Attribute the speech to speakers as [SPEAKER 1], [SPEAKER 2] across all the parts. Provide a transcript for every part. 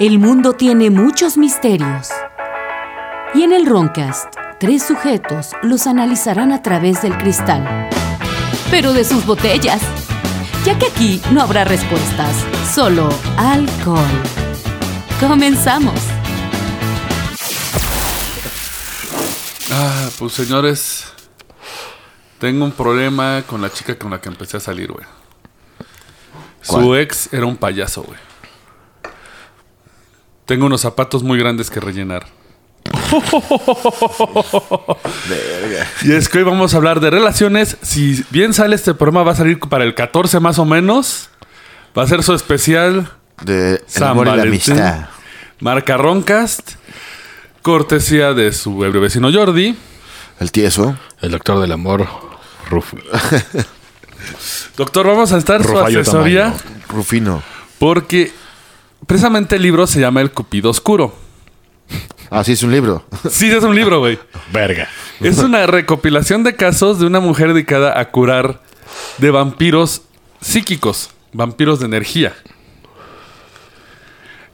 [SPEAKER 1] El mundo tiene muchos misterios. Y en el Roncast, tres sujetos los analizarán a través del cristal. Pero de sus botellas. Ya que aquí no habrá respuestas, solo alcohol. Comenzamos.
[SPEAKER 2] Ah, pues señores, tengo un problema con la chica con la que empecé a salir, güey. Su
[SPEAKER 3] ¿Cuál?
[SPEAKER 2] ex era un payaso, güey. Tengo unos zapatos muy grandes que rellenar. Y es que hoy vamos a hablar de relaciones. Si bien sale este programa, va a salir para el 14 más o menos. Va a ser su especial
[SPEAKER 3] De el
[SPEAKER 2] San
[SPEAKER 3] amor y la
[SPEAKER 2] Valentín.
[SPEAKER 3] amistad.
[SPEAKER 2] Marca Roncast. Cortesía de su ebrio vecino Jordi.
[SPEAKER 3] El tieso.
[SPEAKER 4] El doctor del amor, Ruf.
[SPEAKER 2] Doctor, vamos a estar su
[SPEAKER 4] Rofayo
[SPEAKER 2] asesoría
[SPEAKER 3] Rufino.
[SPEAKER 2] porque precisamente el libro se llama El Cupido Oscuro.
[SPEAKER 3] Ah, sí, es un libro.
[SPEAKER 2] Sí, es un libro, güey.
[SPEAKER 4] Verga.
[SPEAKER 2] Es una recopilación de casos de una mujer dedicada a curar de vampiros psíquicos, vampiros de energía.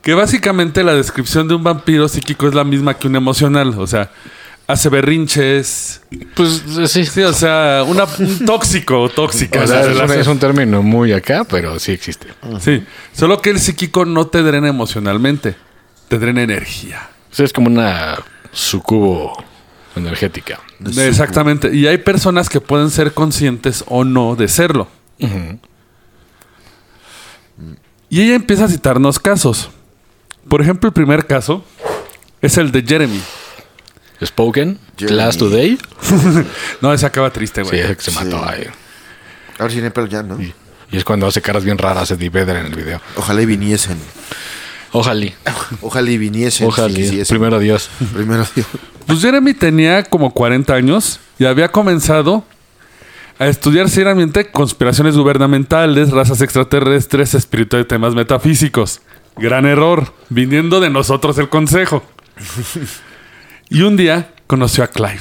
[SPEAKER 2] Que básicamente la descripción de un vampiro psíquico es la misma que un emocional, o sea, hace berrinches.
[SPEAKER 4] Pues sí.
[SPEAKER 2] Sí, o sea, una, un tóxico o tóxica.
[SPEAKER 4] O sea,
[SPEAKER 2] la
[SPEAKER 4] es, un-
[SPEAKER 2] relación.
[SPEAKER 4] es un término muy acá, pero sí existe.
[SPEAKER 2] Sí, solo que el psíquico no te drena emocionalmente, te drena energía.
[SPEAKER 4] O sea, es como una sucubo energética.
[SPEAKER 2] Exactamente, y hay personas que pueden ser conscientes o no de serlo. Y ella empieza a citarnos casos. Por ejemplo, el primer caso es el de Jeremy.
[SPEAKER 4] Spoken,
[SPEAKER 3] Jeremy.
[SPEAKER 4] Class Today.
[SPEAKER 2] No, se acaba triste,
[SPEAKER 4] Sí,
[SPEAKER 2] güey.
[SPEAKER 4] es el que se mató
[SPEAKER 3] Sí.
[SPEAKER 4] ahí.
[SPEAKER 3] Ahora sí, no hay pedo ya, ¿no?
[SPEAKER 4] Y es cuando hace caras bien raras Eddie Vedder en el video.
[SPEAKER 3] Ojalá y viniesen.
[SPEAKER 4] Ojalá.
[SPEAKER 3] Ah, Ojalá y viniesen.
[SPEAKER 4] Ojalá.
[SPEAKER 3] si quisiesen.
[SPEAKER 4] Primero Dios.
[SPEAKER 3] Primero Dios.
[SPEAKER 2] Pues Jeremy tenía como 40 años y había comenzado a estudiar seriamente conspiraciones gubernamentales, razas extraterrestres, espíritu de temas metafísicos. Gran error, viniendo de nosotros el consejo. y un día conoció a Clive.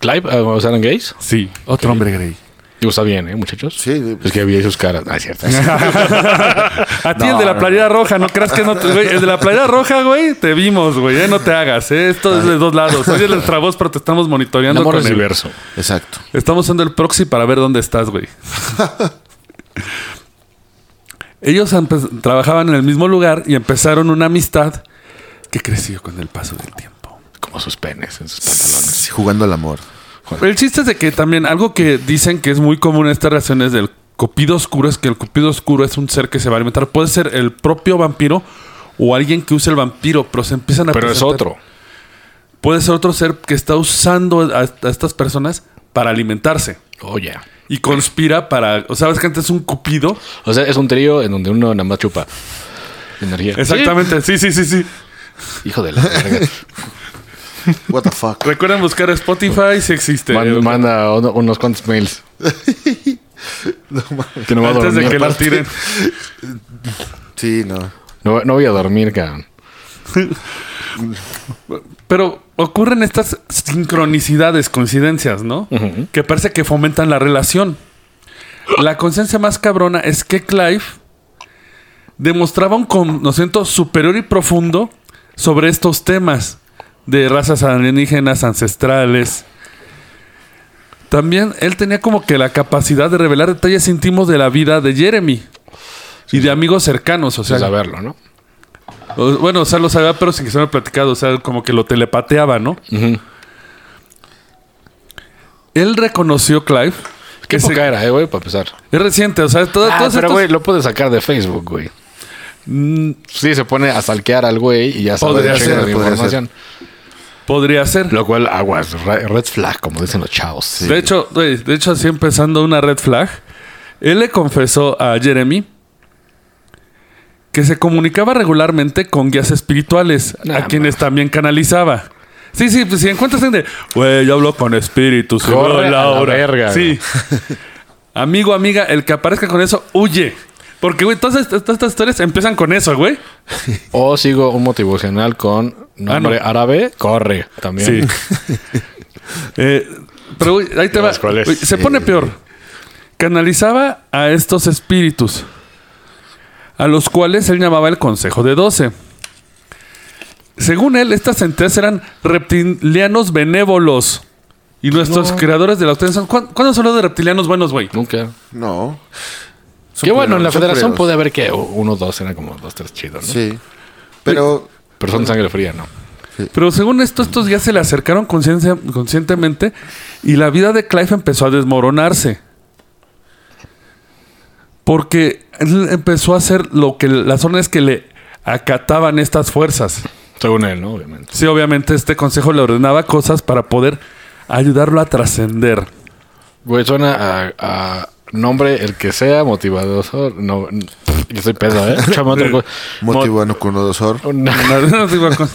[SPEAKER 4] Clive, ah, ¿o sea, eran gays?
[SPEAKER 2] Sí, otro hombre grey.
[SPEAKER 4] Digo, está bien, ¿eh, muchachos?
[SPEAKER 3] Sí.
[SPEAKER 4] Es que vi sus caras. Ah, es cierto.
[SPEAKER 2] A ti
[SPEAKER 3] No,
[SPEAKER 2] el de la
[SPEAKER 3] no,
[SPEAKER 2] playera roja, no creas que no te... güey, el de la playera roja, güey, te vimos, güey, eh, no te hagas. eh, Esto es de dos lados. Oye nuestra voz, pero te estamos
[SPEAKER 4] El
[SPEAKER 2] monitoreando
[SPEAKER 4] amor
[SPEAKER 2] con
[SPEAKER 4] es
[SPEAKER 2] el-
[SPEAKER 4] diverso.
[SPEAKER 3] Exacto.
[SPEAKER 2] Estamos usando el proxy para ver dónde estás, güey. Ellos empe- trabajaban en el mismo lugar y empezaron una amistad que creció con el paso del tiempo.
[SPEAKER 4] Como sus penes en sus pantalones.
[SPEAKER 3] Sí, Jugando al amor.
[SPEAKER 2] El chiste es de que también algo que dicen que es muy común en estas relaciones del cupido oscuro es que el cupido oscuro es un ser que se va a alimentar. Puede ser el propio vampiro o alguien que usa el vampiro, pero se empiezan a
[SPEAKER 4] Pero es
[SPEAKER 2] presentar-
[SPEAKER 4] otro.
[SPEAKER 2] Puede ser otro ser que está usando a- a estas personas para alimentarse.
[SPEAKER 4] Oye.
[SPEAKER 2] Y conspira para... O sabes que antes es un cupido
[SPEAKER 4] O sea, es un trío en donde uno nada más chupa energía.
[SPEAKER 2] Exactamente, sí, sí, sí, sí.
[SPEAKER 4] Sí. Hijo de la verga.
[SPEAKER 3] What the fuck.
[SPEAKER 2] Recuerden buscar Spotify si existe.
[SPEAKER 4] Man-
[SPEAKER 2] Eh,
[SPEAKER 4] manda uno- unos cuantos mails. Que no, va a
[SPEAKER 2] Antes de
[SPEAKER 4] dormir.
[SPEAKER 2] que la tiren.
[SPEAKER 3] Sí, no.
[SPEAKER 4] No, no voy a dormir, cabrón.
[SPEAKER 2] Pero ocurren estas sincronicidades, coincidencias, ¿no? Que parece que fomentan la relación. La conciencia más cabrona es que Clive demostraba un conocimiento superior y profundo sobre estos temas de razas alienígenas ancestrales. También él tenía como que la capacidad de revelar detalles íntimos de la vida de Jeremy y de amigos cercanos, o sea,
[SPEAKER 4] Sin saberlo, Pues ¿no?
[SPEAKER 2] O- bueno, o sea, lo sabía, pero sin que se hubiera platicado. O sea, como que lo telepateaba, ¿no? Él reconoció, Clive,
[SPEAKER 4] Qué
[SPEAKER 2] que se-
[SPEAKER 4] poca era, eh, güey, para empezar.
[SPEAKER 2] es reciente. O sea, todo,
[SPEAKER 4] Ah,
[SPEAKER 2] todos
[SPEAKER 4] pero,
[SPEAKER 2] estos-
[SPEAKER 4] güey, lo puede sacar de Facebook, güey. Sí, se pone a salquear al güey y ya sabe
[SPEAKER 2] Mm. Podría
[SPEAKER 4] un chingo
[SPEAKER 3] ser,
[SPEAKER 4] de
[SPEAKER 3] podría
[SPEAKER 4] información.
[SPEAKER 2] podría ser.
[SPEAKER 4] Lo cual, aguas, re- red flag, como dicen los chavos.
[SPEAKER 2] De hecho, güey, de hecho, así empezando una red flag, él le confesó a Jeremy que se comunicaba regularmente con guías espirituales,
[SPEAKER 4] Nah,
[SPEAKER 2] a quienes también canalizaba. Sí, sí, pues si encuentras gente, güey, yo hablo con espíritus, yo
[SPEAKER 4] Corre
[SPEAKER 2] veo
[SPEAKER 4] a
[SPEAKER 2] la
[SPEAKER 4] la
[SPEAKER 2] hora".
[SPEAKER 4] verga,
[SPEAKER 2] Sí. Amigo, amiga, el que aparezca con eso, huye. Porque, güey, todas estas, todas estas historias empiezan con eso, güey.
[SPEAKER 4] O sigo un motivacional con nombre
[SPEAKER 2] Ah, no.
[SPEAKER 4] árabe, corre también.
[SPEAKER 2] Eh, pero güey, ahí te va.
[SPEAKER 4] ¿Sabes cuál es?
[SPEAKER 2] Güey, se pone peor. Canalizaba a estos espíritus, a los cuales él llamaba el Consejo de Doce. Según él, estas entidades eran reptilianos benévolos. Y nuestros creadores de la obtención. ¿Cuándo, ¿cuándo se habló de reptilianos buenos, güey?
[SPEAKER 4] Nunca.
[SPEAKER 3] No. Son
[SPEAKER 4] Que bueno,
[SPEAKER 3] culeros,
[SPEAKER 4] en la
[SPEAKER 3] son
[SPEAKER 4] federación
[SPEAKER 3] culeros.
[SPEAKER 4] pude ver que u- uno o dos eran como dos, tres chidos, ¿no?
[SPEAKER 3] Sí. Pero
[SPEAKER 4] Pero son sangre fría, ¿no?
[SPEAKER 2] Pero según esto, estos ya se le acercaron conciencia- conscientemente y la vida de Clive empezó a desmoronarse. Porque él empezó a hacer lo que las órdenes que le acataban estas fuerzas.
[SPEAKER 4] Según él, ¿no? Obviamente.
[SPEAKER 2] Sí, obviamente este consejo le ordenaba cosas para poder ayudarlo a trascender.
[SPEAKER 4] Güey, suena a, a nombre el que sea, motivador. No, n- yo soy pedo, ¿eh? Chama otra cosa.
[SPEAKER 3] motivano con odosor.
[SPEAKER 4] Una-
[SPEAKER 2] bueno,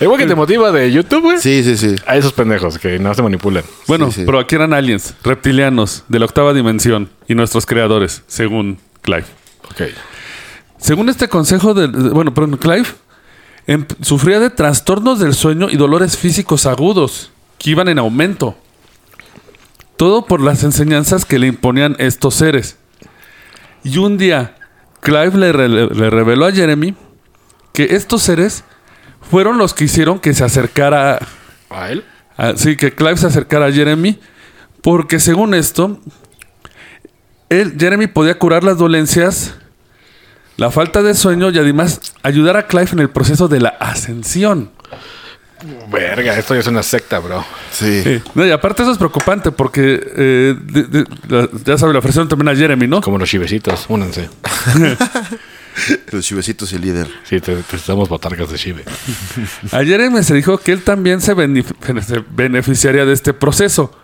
[SPEAKER 4] Igual que te motiva de YouTube, güey.
[SPEAKER 3] Sí, sí, sí.
[SPEAKER 4] A esos pendejos que no se manipulan.
[SPEAKER 3] Sí, sí.
[SPEAKER 2] pero aquí eran aliens, reptilianos de la octava dimensión y nuestros creadores, según Clive.
[SPEAKER 4] Ok.
[SPEAKER 2] Según este consejo del... de- Bueno, perdón, Clive em- sufría de trastornos del sueño y dolores físicos agudos que iban en aumento. Todo por las enseñanzas que le imponían estos seres. Y un día, Clive le, re- le reveló a Jeremy que estos seres fueron los que hicieron que se acercara...
[SPEAKER 4] ¿A él?
[SPEAKER 2] Así que Clive se acercara a Jeremy porque según esto, él, Jeremy podía curar las dolencias, la falta de sueño y además ayudar a Clive en el proceso de la ascensión.
[SPEAKER 4] Verga, esto ya es una secta, bro.
[SPEAKER 3] Sí.
[SPEAKER 2] Eh, no, y aparte eso es preocupante porque eh, de- de- la- ya sabe, le ofrecieron también a Jeremy, ¿no?
[SPEAKER 4] Como los chivecitos, únanse.
[SPEAKER 3] Los chivecitos y el líder.
[SPEAKER 4] Sí, te, necesitamos botargas de chive.
[SPEAKER 2] A Jeremy se dijo que él también se, benef- se beneficiaría de este proceso.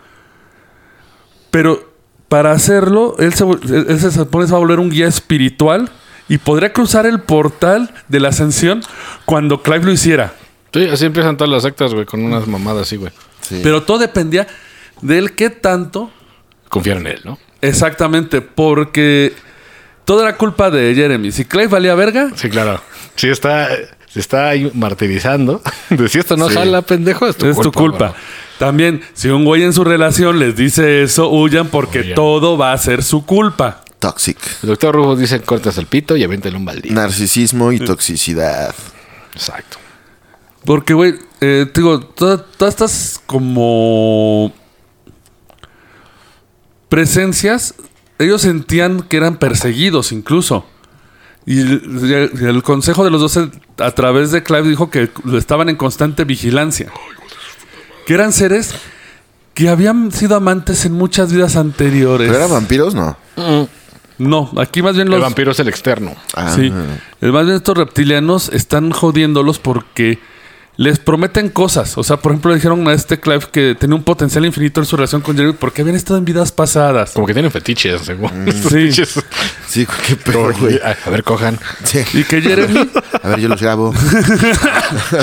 [SPEAKER 2] Pero para hacerlo, él se, vol- él- él se supone se va a volver un guía espiritual y podría cruzar el portal de la ascensión cuando Clive lo hiciera.
[SPEAKER 4] Sí, así empiezan todas las sectas, güey, con unas mamadas así, güey.
[SPEAKER 3] Sí.
[SPEAKER 2] Pero todo dependía del qué tanto
[SPEAKER 4] Confiar en él, ¿no?
[SPEAKER 2] exactamente, porque toda era culpa de Jeremy. Si Clive valía verga,
[SPEAKER 4] Sí, claro. Si está, si está ahí martirizando, de si esto no
[SPEAKER 3] Sí.
[SPEAKER 4] jala, pendejo, es tu
[SPEAKER 2] es
[SPEAKER 4] culpa.
[SPEAKER 2] tu culpa.
[SPEAKER 4] güey.
[SPEAKER 2] También, si un güey en su relación les dice eso, huyan porque
[SPEAKER 4] Huyan.
[SPEAKER 2] todo va a ser su culpa.
[SPEAKER 3] Toxic.
[SPEAKER 4] El doctor Rufo dice, cortas el pito y avéntale un baldío.
[SPEAKER 3] Narcisismo y toxicidad.
[SPEAKER 4] Exacto.
[SPEAKER 2] Porque, güey, eh, te digo, to- todas estas como presencias, ellos sentían que eran perseguidos incluso. Y el, y el- y el Consejo de los Doce, a través de Clive, dijo que lo estaban en constante vigilancia. Que eran seres que habían sido amantes en muchas vidas anteriores.
[SPEAKER 3] ¿Pero eran vampiros? No.
[SPEAKER 2] No, aquí más bien Mm, los...
[SPEAKER 4] El vampiro es el externo.
[SPEAKER 3] Ah,
[SPEAKER 2] Sí. El más bien estos reptilianos están jodiéndolos porque les prometen cosas. O sea, por ejemplo, le dijeron a este Clive que tenía un potencial infinito en su relación con Jeremy porque habían estado en vidas pasadas.
[SPEAKER 4] Como que tienen fetiches, según.
[SPEAKER 3] Mm.
[SPEAKER 4] Estos
[SPEAKER 2] Sí.
[SPEAKER 4] fetiches.
[SPEAKER 3] Sí, qué pedo, güey.
[SPEAKER 4] A, a ver, cojan.
[SPEAKER 3] Sí.
[SPEAKER 2] Y que Jeremy,
[SPEAKER 3] A ver, yo los grabo.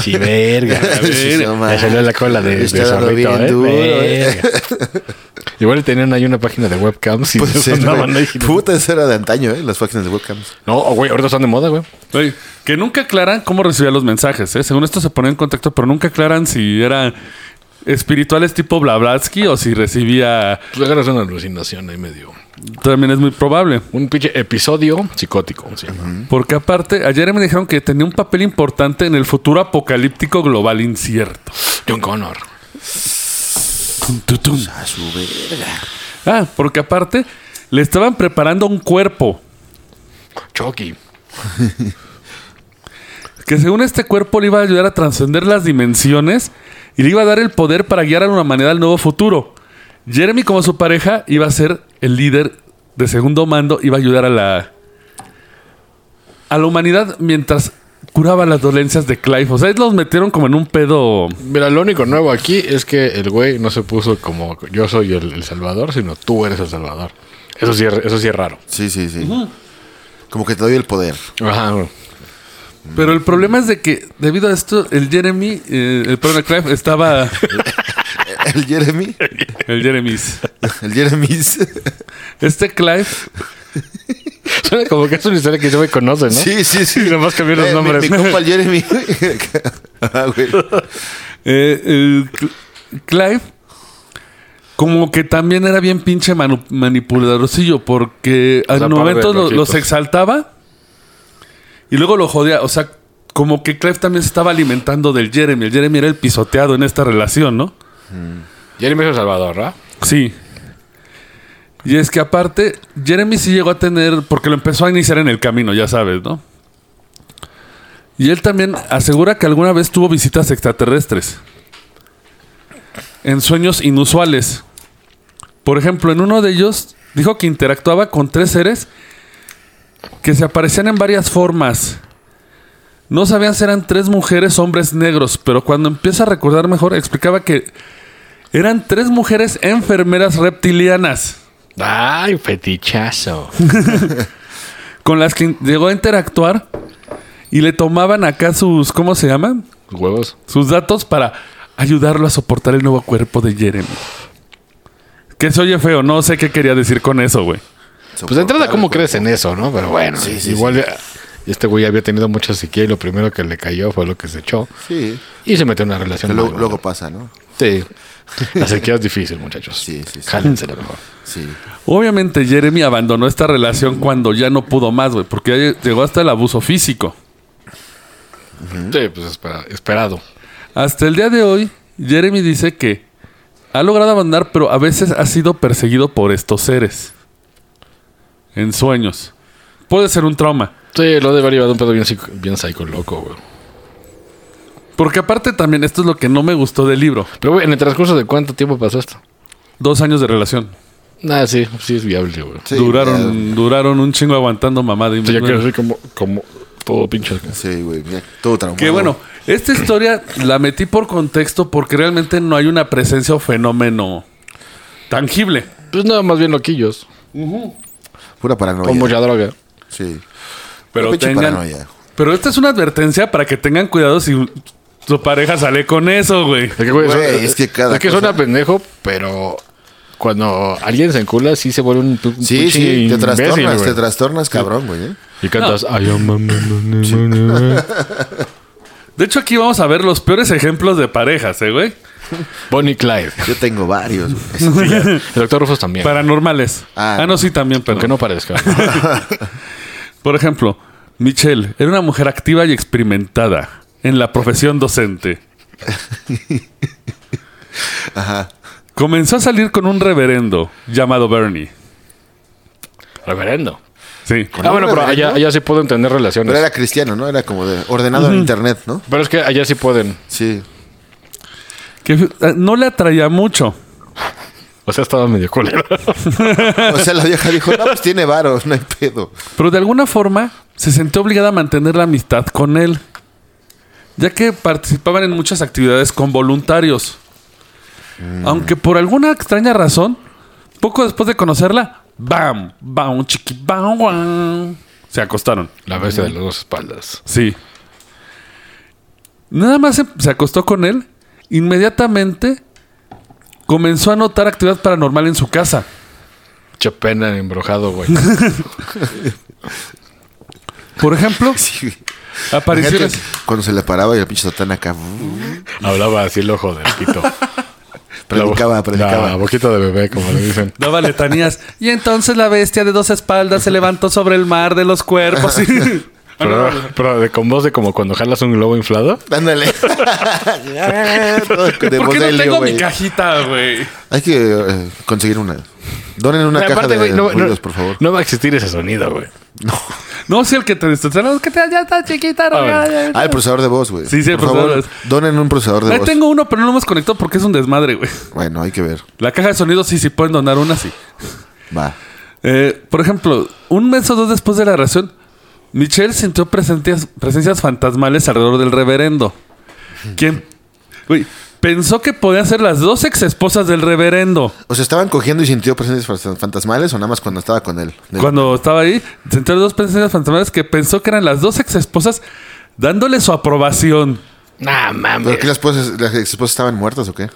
[SPEAKER 4] Sí, verga.
[SPEAKER 3] Sí, no
[SPEAKER 4] Me
[SPEAKER 3] mames.
[SPEAKER 4] salió la cola de, de
[SPEAKER 3] Está dando
[SPEAKER 4] zorrito,
[SPEAKER 3] bien
[SPEAKER 4] ¿eh?
[SPEAKER 3] duro, eh.
[SPEAKER 4] Verga. Igual tenían ahí una página de webcams y
[SPEAKER 3] Puede ser,
[SPEAKER 4] mandaban
[SPEAKER 3] Pues güey.
[SPEAKER 4] ahí.
[SPEAKER 3] Puta, esa era de antaño, ¿eh? Las páginas de webcams.
[SPEAKER 4] No, oh, güey, ahorita están de moda, güey.
[SPEAKER 2] Oye, que nunca aclaran cómo recibía los mensajes. ¿eh? Según esto se ponían en contacto, pero nunca aclaran si eran espirituales tipo Blavatsky o si recibía...
[SPEAKER 4] Pues agarras una alucinación ahí medio.
[SPEAKER 2] También es muy probable.
[SPEAKER 4] Un pinche episodio psicótico. se llama.
[SPEAKER 2] Porque aparte, ayer me dijeron que tenía un papel importante en el futuro apocalíptico global incierto.
[SPEAKER 4] John Connor.
[SPEAKER 2] Tum, tum, tum.
[SPEAKER 3] A su verga.
[SPEAKER 2] Ah, porque aparte le estaban preparando un cuerpo.
[SPEAKER 4] Chucky.
[SPEAKER 2] Que según este cuerpo le iba a ayudar a trascender las dimensiones y le iba a dar el poder para guiar a la humanidad al nuevo futuro. Jeremy, como su pareja, iba a ser el líder de segundo mando, iba a ayudar a la. a la humanidad mientras curaba las dolencias de Clive. O sea, los metieron como en un pedo.
[SPEAKER 4] Mira, lo único nuevo aquí es que el güey no se puso como yo soy el, el Salvador, sino tú eres el Salvador. Eso sí, es- eso sí es raro.
[SPEAKER 3] Sí, sí, sí. Como que te doy el poder.
[SPEAKER 4] Ajá. güey.
[SPEAKER 2] Pero el problema es de que, debido a esto, el Jeremy, eh, el perdón, el Clive estaba.
[SPEAKER 3] El Jeremy.
[SPEAKER 2] El Jeremy's.
[SPEAKER 3] El Jeremy.
[SPEAKER 2] Este Clive
[SPEAKER 4] Suena como que es una historia que se me conoce, ¿no?
[SPEAKER 3] Sí, sí, sí.
[SPEAKER 4] Y nomás cambié los
[SPEAKER 3] Eh, mi-
[SPEAKER 4] nombres.
[SPEAKER 3] Mi, compa el Jeremy. güey. Ah, güey.
[SPEAKER 2] Eh, el Cl- Clive, como que también era bien pinche manu- manipuladorcillo, porque
[SPEAKER 4] sea,
[SPEAKER 2] al
[SPEAKER 4] par de
[SPEAKER 2] momento lo-
[SPEAKER 4] loquitos.
[SPEAKER 2] los exaltaba y luego lo jodía. O sea, como que Clive también se estaba alimentando del Jeremy. El Jeremy era el pisoteado en esta relación, ¿no?
[SPEAKER 4] Jeremy es el Salvador, ¿verdad?
[SPEAKER 2] Sí. Y es que aparte, Jeremy sí llegó a tener, porque lo empezó a iniciar en el camino, ya sabes, ¿no? Y él también asegura que alguna vez tuvo visitas extraterrestres. En sueños inusuales. Por ejemplo, en uno de ellos dijo que interactuaba con tres seres que se aparecían en varias formas. No sabían si eran tres mujeres, hombres negros, pero cuando empieza a recordar mejor, explicaba que eran tres mujeres enfermeras reptilianas
[SPEAKER 4] Ay, fetichazo.
[SPEAKER 2] con las que llegó a interactuar y le tomaban acá sus, ¿cómo se llaman?
[SPEAKER 4] Huevos.
[SPEAKER 2] Sus datos para ayudarlo a soportar el nuevo cuerpo de Jeremy. Que se oye feo, no sé qué quería decir con eso, güey.
[SPEAKER 4] Pues de entrada, ¿cómo
[SPEAKER 3] Soportar el
[SPEAKER 4] crees en eso, no? Pero bueno,
[SPEAKER 3] Sí, sí,
[SPEAKER 4] igual eh, este güey había tenido mucha sequía y lo primero que le cayó fue lo que se echó.
[SPEAKER 3] cuerpo. Sí.
[SPEAKER 4] Y se metió en una relación.
[SPEAKER 3] Pero luego,
[SPEAKER 4] muy
[SPEAKER 3] luego
[SPEAKER 4] buena.
[SPEAKER 3] pasa, ¿no?
[SPEAKER 4] Sí. La sequía es difícil, muchachos.
[SPEAKER 3] Sí, sí, sí.
[SPEAKER 4] Jálensela mejor.
[SPEAKER 3] Sí.
[SPEAKER 2] Obviamente Jeremy abandonó esta relación cuando ya no pudo más, güey, porque ya llegó hasta el abuso físico.
[SPEAKER 4] Sí, pues espera- esperado.
[SPEAKER 2] Hasta el día de hoy, Jeremy dice que ha logrado abandonar, pero a veces ha sido perseguido por estos seres. En sueños. Puede ser un trauma.
[SPEAKER 4] Sí, lo debe haber llevado un pedo bien, psico- bien psycho loco, güey.
[SPEAKER 2] Porque aparte también, esto es lo que no me gustó del libro.
[SPEAKER 4] Pero, güey, ¿en el transcurso de cuánto tiempo pasó esto?
[SPEAKER 2] Dos años de relación.
[SPEAKER 4] Nada, sí, sí es viable, güey.
[SPEAKER 3] Sí,
[SPEAKER 2] duraron, duraron un chingo aguantando mamada. Y
[SPEAKER 4] Sí, ya
[SPEAKER 2] mamada.
[SPEAKER 4] quiero decir como, como todo pinche.
[SPEAKER 3] ya- sí, güey. ya Todo traumado.
[SPEAKER 2] Que bueno, esta historia la metí por contexto porque realmente no hay una presencia o fenómeno tangible.
[SPEAKER 4] Pues nada, más bien loquillos.
[SPEAKER 3] Pura
[SPEAKER 4] Con
[SPEAKER 3] paranoia.
[SPEAKER 4] mucha droga.
[SPEAKER 3] Sí.
[SPEAKER 2] Pero
[SPEAKER 3] Pinche
[SPEAKER 2] tengan.
[SPEAKER 3] paranoia.
[SPEAKER 2] Pero esta es una advertencia para que tengan cuidado si su pareja sale con eso, güey.
[SPEAKER 4] Es que, güey,
[SPEAKER 3] Güey,
[SPEAKER 4] eso-
[SPEAKER 3] es que cada
[SPEAKER 4] es que
[SPEAKER 3] cosa-
[SPEAKER 4] suena pendejo, pero cuando alguien se encula, sí se vuelve un pu-
[SPEAKER 3] Sí,
[SPEAKER 4] pinche
[SPEAKER 3] sí. Te
[SPEAKER 4] imbécil,
[SPEAKER 3] trastornas,
[SPEAKER 4] güey.
[SPEAKER 3] te trastornas, cabrón, güey. ¿eh?
[SPEAKER 4] Y cantas, "Ay, am, am, am, am, am, am".
[SPEAKER 2] De hecho, aquí vamos a ver los peores ejemplos de parejas, ¿eh, güey.
[SPEAKER 4] Bonnie Clyde.
[SPEAKER 3] Yo tengo varios, güey.
[SPEAKER 4] El doctor Rufus también.
[SPEAKER 2] Paranormales. Ah,
[SPEAKER 3] Ah.
[SPEAKER 2] no, sí, también, pero.
[SPEAKER 4] Aunque no parezca.
[SPEAKER 2] Por ejemplo, Michelle era una mujer activa y experimentada en la profesión docente. Comenzó a salir con un reverendo llamado Bernie.
[SPEAKER 4] Reverendo.
[SPEAKER 2] Sí.
[SPEAKER 4] Ah, bueno, pero allá,
[SPEAKER 3] reverendo?
[SPEAKER 4] allá sí puedo entender relaciones.
[SPEAKER 3] Pero era cristiano, ¿no? Era como de ordenado en internet, ¿no?
[SPEAKER 4] Pero es que allá sí pueden.
[SPEAKER 3] Sí.
[SPEAKER 2] Que eh, no le atraía mucho.
[SPEAKER 4] O sea, estaba medio culero.
[SPEAKER 3] O sea, la vieja dijo, no, pues tiene varo, no hay pedo.
[SPEAKER 2] Pero de alguna forma se sintió obligada a mantener la amistad con él, ya que participaban en muchas actividades con voluntarios.
[SPEAKER 3] Mm.
[SPEAKER 2] Aunque por alguna extraña razón, poco después de conocerla, ¡bam! ¡bam! ¡chiqui! ¡bam! guam, Se acostaron.
[SPEAKER 4] La bestia de las dos espaldas.
[SPEAKER 2] Sí. Nada más se, se acostó con él. Inmediatamente comenzó a notar actividad paranormal en su casa.
[SPEAKER 4] Che pena embrujado, güey.
[SPEAKER 2] Por ejemplo,
[SPEAKER 3] Sí, güey.
[SPEAKER 2] apariciones.
[SPEAKER 3] Imagínate Cuando se le paraba y el pinche satán acá
[SPEAKER 4] Hablaba así el ojo del pito.
[SPEAKER 3] predicaba, predicaba.
[SPEAKER 4] La boquita de bebé, como le dicen.
[SPEAKER 2] Daba letanías. Y entonces la bestia de dos espaldas se levantó sobre el mar de los cuerpos.
[SPEAKER 4] Pero, pero de, con voz de como cuando jalas un globo inflado.
[SPEAKER 3] Ándale. Todo de
[SPEAKER 2] ¿Por qué no
[SPEAKER 3] Boselio,
[SPEAKER 2] tengo
[SPEAKER 3] güey.
[SPEAKER 2] mi cajita, güey?
[SPEAKER 3] Hay que eh, conseguir una. Donen una
[SPEAKER 4] Pero
[SPEAKER 3] caja
[SPEAKER 4] aparte,
[SPEAKER 3] de
[SPEAKER 4] güey, no, no-
[SPEAKER 3] ruidos, por favor.
[SPEAKER 4] no va a existir ese sonido, güey.
[SPEAKER 2] No, si el que te destrozó, que te ya está chiquita.
[SPEAKER 4] bueno.
[SPEAKER 2] regala, ya, ya.
[SPEAKER 3] Ah, el procesador de voz, güey.
[SPEAKER 2] Sí, sí, el
[SPEAKER 3] Por
[SPEAKER 2] procesador
[SPEAKER 3] favor,
[SPEAKER 2] de
[SPEAKER 3] Donen un procesador de
[SPEAKER 2] Ahí
[SPEAKER 3] voz.
[SPEAKER 2] tengo uno, pero no lo hemos conectado porque es un desmadre, güey.
[SPEAKER 3] Bueno, hay que ver.
[SPEAKER 2] La caja de sonido sí, sí pueden donar una, sí.
[SPEAKER 3] Va.
[SPEAKER 2] Eh, por ejemplo, un mes o dos después de la relación, Michelle sintió presencias, presencias fantasmales alrededor del reverendo. Quien güey, pensó que podían ser las dos ex esposas del reverendo.
[SPEAKER 3] O sea, estaban cogiendo y sintió presencias fan- fantasmales o nada más cuando estaba con él. De-
[SPEAKER 2] Cuando estaba ahí, sintió dos presencias fantasmales que pensó que eran las dos ex esposas dándole su aprobación.
[SPEAKER 4] Nah,
[SPEAKER 3] ¿Pero
[SPEAKER 4] mames.
[SPEAKER 3] qué las esposas, las esposas estaban muertas o qué?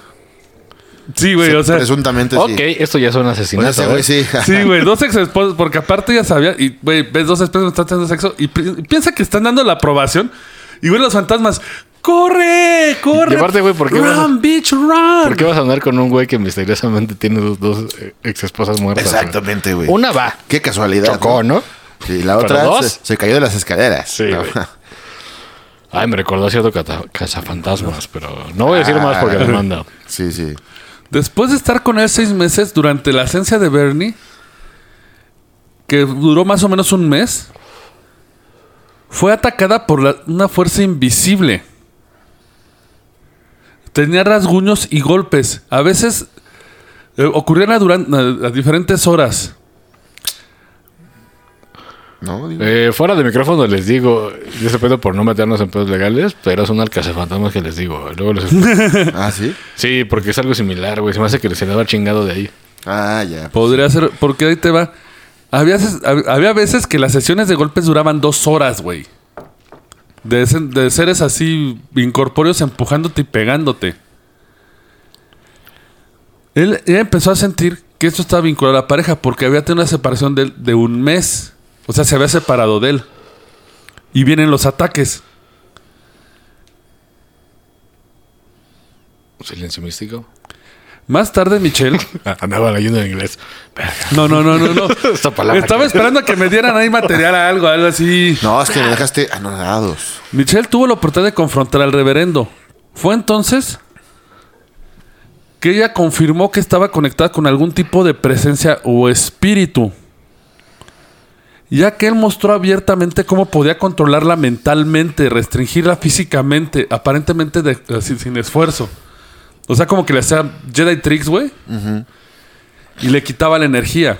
[SPEAKER 2] Sí, güey,
[SPEAKER 3] Sí,
[SPEAKER 2] o sea.
[SPEAKER 3] Presuntamente
[SPEAKER 4] Ok,
[SPEAKER 3] sí.
[SPEAKER 4] esto ya son
[SPEAKER 3] O sea,
[SPEAKER 4] asesinatos.
[SPEAKER 3] ese güey sí.
[SPEAKER 2] Sí, güey, dos ex esposas, porque aparte ya sabía, y güey, ves dos esposas que están teniendo sexo y pi- piensa que están dando la aprobación, y güey, los fantasmas, ¡corre! ¡corre!
[SPEAKER 4] Y aparte, güey, ¿por qué
[SPEAKER 2] ¡Run,
[SPEAKER 4] vas a-
[SPEAKER 2] bitch, run!
[SPEAKER 4] ¿Por qué vas a andar con un güey que misteriosamente tiene dos, dos eh, ex esposas muertas? güey?
[SPEAKER 3] Exactamente, güey.
[SPEAKER 4] Una va.
[SPEAKER 3] Qué casualidad.
[SPEAKER 4] Chocó, ¿no?
[SPEAKER 3] Sí, la
[SPEAKER 4] Pero
[SPEAKER 3] otra
[SPEAKER 4] dos.
[SPEAKER 3] se, se cayó de las escaleras.
[SPEAKER 4] Sí,
[SPEAKER 3] No.
[SPEAKER 4] güey. Ay, me recordó a cierto cata- cazafantasmas, pero no voy a decir más porque me manda.
[SPEAKER 3] Sí, sí.
[SPEAKER 2] Después de estar con él seis meses durante la esencia de Bernie, que duró más o menos un mes, fue atacada por la- una fuerza invisible. Tenía rasguños y golpes. A veces eh, ocurrían a, duran- a- a diferentes horas.
[SPEAKER 3] No, digo.
[SPEAKER 4] Eh, fuera de micrófono les digo, yo se pedo por no meternos en pedos legales, pero son al cazafantasmas que les digo. Luego les explico.
[SPEAKER 3] Ah, sí.
[SPEAKER 4] Sí, porque es algo similar, güey. Se me hace que se le va chingado de ahí.
[SPEAKER 3] Ah, ya.
[SPEAKER 2] Podría ser, porque ahí te va. Había, ses- hab- había veces que las sesiones de golpes duraban dos horas, güey. De, ese- de seres así incorpóreos empujándote y pegándote. Él, él empezó a sentir que esto estaba vinculado a la pareja porque había tenido una separación de, él de un mes. O sea, se había separado de él. Y vienen los ataques.
[SPEAKER 4] Silencio místico.
[SPEAKER 2] Más tarde, Michelle.
[SPEAKER 4] Ah, Andaba leyendo en inglés. Verga.
[SPEAKER 2] No, no, no, no, no.
[SPEAKER 4] Esa palabra
[SPEAKER 2] Estaba
[SPEAKER 4] que-
[SPEAKER 2] esperando a que me dieran ahí material, algo, algo así.
[SPEAKER 3] No, es que me dejaste anonadados.
[SPEAKER 2] Michelle tuvo la oportunidad de confrontar al reverendo. Fue entonces que ella confirmó que estaba conectada con algún tipo de presencia o espíritu. Ya que él mostró abiertamente cómo podía controlarla mentalmente, restringirla físicamente, aparentemente de- así, sin esfuerzo. O sea, como que le hacía Jedi Tricks, güey. Y le quitaba la energía.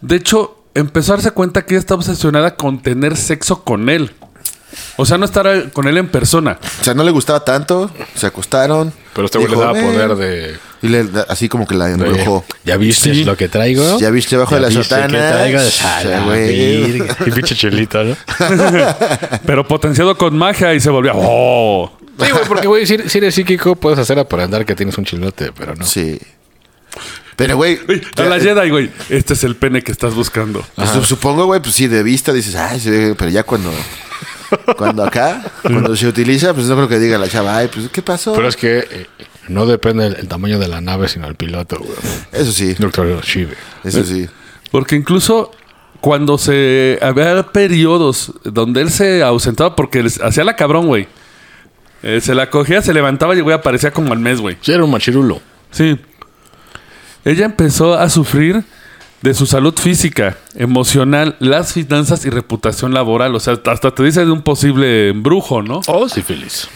[SPEAKER 2] De hecho, empezó a darse cuenta que ella estaba obsesionada con tener sexo con él. O sea, no estar con él en persona.
[SPEAKER 3] O sea, no le gustaba tanto. Se acostaron.
[SPEAKER 4] Pero este güey le
[SPEAKER 3] dijo, "Eh,
[SPEAKER 4] daba
[SPEAKER 3] "Ven".
[SPEAKER 4] poder de.
[SPEAKER 3] Y le, da- así como que la embrujó.
[SPEAKER 4] ¿Ya viste
[SPEAKER 2] Sí.
[SPEAKER 4] lo que traigo?
[SPEAKER 3] ¿Ya viste abajo de la
[SPEAKER 4] viste
[SPEAKER 3] sotana?
[SPEAKER 4] que traigo?
[SPEAKER 3] Sí,
[SPEAKER 4] A la
[SPEAKER 3] güey.
[SPEAKER 4] virgen. Qué pinche chelita, ¿no?
[SPEAKER 2] Pero potenciado con magia y se volvía. ¡Oh!
[SPEAKER 4] Sí, güey, porque, güey, si, si eres psíquico, puedes hacer aparentar que tienes un chilote, pero no.
[SPEAKER 3] Sí. Pero, güey.
[SPEAKER 2] Uy, A la
[SPEAKER 3] ya-
[SPEAKER 2] Jedi, güey. Este es el pene que estás buscando.
[SPEAKER 3] pues, su- supongo, güey, pues sí, de vista dices, ay, se ve", pero ya cuando. Cuando acá, cuando se utiliza, pues no creo que diga la chava, ay, pues, ¿qué pasó?
[SPEAKER 4] Pero es que eh, no depende el, el tamaño de la nave, sino el piloto, güey.
[SPEAKER 3] Eso sí,
[SPEAKER 4] Doctor Shive.
[SPEAKER 3] eso sí.
[SPEAKER 2] Porque incluso cuando se. Había periodos donde él se ausentaba porque les- hacía la cabrón, güey. Eh, se la cogía, se levantaba y, güey, aparecía como al mes, güey.
[SPEAKER 4] Sí, era un machirulo.
[SPEAKER 2] Sí. Ella empezó a sufrir de su salud física, emocional, las finanzas y reputación laboral. O sea, hasta te dice de un posible embrujo, ¿no?
[SPEAKER 4] Oh, sí, feliz.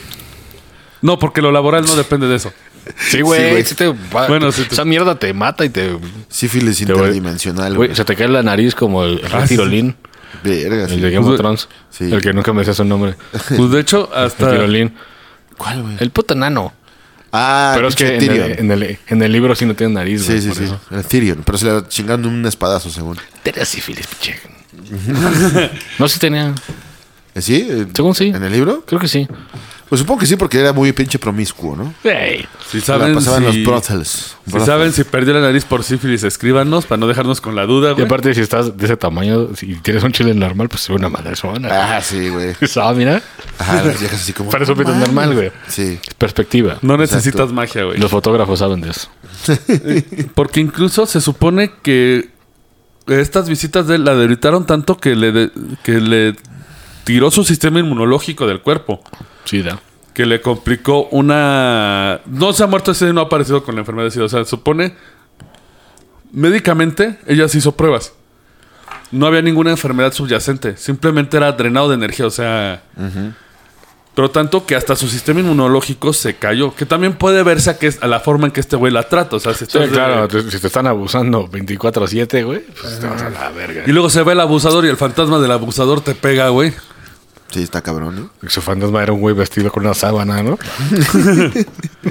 [SPEAKER 2] No, porque lo laboral no depende de eso.
[SPEAKER 4] Sí, güey.
[SPEAKER 3] güey.
[SPEAKER 4] sí te va-
[SPEAKER 2] Bueno,
[SPEAKER 4] te-
[SPEAKER 2] sí te-
[SPEAKER 4] esa mierda te mata y te.
[SPEAKER 3] Sífilis
[SPEAKER 4] te vuel-
[SPEAKER 3] interdimensional,
[SPEAKER 4] güey.
[SPEAKER 3] güey.
[SPEAKER 4] Se te cae la nariz como el, el
[SPEAKER 2] Ah, sí,
[SPEAKER 4] tirolín,
[SPEAKER 3] Verga, sí.
[SPEAKER 4] el de Game of
[SPEAKER 2] Pues,
[SPEAKER 4] Thrones.
[SPEAKER 3] sí.
[SPEAKER 4] El que nunca me decía su nombre.
[SPEAKER 2] Pues de hecho,
[SPEAKER 4] El
[SPEAKER 2] hasta.
[SPEAKER 4] tirolín.
[SPEAKER 3] ¿Cuál, güey?
[SPEAKER 4] El puto nano.
[SPEAKER 3] Ah,
[SPEAKER 4] pero es que en
[SPEAKER 3] Tyrion.
[SPEAKER 4] el, en, el, en el libro sí no tiene nariz,
[SPEAKER 3] sí,
[SPEAKER 4] güey.
[SPEAKER 3] sí,
[SPEAKER 4] por
[SPEAKER 3] sí.
[SPEAKER 4] eso.
[SPEAKER 3] Era Tyrion, pero se le chingando un espadazo, según.
[SPEAKER 4] Tenía sífilis, pinche. no, sí tenía.
[SPEAKER 3] ¿Eh, ¿Sí? Eh,
[SPEAKER 4] Según sí.
[SPEAKER 3] ¿En el libro?
[SPEAKER 4] Creo que sí.
[SPEAKER 3] Pues supongo que sí, porque era muy pinche promiscuo, ¿no?
[SPEAKER 4] Ey.
[SPEAKER 2] Si
[SPEAKER 3] Se la
[SPEAKER 2] saben,
[SPEAKER 3] pasaban
[SPEAKER 2] si,
[SPEAKER 3] los brothels.
[SPEAKER 2] si
[SPEAKER 3] Brothels.
[SPEAKER 2] saben si perdió la nariz por sífilis, escríbanos para no dejarnos con la duda.
[SPEAKER 4] Y
[SPEAKER 2] güey.
[SPEAKER 4] aparte, si estás de ese tamaño, si tienes un chile normal, pues es una madre zona.
[SPEAKER 3] Ah, sí, güey.
[SPEAKER 4] Ah, Pues mira.
[SPEAKER 3] Ajá, las viejas así como.
[SPEAKER 4] Pero eso es
[SPEAKER 3] "No
[SPEAKER 4] normal, güey.
[SPEAKER 3] mames". Sí.
[SPEAKER 4] Es Perspectiva.
[SPEAKER 2] No necesitas magia, güey.
[SPEAKER 4] Los fotógrafos saben de eso.
[SPEAKER 2] Porque incluso se supone que estas visitas de él la debilitaron tanto que le, de- que le tiró su sistema inmunológico del cuerpo.
[SPEAKER 4] Sí, da.
[SPEAKER 2] que le complicó una... No se ha muerto ese, no ha aparecido con la enfermedad de SIDA. O sea, supone... Médicamente, ella se hizo pruebas. No había ninguna enfermedad subyacente. Simplemente era drenado de energía. O sea... Pero tanto que hasta su sistema inmunológico se cayó. Que también puede verse a, que es, a la forma en que este güey la trata. O sea, si
[SPEAKER 4] Sí,
[SPEAKER 2] estás de-
[SPEAKER 4] claro. te- Si te están abusando 24-7, güey, pues te vas a la verga.
[SPEAKER 2] Y luego se ve el abusador y el fantasma del abusador te pega, güey.
[SPEAKER 3] Sí, está cabrón, ¿no?
[SPEAKER 4] Y Su fantasma era un güey vestido con una sábana, ¿no?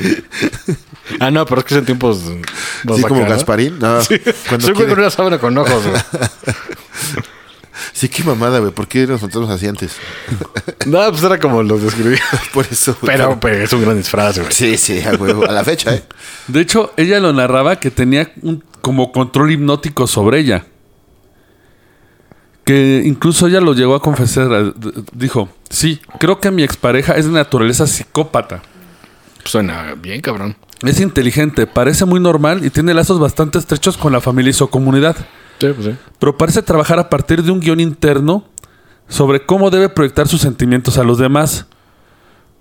[SPEAKER 4] ah, no, pero es que es en tiempos. más
[SPEAKER 3] Sí, como
[SPEAKER 4] bacano.
[SPEAKER 3] Gasparín. No,
[SPEAKER 4] Sí,
[SPEAKER 3] cuando
[SPEAKER 4] soy güey
[SPEAKER 3] quiere-
[SPEAKER 4] con una sábana con ojos, güey.
[SPEAKER 3] Sí, qué mamada, güey. ¿Por qué nos fantasmas así antes?
[SPEAKER 4] No, pues era como los describí.
[SPEAKER 3] Por eso. güey.
[SPEAKER 4] Pero, pero es un gran disfraz, güey.
[SPEAKER 3] Sí, sí, a huevo. A la fecha, ¿eh?
[SPEAKER 2] De hecho, ella lo narraba que tenía un, como control hipnótico sobre ella. Que incluso ella lo llegó a confesar. eh, d- Dijo, sí, creo que mi expareja es de naturaleza psicópata.
[SPEAKER 4] Suena bien, cabrón.
[SPEAKER 2] Es inteligente, parece muy normal y tiene lazos bastante estrechos con la familia y su comunidad.
[SPEAKER 4] Sí, pues sí.
[SPEAKER 2] Pero parece trabajar a partir de un guión interno sobre cómo debe proyectar sus sentimientos a los demás,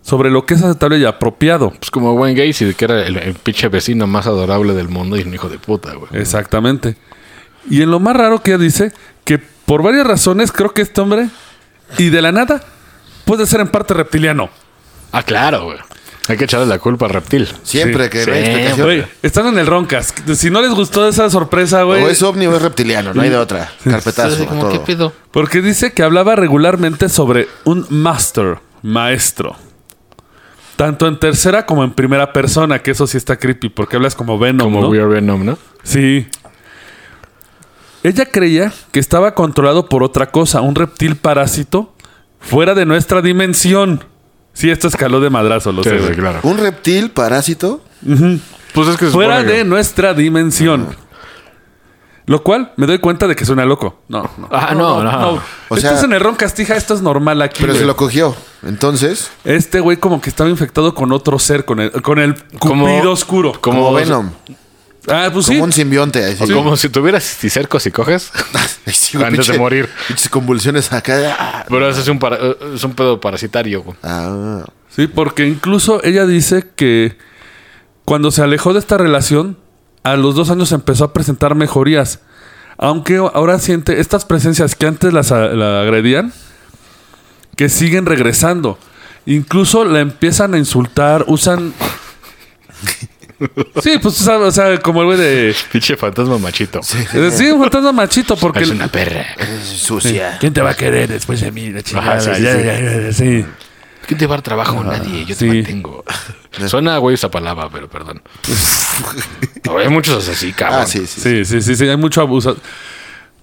[SPEAKER 2] sobre lo que es aceptable y apropiado.
[SPEAKER 4] Pues como Wayne Gacy, que era el, el pinche vecino más adorable del mundo y un hijo de puta, güey.
[SPEAKER 2] Exactamente. Y en lo más raro que dice, que por varias razones creo que este hombre, y de la nada, puede ser en parte reptiliano.
[SPEAKER 4] Ah, claro, güey. Hay que echarle la culpa al reptil.
[SPEAKER 3] Siempre
[SPEAKER 2] Sí,
[SPEAKER 3] que no hay
[SPEAKER 4] siempre.
[SPEAKER 3] explicación.
[SPEAKER 2] Güey, están en el Roncas. Si no les gustó esa sorpresa, güey.
[SPEAKER 3] O es ovni o es reptiliano, no hay de otra. Carpetazo,
[SPEAKER 5] Entonces,
[SPEAKER 3] a
[SPEAKER 5] como, ¿qué
[SPEAKER 3] todo.
[SPEAKER 5] pedo?
[SPEAKER 2] Porque dice que hablaba regularmente sobre un master, maestro. Tanto en tercera como en primera persona, que eso sí está creepy, porque hablas como Venom,
[SPEAKER 4] Como
[SPEAKER 2] ¿no?
[SPEAKER 4] We Are Venom, ¿no?
[SPEAKER 2] Sí. Ella creía que estaba controlado por otra cosa, un reptil parásito fuera de nuestra dimensión. Sí, esto escaló de madrazo,
[SPEAKER 4] Pues
[SPEAKER 2] lo sé. güey.
[SPEAKER 4] claro.
[SPEAKER 3] Un reptil parásito.
[SPEAKER 4] Uh, Pues es que se
[SPEAKER 2] Fuera
[SPEAKER 4] supone que-
[SPEAKER 2] de nuestra dimensión. Lo cual me doy cuenta de que suena loco. No, no.
[SPEAKER 4] Ah, no, no.
[SPEAKER 3] O
[SPEAKER 2] esto
[SPEAKER 3] sea-
[SPEAKER 2] es en el Roncastija, esto es normal aquí.
[SPEAKER 3] Pero
[SPEAKER 2] güey.
[SPEAKER 3] se lo cogió. Entonces,
[SPEAKER 2] Este güey como que estaba infectado con otro ser, con el, con el
[SPEAKER 4] Como-
[SPEAKER 2] cupido oscuro.
[SPEAKER 3] como, Venom,
[SPEAKER 2] Ah, pues sí.
[SPEAKER 3] como un simbionte. así.
[SPEAKER 4] O como si tuvieras cisticercos y coges.
[SPEAKER 3] Ay, sí, güey,
[SPEAKER 4] Antes de
[SPEAKER 3] pinche-
[SPEAKER 4] morir.
[SPEAKER 3] pinches convulsiones acá. Ah,
[SPEAKER 4] Pero ese es un, para- es un pedo parasitario, güey.
[SPEAKER 3] ah.
[SPEAKER 2] Sí, porque incluso ella dice que cuando se alejó de esta relación, a los dos años empezó a presentar mejorías. Aunque ahora siente estas presencias que antes las a- la agredían, que siguen regresando. Incluso la empiezan a insultar, usan... Sí, pues tú sabes, o sea, como el güey de...
[SPEAKER 4] Pinche fantasma machito.
[SPEAKER 2] Sí, un fantasma machito, porque...
[SPEAKER 4] Es una perra.
[SPEAKER 3] Es sucia.
[SPEAKER 2] ¿Quién te va a querer después de mí? La chingada.
[SPEAKER 4] Ajá, sí, sí,
[SPEAKER 2] Ya,
[SPEAKER 4] sí.
[SPEAKER 2] ya, ya, ya, sí.
[SPEAKER 4] ¿Quién te va a dar trabajo? Nadie. Yo
[SPEAKER 2] sí.
[SPEAKER 4] te mantengo. Ah, Suena, güey, esa palabra, pero perdón. No, Hay muchos así, cabrón.
[SPEAKER 3] Ah, sí, sí.
[SPEAKER 2] Sí, sí, sí, sí, hay mucho abuso.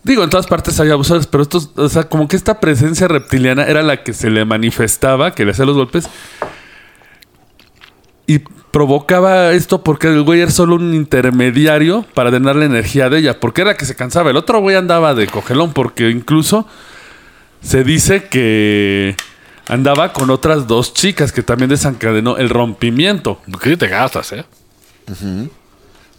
[SPEAKER 2] Digo, en todas partes hay abusadores, pero estos, o sea, como que esta presencia reptiliana era la que se le manifestaba, que le hacía los golpes. Y provocaba esto porque el güey era solo un intermediario para drenar la energía de ella, porque era la que se cansaba. El otro güey andaba de cogelón, porque incluso se dice que andaba con otras dos chicas que también desencadenó el rompimiento.
[SPEAKER 4] ¿Qué te gastas, eh?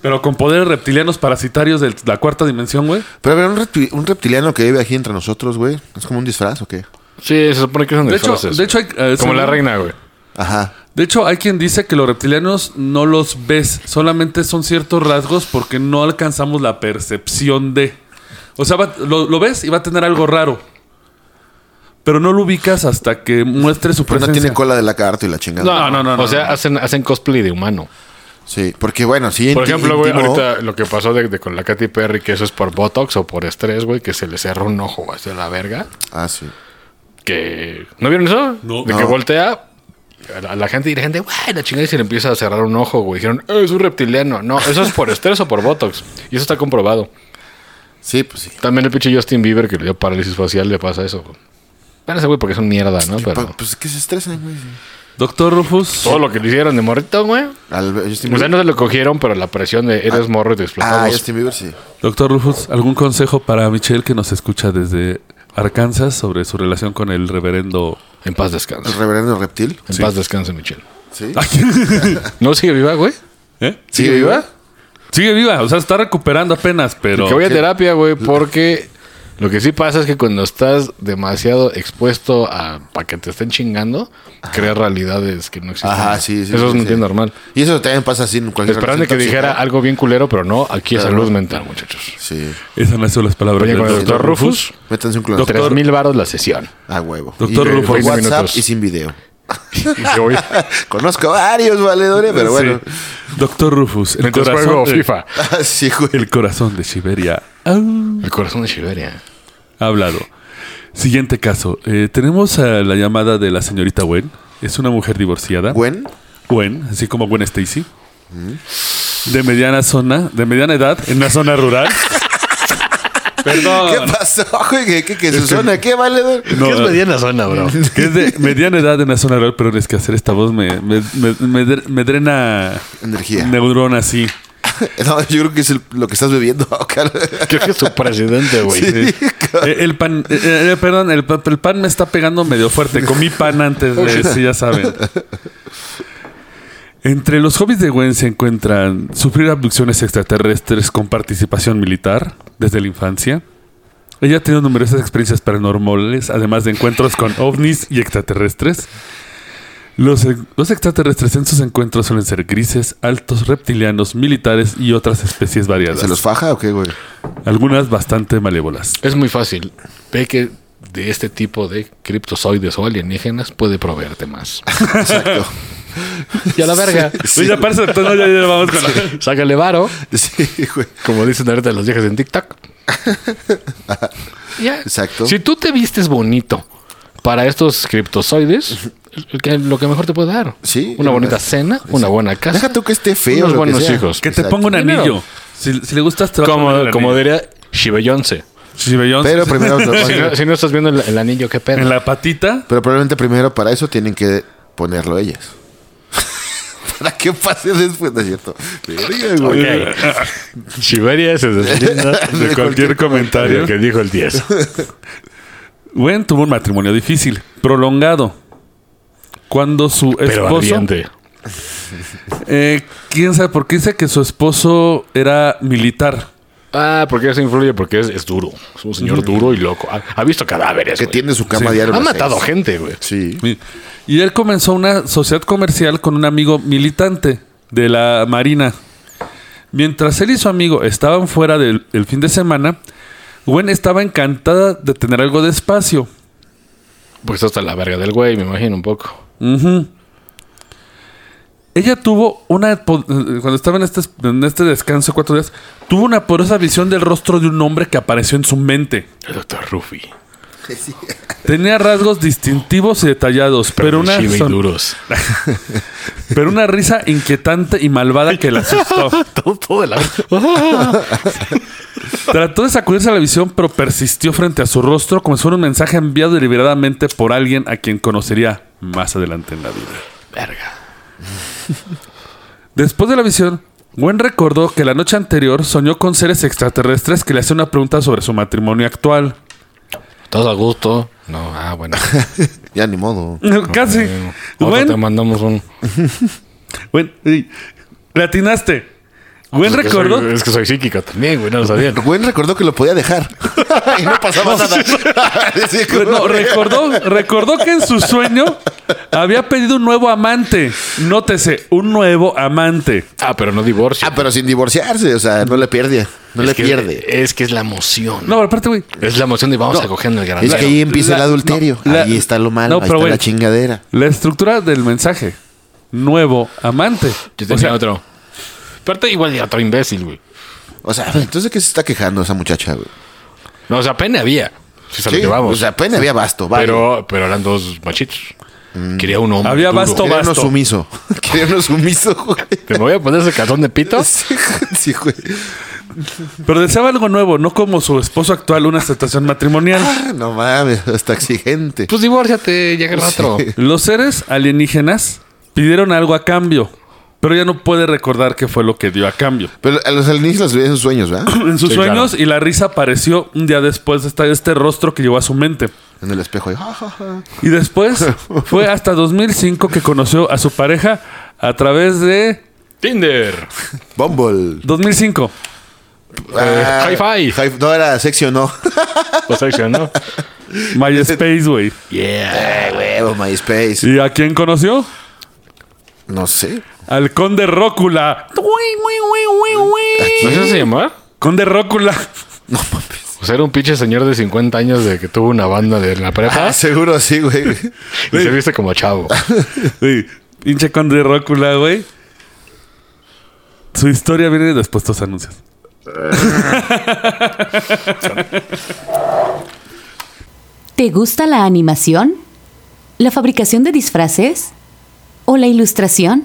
[SPEAKER 2] Pero con poderes reptilianos parasitarios de la cuarta dimensión, güey.
[SPEAKER 3] Pero a ver, un, repti- un reptiliano que vive aquí entre nosotros, güey. ¿Es como un disfraz o qué?
[SPEAKER 4] Sí, se supone que son
[SPEAKER 2] De hecho,
[SPEAKER 4] disfraces.
[SPEAKER 2] de hecho hay, eh,
[SPEAKER 4] Como
[SPEAKER 2] según-
[SPEAKER 4] la reina, güey.
[SPEAKER 3] Ajá.
[SPEAKER 2] De hecho, hay quien dice que los reptilianos no los ves, solamente son ciertos rasgos porque no alcanzamos la percepción de. O sea, va- lo, lo ves y va a tener algo raro. Pero no lo ubicas hasta que muestre su
[SPEAKER 3] Pero no
[SPEAKER 2] presencia.
[SPEAKER 3] tiene cola de la carta y la chingada.
[SPEAKER 2] No, no, no, no,
[SPEAKER 4] O sea,
[SPEAKER 2] no.
[SPEAKER 4] hacen, hacen cosplay de humano.
[SPEAKER 3] Sí, porque bueno, sí.
[SPEAKER 4] Por
[SPEAKER 3] inti-
[SPEAKER 4] ejemplo, güey,
[SPEAKER 3] íntimo.
[SPEAKER 4] ahorita lo que pasó de, de con la Katy Perry, que eso es por Botox o por estrés, güey, que se le cerró un ojo hacia la verga.
[SPEAKER 3] Ah, sí.
[SPEAKER 4] Que. ¿No vieron eso?
[SPEAKER 2] No.
[SPEAKER 4] De que
[SPEAKER 3] No.
[SPEAKER 4] voltea a la, a la gente y la gente, güey, la chingada y se le empieza a cerrar un ojo, güey. Dijeron, "Eh, es un reptiliano. No, eso es por estrés o por Botox. Y eso está comprobado.
[SPEAKER 3] Sí, pues sí.
[SPEAKER 4] También el pinche Justin Bieber que le dio parálisis facial le pasa eso, güey. Pero ese güey porque es un mierda, ¿no?
[SPEAKER 3] Pa-
[SPEAKER 4] Pero
[SPEAKER 3] Pues que se estresan, güey. sí.
[SPEAKER 2] Doctor Rufus.
[SPEAKER 4] todo lo que le hicieron de morrito, güey.
[SPEAKER 3] Al- Justin
[SPEAKER 4] O sea,
[SPEAKER 3] Bieber.
[SPEAKER 4] no se lo cogieron, pero la presión de eres morro y te
[SPEAKER 3] Ah,
[SPEAKER 4] explotamos.
[SPEAKER 3] Justin Bieber, sí.
[SPEAKER 2] Doctor Rufus, ¿algún consejo para Michelle que nos escucha desde Arkansas sobre su relación con el reverendo?
[SPEAKER 4] en paz
[SPEAKER 3] El
[SPEAKER 4] descanse.
[SPEAKER 3] reverendo reptil.
[SPEAKER 4] En paz descanse, Michelle.
[SPEAKER 3] Sí.
[SPEAKER 4] ¿No sigue viva, güey?
[SPEAKER 2] ¿Eh?
[SPEAKER 3] ¿Sigue viva?
[SPEAKER 2] Sigue viva, o sea, está recuperando apenas, pero.
[SPEAKER 4] Que voy a terapia, güey, porque lo que sí pasa es que cuando estás demasiado expuesto a para que te estén chingando, creas realidades que no existen.
[SPEAKER 3] Ajá, sí, sí.
[SPEAKER 4] Eso es
[SPEAKER 3] sí,
[SPEAKER 4] un
[SPEAKER 3] sí.
[SPEAKER 4] bien normal.
[SPEAKER 3] Y eso también pasa así en cualquier
[SPEAKER 4] Esperando que
[SPEAKER 3] relación
[SPEAKER 4] dijera
[SPEAKER 3] tóxica.
[SPEAKER 4] algo bien culero, pero no, aquí es
[SPEAKER 3] Claro.
[SPEAKER 4] salud mental, muchachos.
[SPEAKER 3] Sí.
[SPEAKER 2] Esas no son las palabras
[SPEAKER 4] Oye,
[SPEAKER 2] del
[SPEAKER 4] con el doctor Rufus,
[SPEAKER 3] Métanse un clon.
[SPEAKER 2] Doctor-
[SPEAKER 4] tres mil varos la sesión.
[SPEAKER 3] A huevo.
[SPEAKER 2] Doctor
[SPEAKER 3] Y-
[SPEAKER 2] Rufo.
[SPEAKER 3] por
[SPEAKER 4] 20
[SPEAKER 3] WhatsApp
[SPEAKER 4] minutos.
[SPEAKER 3] y sin video.
[SPEAKER 4] Y que hoy,
[SPEAKER 3] Conozco varios valedores, pero bueno.
[SPEAKER 2] Sí. Doctor Rufus, el
[SPEAKER 4] mientras juego
[SPEAKER 2] corazón, de,
[SPEAKER 4] FIFA,
[SPEAKER 3] Ah, Sí, güey.
[SPEAKER 2] el corazón de Siberia ha
[SPEAKER 4] el corazón de Siberia.
[SPEAKER 2] hablado. Siguiente caso. Eh, tenemos a la llamada de la señorita Gwen. Es una mujer divorciada.
[SPEAKER 3] Gwen.
[SPEAKER 2] Gwen, así como Gwen Stacy. De mediana zona, de mediana edad, en una zona rural. Perdón.
[SPEAKER 3] ¿Qué pasó, güey? ¿Qué, qué, qué Susana? ¿Qué valedor?
[SPEAKER 2] No,
[SPEAKER 4] ¿Qué es mediana zona, bro?
[SPEAKER 2] que es de mediana edad en una zona rural, pero es que hacer esta voz me, me, me- me dre- me drena
[SPEAKER 3] Energía.
[SPEAKER 2] neuronas, sí.
[SPEAKER 3] No, yo creo que es el- lo que estás bebiendo, Oscar.
[SPEAKER 4] Creo que es su presidente, güey.
[SPEAKER 2] Eh, el pan, eh, eh, perdón, el, pa- el pan me está pegando medio fuerte. Comí pan antes de, sí, ya saben. Entre los hobbies de Gwen se encuentran sufrir abducciones extraterrestres con participación militar desde la infancia, Ella ha tenido numerosas experiencias paranormales, además de encuentros con ovnis y extraterrestres. Los, eh, los extraterrestres en sus encuentros suelen ser grises, altos, reptilianos, militares y otras especies variadas.
[SPEAKER 3] ¿Se los faja o qué, güey?
[SPEAKER 2] Algunas bastante malévolas.
[SPEAKER 4] Es muy fácil. Ve que de este tipo de criptozoides o alienígenas puede proveerte más.
[SPEAKER 3] Exacto.
[SPEAKER 4] Y a la verga.
[SPEAKER 3] Sí.
[SPEAKER 2] Oye, aparte, entonces, Pues ya, ya vamos con la-
[SPEAKER 4] Sácale varo,
[SPEAKER 3] Sí, güey.
[SPEAKER 4] como dicen ahorita los viejas en TikTok. Ya.
[SPEAKER 3] Exacto.
[SPEAKER 4] Si tú te vistes bonito para estos criptozoides, el que- lo que mejor te puede dar.
[SPEAKER 3] Sí.
[SPEAKER 4] Una bonita
[SPEAKER 3] Exacto.
[SPEAKER 4] cena, una buena casa.
[SPEAKER 3] Deja tú que esté feo.
[SPEAKER 4] Unos
[SPEAKER 3] lo que
[SPEAKER 4] buenos
[SPEAKER 3] sea.
[SPEAKER 4] hijos.
[SPEAKER 2] Que te
[SPEAKER 3] Exacto.
[SPEAKER 2] ponga un
[SPEAKER 4] Primero.
[SPEAKER 2] anillo. Si, si le gustas, te va a poner
[SPEAKER 4] Como,
[SPEAKER 2] el
[SPEAKER 4] como
[SPEAKER 2] anillo.
[SPEAKER 4] diría Shibeyonce.
[SPEAKER 2] Sí, Beyoncé.
[SPEAKER 3] Pero primero,
[SPEAKER 4] Si no, si no estás viendo el, el anillo, qué pedo.
[SPEAKER 2] En la patita.
[SPEAKER 3] pero probablemente primero para eso tienen que ponerlo ellas. para que pase después, ¿no es cierto? Verga, güey.
[SPEAKER 4] Ok. Shiberia se deslinda
[SPEAKER 2] De cualquier comentario.
[SPEAKER 4] lo que dijo el 10.
[SPEAKER 2] Gwen tuvo un matrimonio difícil, prolongado. Cuando su
[SPEAKER 4] Pero
[SPEAKER 2] esposo.
[SPEAKER 4] ardiente.
[SPEAKER 2] Eh, ¿Quién sabe por qué dice que su esposo era militar?
[SPEAKER 4] Ah, porque eso influye porque es, es duro. Es un señor duro y loco. Ha, ha visto cadáveres.
[SPEAKER 3] Mm. Que
[SPEAKER 4] güey.
[SPEAKER 3] tiene su cama
[SPEAKER 2] Sí.
[SPEAKER 3] diaria.
[SPEAKER 4] Ha
[SPEAKER 3] a las
[SPEAKER 4] matado
[SPEAKER 3] seis.
[SPEAKER 4] gente, güey.
[SPEAKER 3] Sí.
[SPEAKER 2] Y- Y él comenzó una sociedad comercial con un amigo militante de la Marina. Mientras él y su amigo estaban fuera del el fin de semana, Gwen estaba encantada de tener algo de espacio.
[SPEAKER 4] Pues hasta la verga del güey, me imagino un poco.
[SPEAKER 2] Ujú. Ella tuvo una. po- Cuando estaba en este, en este descanso de cuatro días, tuvo una poderosa visión del rostro de un hombre que apareció en su mente.
[SPEAKER 4] El doctor Ruffy.
[SPEAKER 2] Tenía rasgos distintivos y detallados, pero, una,
[SPEAKER 4] Shiva y
[SPEAKER 2] son-
[SPEAKER 4] duros.
[SPEAKER 2] pero una risa inquietante y malvada que la asustó.
[SPEAKER 4] todo, todo de la...
[SPEAKER 2] Trató de sacudirse a la visión, pero persistió frente a su rostro como si fuera un mensaje enviado deliberadamente por alguien a quien conocería más adelante en la vida.
[SPEAKER 4] verga.
[SPEAKER 2] Después de la visión, Gwen recordó que la noche anterior soñó con seres extraterrestres que le hacían una pregunta sobre su matrimonio actual.
[SPEAKER 4] Todo a gusto. No, ah, bueno.
[SPEAKER 3] Ya ni modo.
[SPEAKER 2] Casi.
[SPEAKER 4] Eh, otro te
[SPEAKER 2] Gwen,
[SPEAKER 4] mandamos un...
[SPEAKER 2] Gwen, ey, le atinaste. Gwen
[SPEAKER 4] Es que Ah, pues, soy-
[SPEAKER 2] recordó.
[SPEAKER 4] es que soy psíquico también, güey. No lo sabía.
[SPEAKER 3] Gwen recordó que lo podía dejar. y no pasaba nada. Sí,
[SPEAKER 2] Re-
[SPEAKER 3] como-
[SPEAKER 2] no, recordó, recordó que en su sueño había pedido un nuevo amante. Nótese, un nuevo amante.
[SPEAKER 4] Ah, pero no divorcio.
[SPEAKER 3] Ah, pero sin divorciarse, o sea, no le pierde. No
[SPEAKER 4] Es
[SPEAKER 3] le
[SPEAKER 4] que-
[SPEAKER 3] pierde.
[SPEAKER 4] Es que es la emoción.
[SPEAKER 2] No, pero aparte, güey.
[SPEAKER 4] Es la emoción de vamos a coger en el garaje.
[SPEAKER 3] Es que ahí empieza
[SPEAKER 2] Ah, la-
[SPEAKER 3] el adulterio.
[SPEAKER 2] no, la-
[SPEAKER 3] ahí está lo malo,
[SPEAKER 2] no,
[SPEAKER 3] ahí
[SPEAKER 2] pero
[SPEAKER 3] está
[SPEAKER 2] bueno.
[SPEAKER 3] la chingadera.
[SPEAKER 2] La estructura del mensaje. Nuevo amante.
[SPEAKER 4] Yo tenía
[SPEAKER 2] O sea,
[SPEAKER 4] otro. Aparte, igual de otro imbécil, güey.
[SPEAKER 3] O sea, pues, entonces ¿de qué se está quejando esa muchacha, güey?
[SPEAKER 4] No, o sea, pene había. Sí, es a lo
[SPEAKER 3] Sí,
[SPEAKER 4] que vamos.
[SPEAKER 3] O sea, apenas había basto, vale. Mm.
[SPEAKER 4] pero, pero eran dos machitos. Quería un hombre.
[SPEAKER 2] Había
[SPEAKER 4] duro.
[SPEAKER 2] basto.
[SPEAKER 3] Quería uno
[SPEAKER 2] basto.
[SPEAKER 3] sumiso. Quería uno sumiso, güey.
[SPEAKER 4] ¿Te me voy a poner ese calzón de pito?
[SPEAKER 3] Sí, sí, güey.
[SPEAKER 2] pero deseaba algo nuevo, no como su esposo actual, una aceptación matrimonial.
[SPEAKER 3] Ah, no mames, está exigente.
[SPEAKER 4] Pues divórciate, llega el otro.
[SPEAKER 2] Los seres alienígenas pidieron algo a cambio, pero ella no puede recordar qué fue lo que dio a cambio.
[SPEAKER 3] Pero a los alienígenas los veía en sus sueños, ¿verdad?
[SPEAKER 2] En sus
[SPEAKER 4] Sí,
[SPEAKER 2] sueños y la risa apareció un día después de esta- este rostro que llegó a su mente.
[SPEAKER 3] En el espejo. "Ah, ahí, ja, ja, ja.
[SPEAKER 2] Y después fue hasta 2005 que conoció a su pareja a través de
[SPEAKER 4] Tinder.
[SPEAKER 3] Bumble.
[SPEAKER 2] 2005. Eh,
[SPEAKER 3] Ah,
[SPEAKER 4] Hi-Fi.
[SPEAKER 3] hi- No era sexy o no.
[SPEAKER 4] Pues acción, ¿no?
[SPEAKER 2] MySpace, güey.
[SPEAKER 3] Yeah, huevo, MySpace.
[SPEAKER 2] ¿Y a quién conoció?
[SPEAKER 3] No sé.
[SPEAKER 2] Al conde Rócula.
[SPEAKER 4] ¿No sé se llamaba?
[SPEAKER 2] Conde Rócula.
[SPEAKER 4] O sea, era un pinche señor de 50 años de que tuvo una banda de la prepa
[SPEAKER 3] Ah, seguro sí, güey.
[SPEAKER 4] y se viste como chavo.
[SPEAKER 2] Sí, Pinche conde Rócula, güey. Su historia viene después de estos anuncios.
[SPEAKER 1] ¿Te gusta la animación? ¿La fabricación de disfraces? ¿O la ilustración?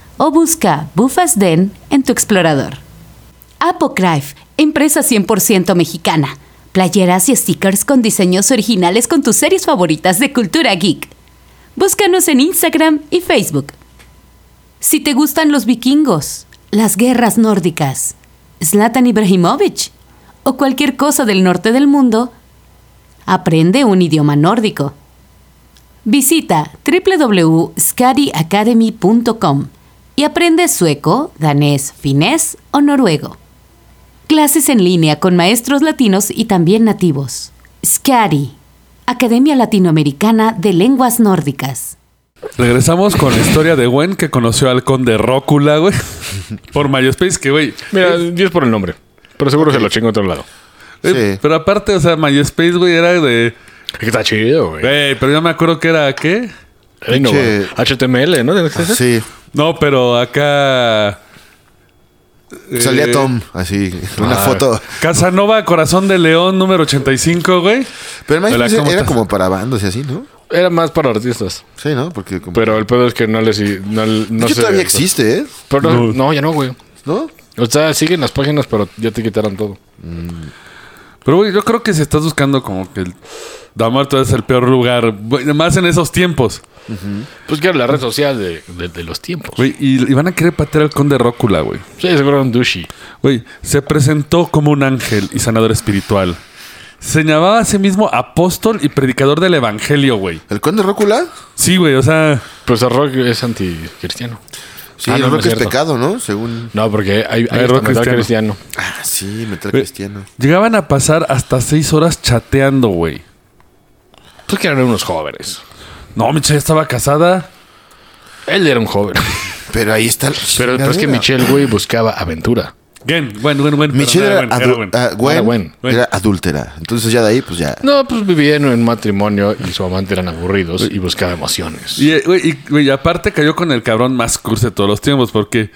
[SPEAKER 1] o busca Bufas Den en tu explorador. Apocryph, empresa 100% mexicana. Playeras y stickers con diseños originales con tus series favoritas de cultura geek. Búscanos en Instagram y Facebook. Si te gustan los vikingos, las guerras nórdicas, Zlatan Ibrahimovic o cualquier cosa del norte del mundo, aprende un idioma nórdico. Visita www.skadiacademy.com y aprende sueco, danés, finés o noruego. Clases en línea con maestros latinos y también nativos. SCARI, Academia Latinoamericana de Lenguas Nórdicas.
[SPEAKER 2] Regresamos con la historia de Gwen que conoció al conde Rócula, güey. Por MySpace, que, güey.
[SPEAKER 4] Mira, 10 por el nombre. Pero seguro se lo chingo a otro lado.
[SPEAKER 2] eh,
[SPEAKER 3] Sí.
[SPEAKER 2] Pero aparte, o sea, MySpace, güey, era de.
[SPEAKER 4] Es que está chido, güey.
[SPEAKER 2] Güey, pero yo me acuerdo que era qué.
[SPEAKER 4] Era innovador. HTML, ¿no? ¿Tienes que hacer?
[SPEAKER 3] Ah, Sí.
[SPEAKER 2] No, pero acá. eh, ah.
[SPEAKER 3] Salía Tom, así, una foto.
[SPEAKER 2] Casanova, corazón de león, número 85, güey.
[SPEAKER 3] Pero el
[SPEAKER 2] Hola,
[SPEAKER 3] MySpace
[SPEAKER 2] ¿cómo
[SPEAKER 3] era
[SPEAKER 2] estás?
[SPEAKER 3] como para bandos y así, ¿no?
[SPEAKER 4] Era más para artistas.
[SPEAKER 3] Sí, ¿no? Porque como...
[SPEAKER 4] Pero el pedo es que no les... No,
[SPEAKER 3] de
[SPEAKER 4] no
[SPEAKER 3] hecho,
[SPEAKER 4] se-
[SPEAKER 3] todavía existe, ¿eh?
[SPEAKER 4] Pero no, no, ya no, güey.
[SPEAKER 3] ¿No?
[SPEAKER 4] O sea, siguen las páginas, pero ya te quitaron todo.
[SPEAKER 2] Pero, güey, yo creo que si estás buscando como que el. Damarto es el peor lugar, güey, más en esos tiempos.
[SPEAKER 4] Pues que era la red social de, de- de los tiempos.
[SPEAKER 2] Güey, y, y van a querer patear al conde Rócula, güey.
[SPEAKER 4] Sí, seguro era un douchey.
[SPEAKER 2] Güey, se presentó como un ángel y sanador espiritual. Se llamaba a sí mismo apóstol y predicador del evangelio, güey.
[SPEAKER 3] ¿El conde Rócula?
[SPEAKER 2] Sí, güey, o sea,
[SPEAKER 4] Pues el rock es anticristiano.
[SPEAKER 3] Sí,
[SPEAKER 4] Ah,
[SPEAKER 3] el
[SPEAKER 4] no, no
[SPEAKER 3] Rock
[SPEAKER 4] es
[SPEAKER 3] es
[SPEAKER 4] cierto.
[SPEAKER 3] pecado, ¿no? Según...
[SPEAKER 4] No, porque hay,
[SPEAKER 2] Hay
[SPEAKER 4] hay
[SPEAKER 2] rock
[SPEAKER 4] rock cristiano.
[SPEAKER 2] cristiano.
[SPEAKER 3] Ah, sí, metal
[SPEAKER 2] Güey.
[SPEAKER 3] cristiano.
[SPEAKER 2] llegaban a pasar hasta seis horas chateando, güey.
[SPEAKER 4] Pues que eran unos jóvenes.
[SPEAKER 2] No, Michelle estaba casada.
[SPEAKER 4] Él era un joven.
[SPEAKER 3] Pero ahí está...
[SPEAKER 4] Pero, pero es que Michelle, güey, buscaba aventura.
[SPEAKER 2] Gwen, Gwen, Gwen, Gwen.
[SPEAKER 3] Michelle
[SPEAKER 2] perdón,
[SPEAKER 3] era,
[SPEAKER 2] era Gwen, era
[SPEAKER 3] adu-
[SPEAKER 2] Gwen.
[SPEAKER 3] ah, Gwen
[SPEAKER 4] Era Gwen.
[SPEAKER 3] era adúltera. Entonces ya de ahí, pues ya...
[SPEAKER 4] No, pues vivían en un matrimonio y su amante eran aburridos y buscaba emociones.
[SPEAKER 2] Y, eh, güey, y, güey, aparte cayó con el cabrón más curso de todos los tiempos, porque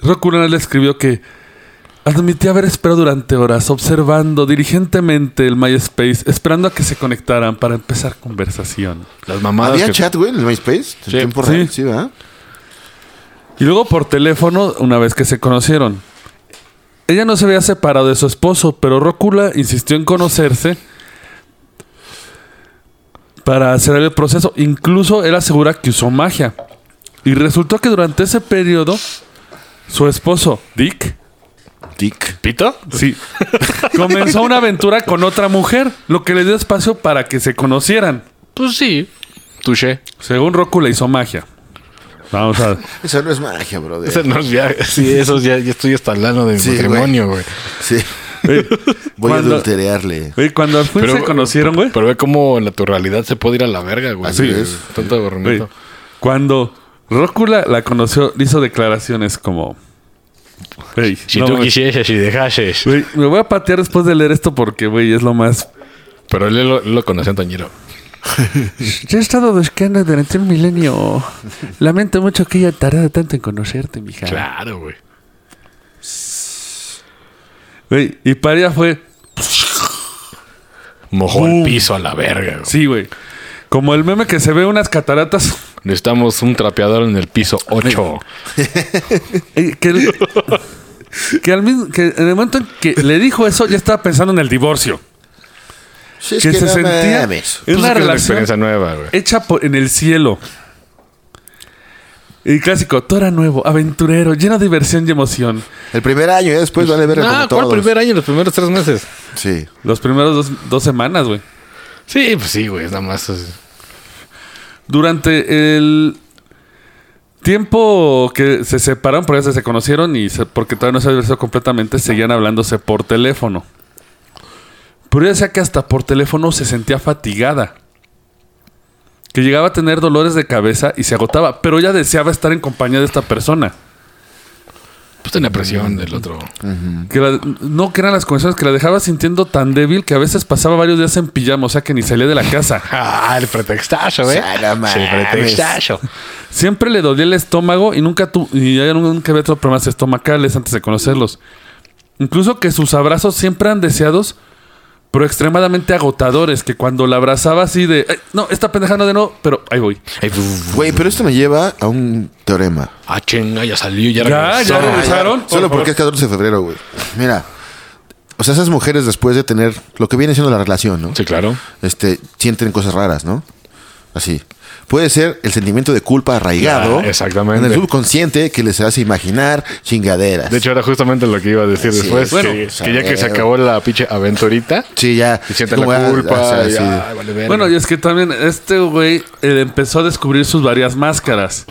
[SPEAKER 2] Rokulan le escribió que admitía haber esperado durante horas, observando diligentemente el MySpace, esperando a que se conectaran para empezar conversación.
[SPEAKER 4] Las mamadas.
[SPEAKER 3] ¿Había
[SPEAKER 4] que-
[SPEAKER 3] chat, güey, en el MySpace? En
[SPEAKER 4] Sí.
[SPEAKER 3] tiempo
[SPEAKER 2] Sí.
[SPEAKER 3] real, sí, ¿verdad?
[SPEAKER 2] Y luego por teléfono, una vez que se conocieron. Ella no se había separado de su esposo, pero Rócula insistió en conocerse para acelerar el proceso. Incluso él asegura que usó magia. Y resultó que durante ese periodo, su esposo, Dick,
[SPEAKER 3] Dick.
[SPEAKER 4] ¿Pito?
[SPEAKER 2] sí, comenzó una aventura con otra mujer, lo que le dio espacio para que se conocieran.
[SPEAKER 4] Pues sí. Touché.
[SPEAKER 2] Según Rócula hizo magia. Vamos a...
[SPEAKER 3] Eso no es magia, brother.
[SPEAKER 4] Ese no es viaje. Sí, eso ya, ya estoy hasta hablando de mi
[SPEAKER 3] Sí,
[SPEAKER 4] matrimonio, güey.
[SPEAKER 3] Sí. Voy
[SPEAKER 2] Cuando-
[SPEAKER 3] a adulterearle.
[SPEAKER 2] Oye, cuando al fin se conocieron, güey.
[SPEAKER 4] Pero ve cómo la tu realidad se puede ir a la verga, güey.
[SPEAKER 3] Así
[SPEAKER 4] De-
[SPEAKER 3] es.
[SPEAKER 4] Tanto
[SPEAKER 2] Güey,
[SPEAKER 4] aburrimiento.
[SPEAKER 2] cuando Rócula la conoció, hizo declaraciones como... Güey, no, güey.
[SPEAKER 4] quisieses, si dejases.
[SPEAKER 2] Güey, me voy a patear después de leer esto porque, güey, es lo más...
[SPEAKER 4] Pero él lo, lo conocía Antoñero.
[SPEAKER 2] Yo he estado buscando durante un milenio. Lamento mucho que haya tardado tanto en conocerte, mija.
[SPEAKER 4] Claro, güey.
[SPEAKER 2] Güey, y para ella fue...
[SPEAKER 4] Mojó el piso a la verga, güey.
[SPEAKER 2] Sí, güey. Como el meme que se ve unas cataratas.
[SPEAKER 4] Necesitamos un trapeador en el piso 8.
[SPEAKER 2] eh, que, el- que al mismo, que en el momento en que le dijo eso, ya estaba pensando en el divorcio.
[SPEAKER 3] Sí, es
[SPEAKER 2] que, se
[SPEAKER 3] no
[SPEAKER 2] sentía...
[SPEAKER 3] mames.
[SPEAKER 2] en una
[SPEAKER 4] es una
[SPEAKER 2] relación
[SPEAKER 4] experiencia nueva, güey.
[SPEAKER 2] hecha por- en el cielo. Y clásico, Tora nuevo, aventurero, lleno de diversión y emoción.
[SPEAKER 3] El primer año, ya después vale ver
[SPEAKER 4] Ah,
[SPEAKER 3] como
[SPEAKER 4] ¿cuál
[SPEAKER 3] todos.
[SPEAKER 4] primer año? Los primeros tres meses.
[SPEAKER 3] Sí.
[SPEAKER 2] Los primeros dos, dos semanas, güey.
[SPEAKER 4] Sí, pues sí, güey. es Nada más. es-
[SPEAKER 2] Durante el Tiempo que se separaron, por eso se conocieron y se- porque todavía no se había besado completamente, seguían hablándose por teléfono. Pero ella decía que hasta por teléfono se sentía fatigada. Que llegaba a tener dolores de cabeza y se agotaba. Pero ella deseaba estar en compañía de esta persona.
[SPEAKER 4] Pues tenía presión del otro.
[SPEAKER 2] Que la- no, que eran las condiciones que la dejaba sintiendo tan débil que a veces pasaba varios días en pijama, o sea que ni salía de la casa.
[SPEAKER 4] Ah, el pretextazo, ¿eh?
[SPEAKER 3] O sea, no
[SPEAKER 4] Sí, el
[SPEAKER 3] mames.
[SPEAKER 4] pretextazo.
[SPEAKER 2] Siempre le dolía el estómago y nunca tu- y ella nunca había tenido problemas estomacales antes de conocerlos. Incluso que sus abrazos siempre eran deseados, pero extremadamente agotadores, que cuando la abrazaba así de, "Ay, no, esta pendeja no de no, pero ahí voy.
[SPEAKER 4] Ay, uf.
[SPEAKER 3] Güey, pero esto me lleva a un teorema.
[SPEAKER 4] Ah, chinga, ya salió, ya
[SPEAKER 2] Ya,
[SPEAKER 4] regresó.
[SPEAKER 2] ya regresó. ¿Regresaron? Por
[SPEAKER 3] Solo
[SPEAKER 2] favor.
[SPEAKER 3] porque es 14 de febrero, güey. Mira. O sea, esas mujeres después de tener lo que viene siendo la relación, ¿no?
[SPEAKER 4] Sí, claro.
[SPEAKER 3] Este, sienten cosas raras, ¿no? Así. Puede ser el sentimiento de culpa arraigado
[SPEAKER 4] Ah, exactamente.
[SPEAKER 3] en el subconsciente que les hace imaginar chingaderas.
[SPEAKER 4] De hecho, era justamente lo que iba a decir
[SPEAKER 3] Sí,
[SPEAKER 4] después.
[SPEAKER 3] bueno,
[SPEAKER 4] que,
[SPEAKER 3] pues,
[SPEAKER 4] que ya que se
[SPEAKER 3] eh,
[SPEAKER 4] acabó la pinche aventurita.
[SPEAKER 3] sí, ya.
[SPEAKER 4] Y siente
[SPEAKER 3] como,
[SPEAKER 4] la
[SPEAKER 3] ah,
[SPEAKER 4] culpa.
[SPEAKER 3] o sea,
[SPEAKER 4] y,
[SPEAKER 3] sí.
[SPEAKER 4] ay, vale, verga.
[SPEAKER 2] Bueno, y es que también este güey eh, empezó a descubrir sus varias máscaras.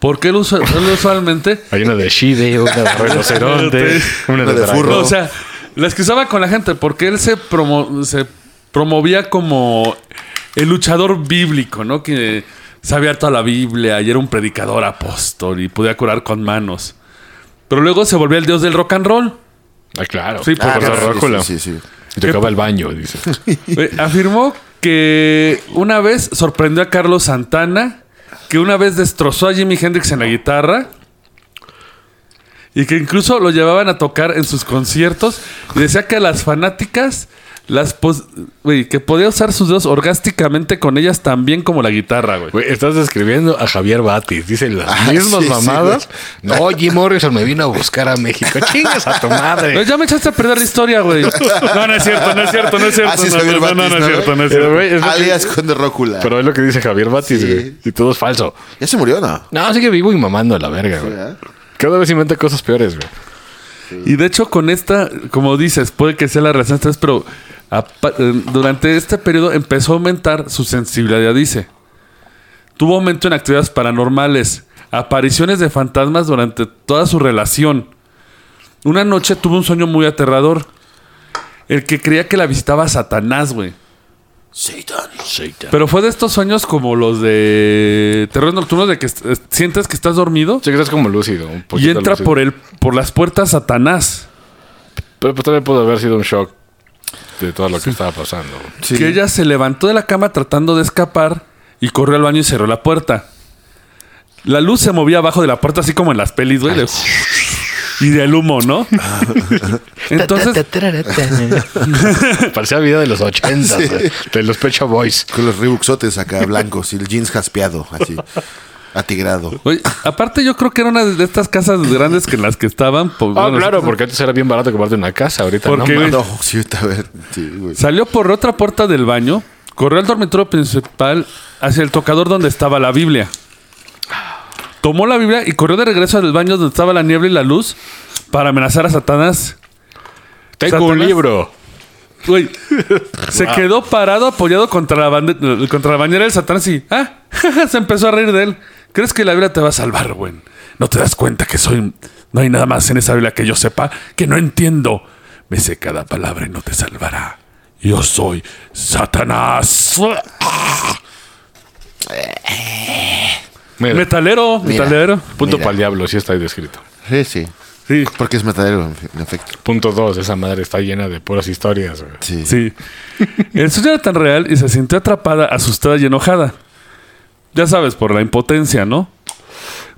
[SPEAKER 2] Porque él, usa- él usualmente
[SPEAKER 4] Hay una de Shide, una de rinoceronte, una
[SPEAKER 3] Una
[SPEAKER 4] de,
[SPEAKER 3] de
[SPEAKER 4] dragón.
[SPEAKER 3] furro.
[SPEAKER 2] O sea, las que usaba con la gente, porque él se, promo- se promovía como el luchador bíblico, ¿no? Que sabía toda la Biblia y era un predicador apóstol y podía curar con manos. Pero luego se volvió el dios del rock and roll.
[SPEAKER 4] Ah, claro.
[SPEAKER 2] Sí, por
[SPEAKER 3] Ah,
[SPEAKER 2] la
[SPEAKER 3] claro, sí,
[SPEAKER 4] rócula.
[SPEAKER 3] Sí, sí, sí.
[SPEAKER 4] Y tocaba el baño, dice.
[SPEAKER 2] Eh, Afirmó que una vez sorprendió a Carlos Santana, que una vez destrozó a Jimi Hendrix en la guitarra. Y que incluso lo llevaban a tocar en sus conciertos. Y decía que a las fanáticas las pos- güey, que podía usar sus dedos orgásticamente con ellas también como la guitarra, güey.
[SPEAKER 4] Güey, estás describiendo a Javier Batis. Dice las
[SPEAKER 3] Ah,
[SPEAKER 4] mismas
[SPEAKER 3] sí, sí,
[SPEAKER 4] mamadas. no, Jim Morrison me vino a buscar a México. Chingas a tu
[SPEAKER 2] Pero
[SPEAKER 4] madre.
[SPEAKER 2] ya me echaste a perder la historia, güey. No, no es cierto, no es cierto, no es cierto.
[SPEAKER 3] Así es
[SPEAKER 2] no, no,
[SPEAKER 3] Javier
[SPEAKER 2] no, no,
[SPEAKER 3] Batis,
[SPEAKER 2] no es
[SPEAKER 3] ¿no,
[SPEAKER 2] cierto,
[SPEAKER 3] güey?
[SPEAKER 2] no es
[SPEAKER 4] Pero,
[SPEAKER 2] cierto.
[SPEAKER 4] güey, es lo que-
[SPEAKER 3] Alias Conde Rócula.
[SPEAKER 4] pero es lo que dice Javier Batis,
[SPEAKER 3] Sí.
[SPEAKER 4] güey. Y todo es falso.
[SPEAKER 3] ¿Ya se murió o no?
[SPEAKER 4] No, sigue vivo y mamando a la verga, güey.
[SPEAKER 3] ¿verdad?
[SPEAKER 4] Cada vez inventa cosas peores, güey.
[SPEAKER 2] Y de hecho, con esta, como dices, puede que sea la relación estrés, pero apa- eh, durante este periodo empezó a aumentar su sensibilidad, dice. Tuvo aumento en actividades paranormales, apariciones de fantasmas durante toda su relación. Una noche tuvo un sueño muy aterrador. El que creía que la visitaba Satanás, güey. Pero fue de estos sueños como los de terror nocturno de que est- est- sientes que estás dormido
[SPEAKER 4] Sí, que estás como lúcido. un
[SPEAKER 2] y
[SPEAKER 4] poquito
[SPEAKER 2] entra
[SPEAKER 4] lúcido.
[SPEAKER 2] por el por las puertas Satanás.
[SPEAKER 4] Pero pues, también pudo haber sido un shock de todo lo que estaba pasando.
[SPEAKER 3] Sí.
[SPEAKER 2] que ella se levantó de la cama tratando de escapar y corrió al baño y cerró la puerta. La luz se movía abajo de la puerta, así como en las pelis, güey. de- Y del humo, ¿no? Entonces,
[SPEAKER 4] Parecía vida de los 80, de los Pecho Boys.
[SPEAKER 3] Con los ribuxotes acá blancos y el jeans jaspeado, así. Atigrado.
[SPEAKER 2] güey, aparte yo creo que era una de estas casas grandes que en las que estaban. pues,
[SPEAKER 4] Ah,
[SPEAKER 2] bueno,
[SPEAKER 4] claro, porque antes era bien barato comprarte una casa. Ahorita
[SPEAKER 2] Porque-
[SPEAKER 4] no. mames.
[SPEAKER 3] No, sí, a ver. Sí, güey.
[SPEAKER 2] Salió por otra puerta del baño, corrió al dormitorio principal hacia el tocador donde estaba la Biblia. Tomó la Biblia y corrió de regreso al baño donde estaba la niebla y la luz para amenazar a Satanás.
[SPEAKER 4] Tengo un
[SPEAKER 2] Satanás.
[SPEAKER 4] libro.
[SPEAKER 2] Güey, se quedó parado apoyado contra la, bande- contra la bañera del Satanás y ah, se empezó a reír de él. ¿Crees que la Biblia te va a salvar, güey? ¿No te das cuenta que soy... No hay nada más en esa Biblia que yo sepa, que no entiendo? Me sé cada palabra y no te salvará. Yo soy Satanás.
[SPEAKER 4] Mira,
[SPEAKER 2] Metalero,
[SPEAKER 3] Mira.
[SPEAKER 2] metalero.
[SPEAKER 4] punto
[SPEAKER 3] mira.
[SPEAKER 4] para el diablo, sí está ahí descrito.
[SPEAKER 3] Sí, sí.
[SPEAKER 2] Sí,
[SPEAKER 3] Porque es matadero, en en efecto.
[SPEAKER 4] Punto dos, esa madre está llena de puras historias. güey.
[SPEAKER 3] Sí.
[SPEAKER 2] sí. El sueño era tan real y se sintió atrapada, asustada y enojada. Ya sabes, por la impotencia, ¿no?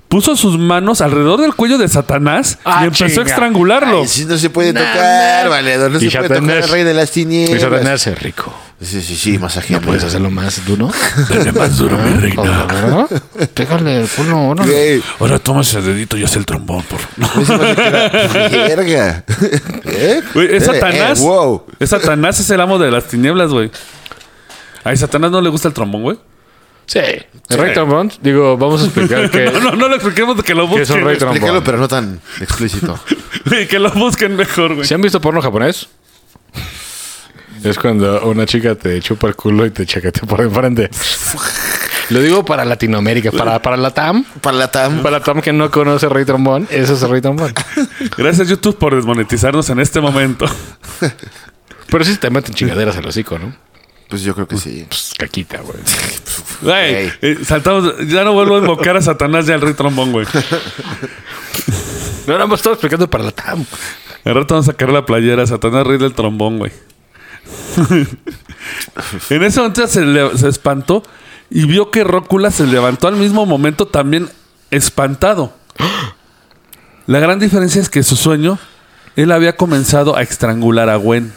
[SPEAKER 2] Puso sus manos alrededor del cuello de Satanás
[SPEAKER 4] Ah,
[SPEAKER 2] y empezó
[SPEAKER 4] chinga.
[SPEAKER 2] a estrangularlo.
[SPEAKER 3] Ay, sí, no se puede tocar, valedor. No
[SPEAKER 4] Y
[SPEAKER 3] se puede
[SPEAKER 4] Satanás.
[SPEAKER 3] tocar el rey de las
[SPEAKER 4] Y
[SPEAKER 3] tinieblas.
[SPEAKER 4] Satanás es rico.
[SPEAKER 3] Sí, sí, sí,
[SPEAKER 4] ¿No
[SPEAKER 3] masajero.
[SPEAKER 4] puedes hacerlo más duro?
[SPEAKER 2] Dale más duro, mi reina.
[SPEAKER 4] ¿Verdad? Pégale el culo, ahora.
[SPEAKER 3] Güey,
[SPEAKER 2] Ahora toma ese dedito y haz el trombón, por favor.
[SPEAKER 3] ese masajero- Verga. ¿Eh?
[SPEAKER 2] Güey, es
[SPEAKER 3] Eh,
[SPEAKER 2] Satanás.
[SPEAKER 3] eh, wow.
[SPEAKER 2] Es Satanás, es el amo de las tinieblas, güey. A Satanás no le gusta el trombón, güey.
[SPEAKER 4] Sí. El Rey trombón, digo, vamos a explicar que,
[SPEAKER 2] No, no, no le expliquemos que lo
[SPEAKER 4] Eh. que es un
[SPEAKER 2] busquen.
[SPEAKER 4] rey trombón.
[SPEAKER 3] Explícalo, pero no tan explícito.
[SPEAKER 2] güey. Que lo busquen mejor, güey.
[SPEAKER 4] ¿Se han visto porno japonés? Es cuando una chica te chupa el culo y te chaquetea por enfrente. Lo digo para Latinoamérica, para, para la TAM.
[SPEAKER 3] Para la TAM.
[SPEAKER 4] Para la TAM que no conoce Rey Trombón, eso es Rey Trombón.
[SPEAKER 2] Gracias, YouTube, por desmonetizarnos en este momento.
[SPEAKER 4] Pero sí te meten chingaderas al hocico, ¿no?
[SPEAKER 3] Pues yo creo que sí.
[SPEAKER 4] Pues caquita, güey.
[SPEAKER 2] Güey,
[SPEAKER 3] Ey.
[SPEAKER 2] eh, saltamos. Ya no vuelvo a invocar a Satanás ya al rey trombón, güey.
[SPEAKER 4] No, nada más estaba explicando para la TAM.
[SPEAKER 2] Al rato vamos a sacar la playera. Satanás rey del trombón, güey. en ese momento se, le- se espantó y vio que Rócula se levantó al mismo momento también espantado. La gran diferencia es que su sueño, él había comenzado a estrangular a Gwen.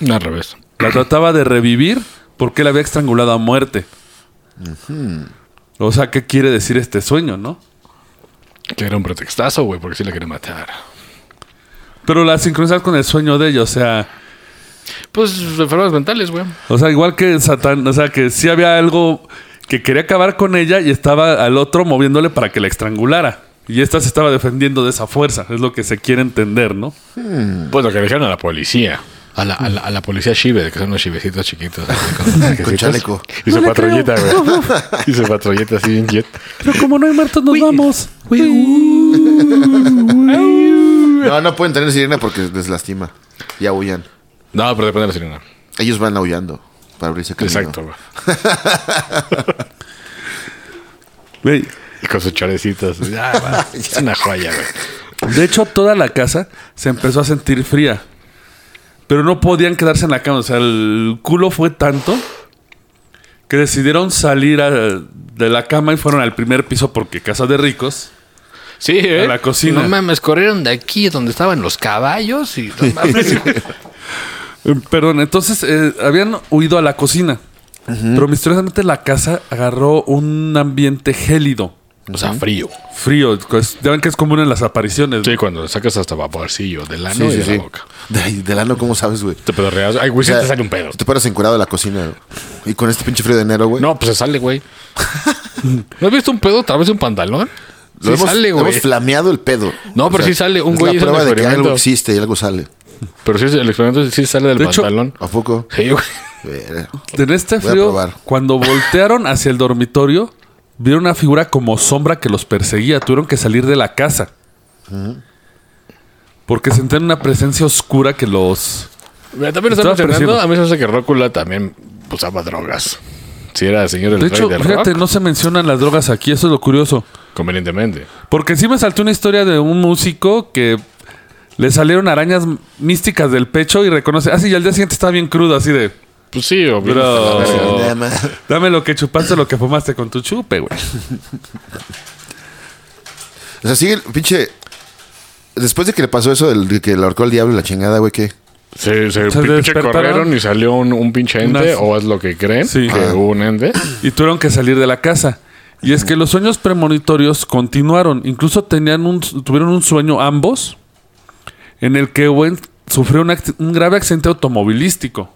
[SPEAKER 4] No, al revés.
[SPEAKER 2] La trataba de revivir porque él había estrangulado a muerte. O sea, ¿qué quiere decir este sueño, no?
[SPEAKER 4] Que era un pretextazo, güey, porque sí la quería matar.
[SPEAKER 2] Pero la sincronizar con el sueño de ella, o sea,
[SPEAKER 4] Pues enfermedades mentales, güey.
[SPEAKER 2] o sea, igual que Satán, o sea, que sí había algo que quería acabar con ella y estaba al otro moviéndole para que la estrangulara. Y esta se estaba defendiendo de esa fuerza, es lo que se quiere entender, ¿no?
[SPEAKER 4] Pues lo que le dijeron a la policía. A la, a la, a la policía Shive, de que son unos chivecitos chiquitos. así, Con, trajecitos.
[SPEAKER 3] chaleco.
[SPEAKER 4] Y su patrullita, güey. Y su patrullita así bien jet.
[SPEAKER 2] Pero como no hay muertos, nos vamos.
[SPEAKER 3] No, no pueden tener sirena porque les lastima. Y aullan.
[SPEAKER 4] No, pero depende de la sirena.
[SPEAKER 3] Ellos van aullando para abrirse camino.
[SPEAKER 4] Exacto, güey.
[SPEAKER 2] Güey,
[SPEAKER 4] Y con sus chorecitos. Ah, va. es una joya, güey.
[SPEAKER 2] De hecho, toda la casa se empezó a sentir fría. Pero no podían quedarse en la cama. O sea, el culo fue tanto que decidieron salir a- de la cama y fueron al primer piso porque casa de ricos.
[SPEAKER 4] Sí, ¿eh?
[SPEAKER 2] A la cocina.
[SPEAKER 4] No mames, corrieron de aquí donde estaban los caballos y no mames.
[SPEAKER 2] Eh, Perdón, entonces eh, habían huido a la cocina. Pero misteriosamente la casa agarró un ambiente gélido,
[SPEAKER 4] o sea, frío.
[SPEAKER 2] frío. pues, ya ven que es común en las apariciones.
[SPEAKER 4] Sí, cuando sacas hasta vaporcillo del ano
[SPEAKER 3] Sí,
[SPEAKER 4] y
[SPEAKER 3] sí,
[SPEAKER 4] de
[SPEAKER 3] sí.
[SPEAKER 4] la boca.
[SPEAKER 3] Ay, del ano, ¿cómo sabes, güey?
[SPEAKER 4] Te pedorreas. Ay, güey, sí
[SPEAKER 3] O sea,
[SPEAKER 4] te sale un pedo.
[SPEAKER 3] Te paras encurado de la cocina. güey. Y con este pinche frío de enero, güey.
[SPEAKER 4] No, pues se sale, güey. ¿No has visto un pedo a través de un pantalón?
[SPEAKER 3] Lo
[SPEAKER 4] Sí
[SPEAKER 3] hemos,
[SPEAKER 4] sale,
[SPEAKER 3] lo
[SPEAKER 4] güey.
[SPEAKER 3] hemos flameado el pedo.
[SPEAKER 4] No, pero sí sale, un
[SPEAKER 3] es
[SPEAKER 4] güey
[SPEAKER 3] la
[SPEAKER 4] hizo un
[SPEAKER 3] prueba de que
[SPEAKER 4] experimento.
[SPEAKER 3] algo existe y algo sale.
[SPEAKER 4] Pero sí, el experimento sí sale del
[SPEAKER 2] De hecho-
[SPEAKER 4] pantalón.
[SPEAKER 3] ¿A poco?
[SPEAKER 4] Sí, güey.
[SPEAKER 3] Verga.
[SPEAKER 2] En este
[SPEAKER 3] Voy a
[SPEAKER 2] frío,
[SPEAKER 3] probar.
[SPEAKER 2] cuando voltearon hacia el dormitorio, vieron una figura como sombra que los perseguía. Tuvieron que salir de la casa. Porque sentían una presencia oscura que los...
[SPEAKER 4] Mira, también lo
[SPEAKER 2] Estaba
[SPEAKER 4] están mencionando.
[SPEAKER 2] percibo.
[SPEAKER 4] A mí se me hace que Rócula también usaba drogas. Si era señor del
[SPEAKER 2] De
[SPEAKER 4] rey
[SPEAKER 2] hecho,
[SPEAKER 4] del
[SPEAKER 2] fíjate,
[SPEAKER 4] rock,
[SPEAKER 2] no se mencionan las drogas aquí. Eso es lo curioso.
[SPEAKER 4] convenientemente.
[SPEAKER 2] Porque sí me saltó una historia de un músico que le salieron arañas místicas del pecho y reconoce... Ah, sí, y al día siguiente estaba bien crudo, así de...
[SPEAKER 4] Pues sí, o bien
[SPEAKER 2] Bro.
[SPEAKER 4] hasta la verga.
[SPEAKER 3] Nada más.
[SPEAKER 2] Dame lo que chupaste, lo que fumaste con tu chupe, güey.
[SPEAKER 3] O sea, sigue el pinche. Después de que le pasó eso, del de que le ahorcó el diablo y la chingada, güey, ¿qué?
[SPEAKER 4] Se, se,
[SPEAKER 2] Se
[SPEAKER 4] pinche
[SPEAKER 2] despertaron.
[SPEAKER 4] corrieron y salió un, un pinche ente,
[SPEAKER 2] Unas-
[SPEAKER 4] o es lo que creen,
[SPEAKER 2] Sí.
[SPEAKER 4] que
[SPEAKER 2] Ah.
[SPEAKER 4] hubo un ente.
[SPEAKER 2] y tuvieron que salir de la casa. Y es que los sueños premonitorios continuaron. Incluso tenían un, tuvieron un sueño ambos en el que Owen sufrió un, acc- un grave accidente automovilístico.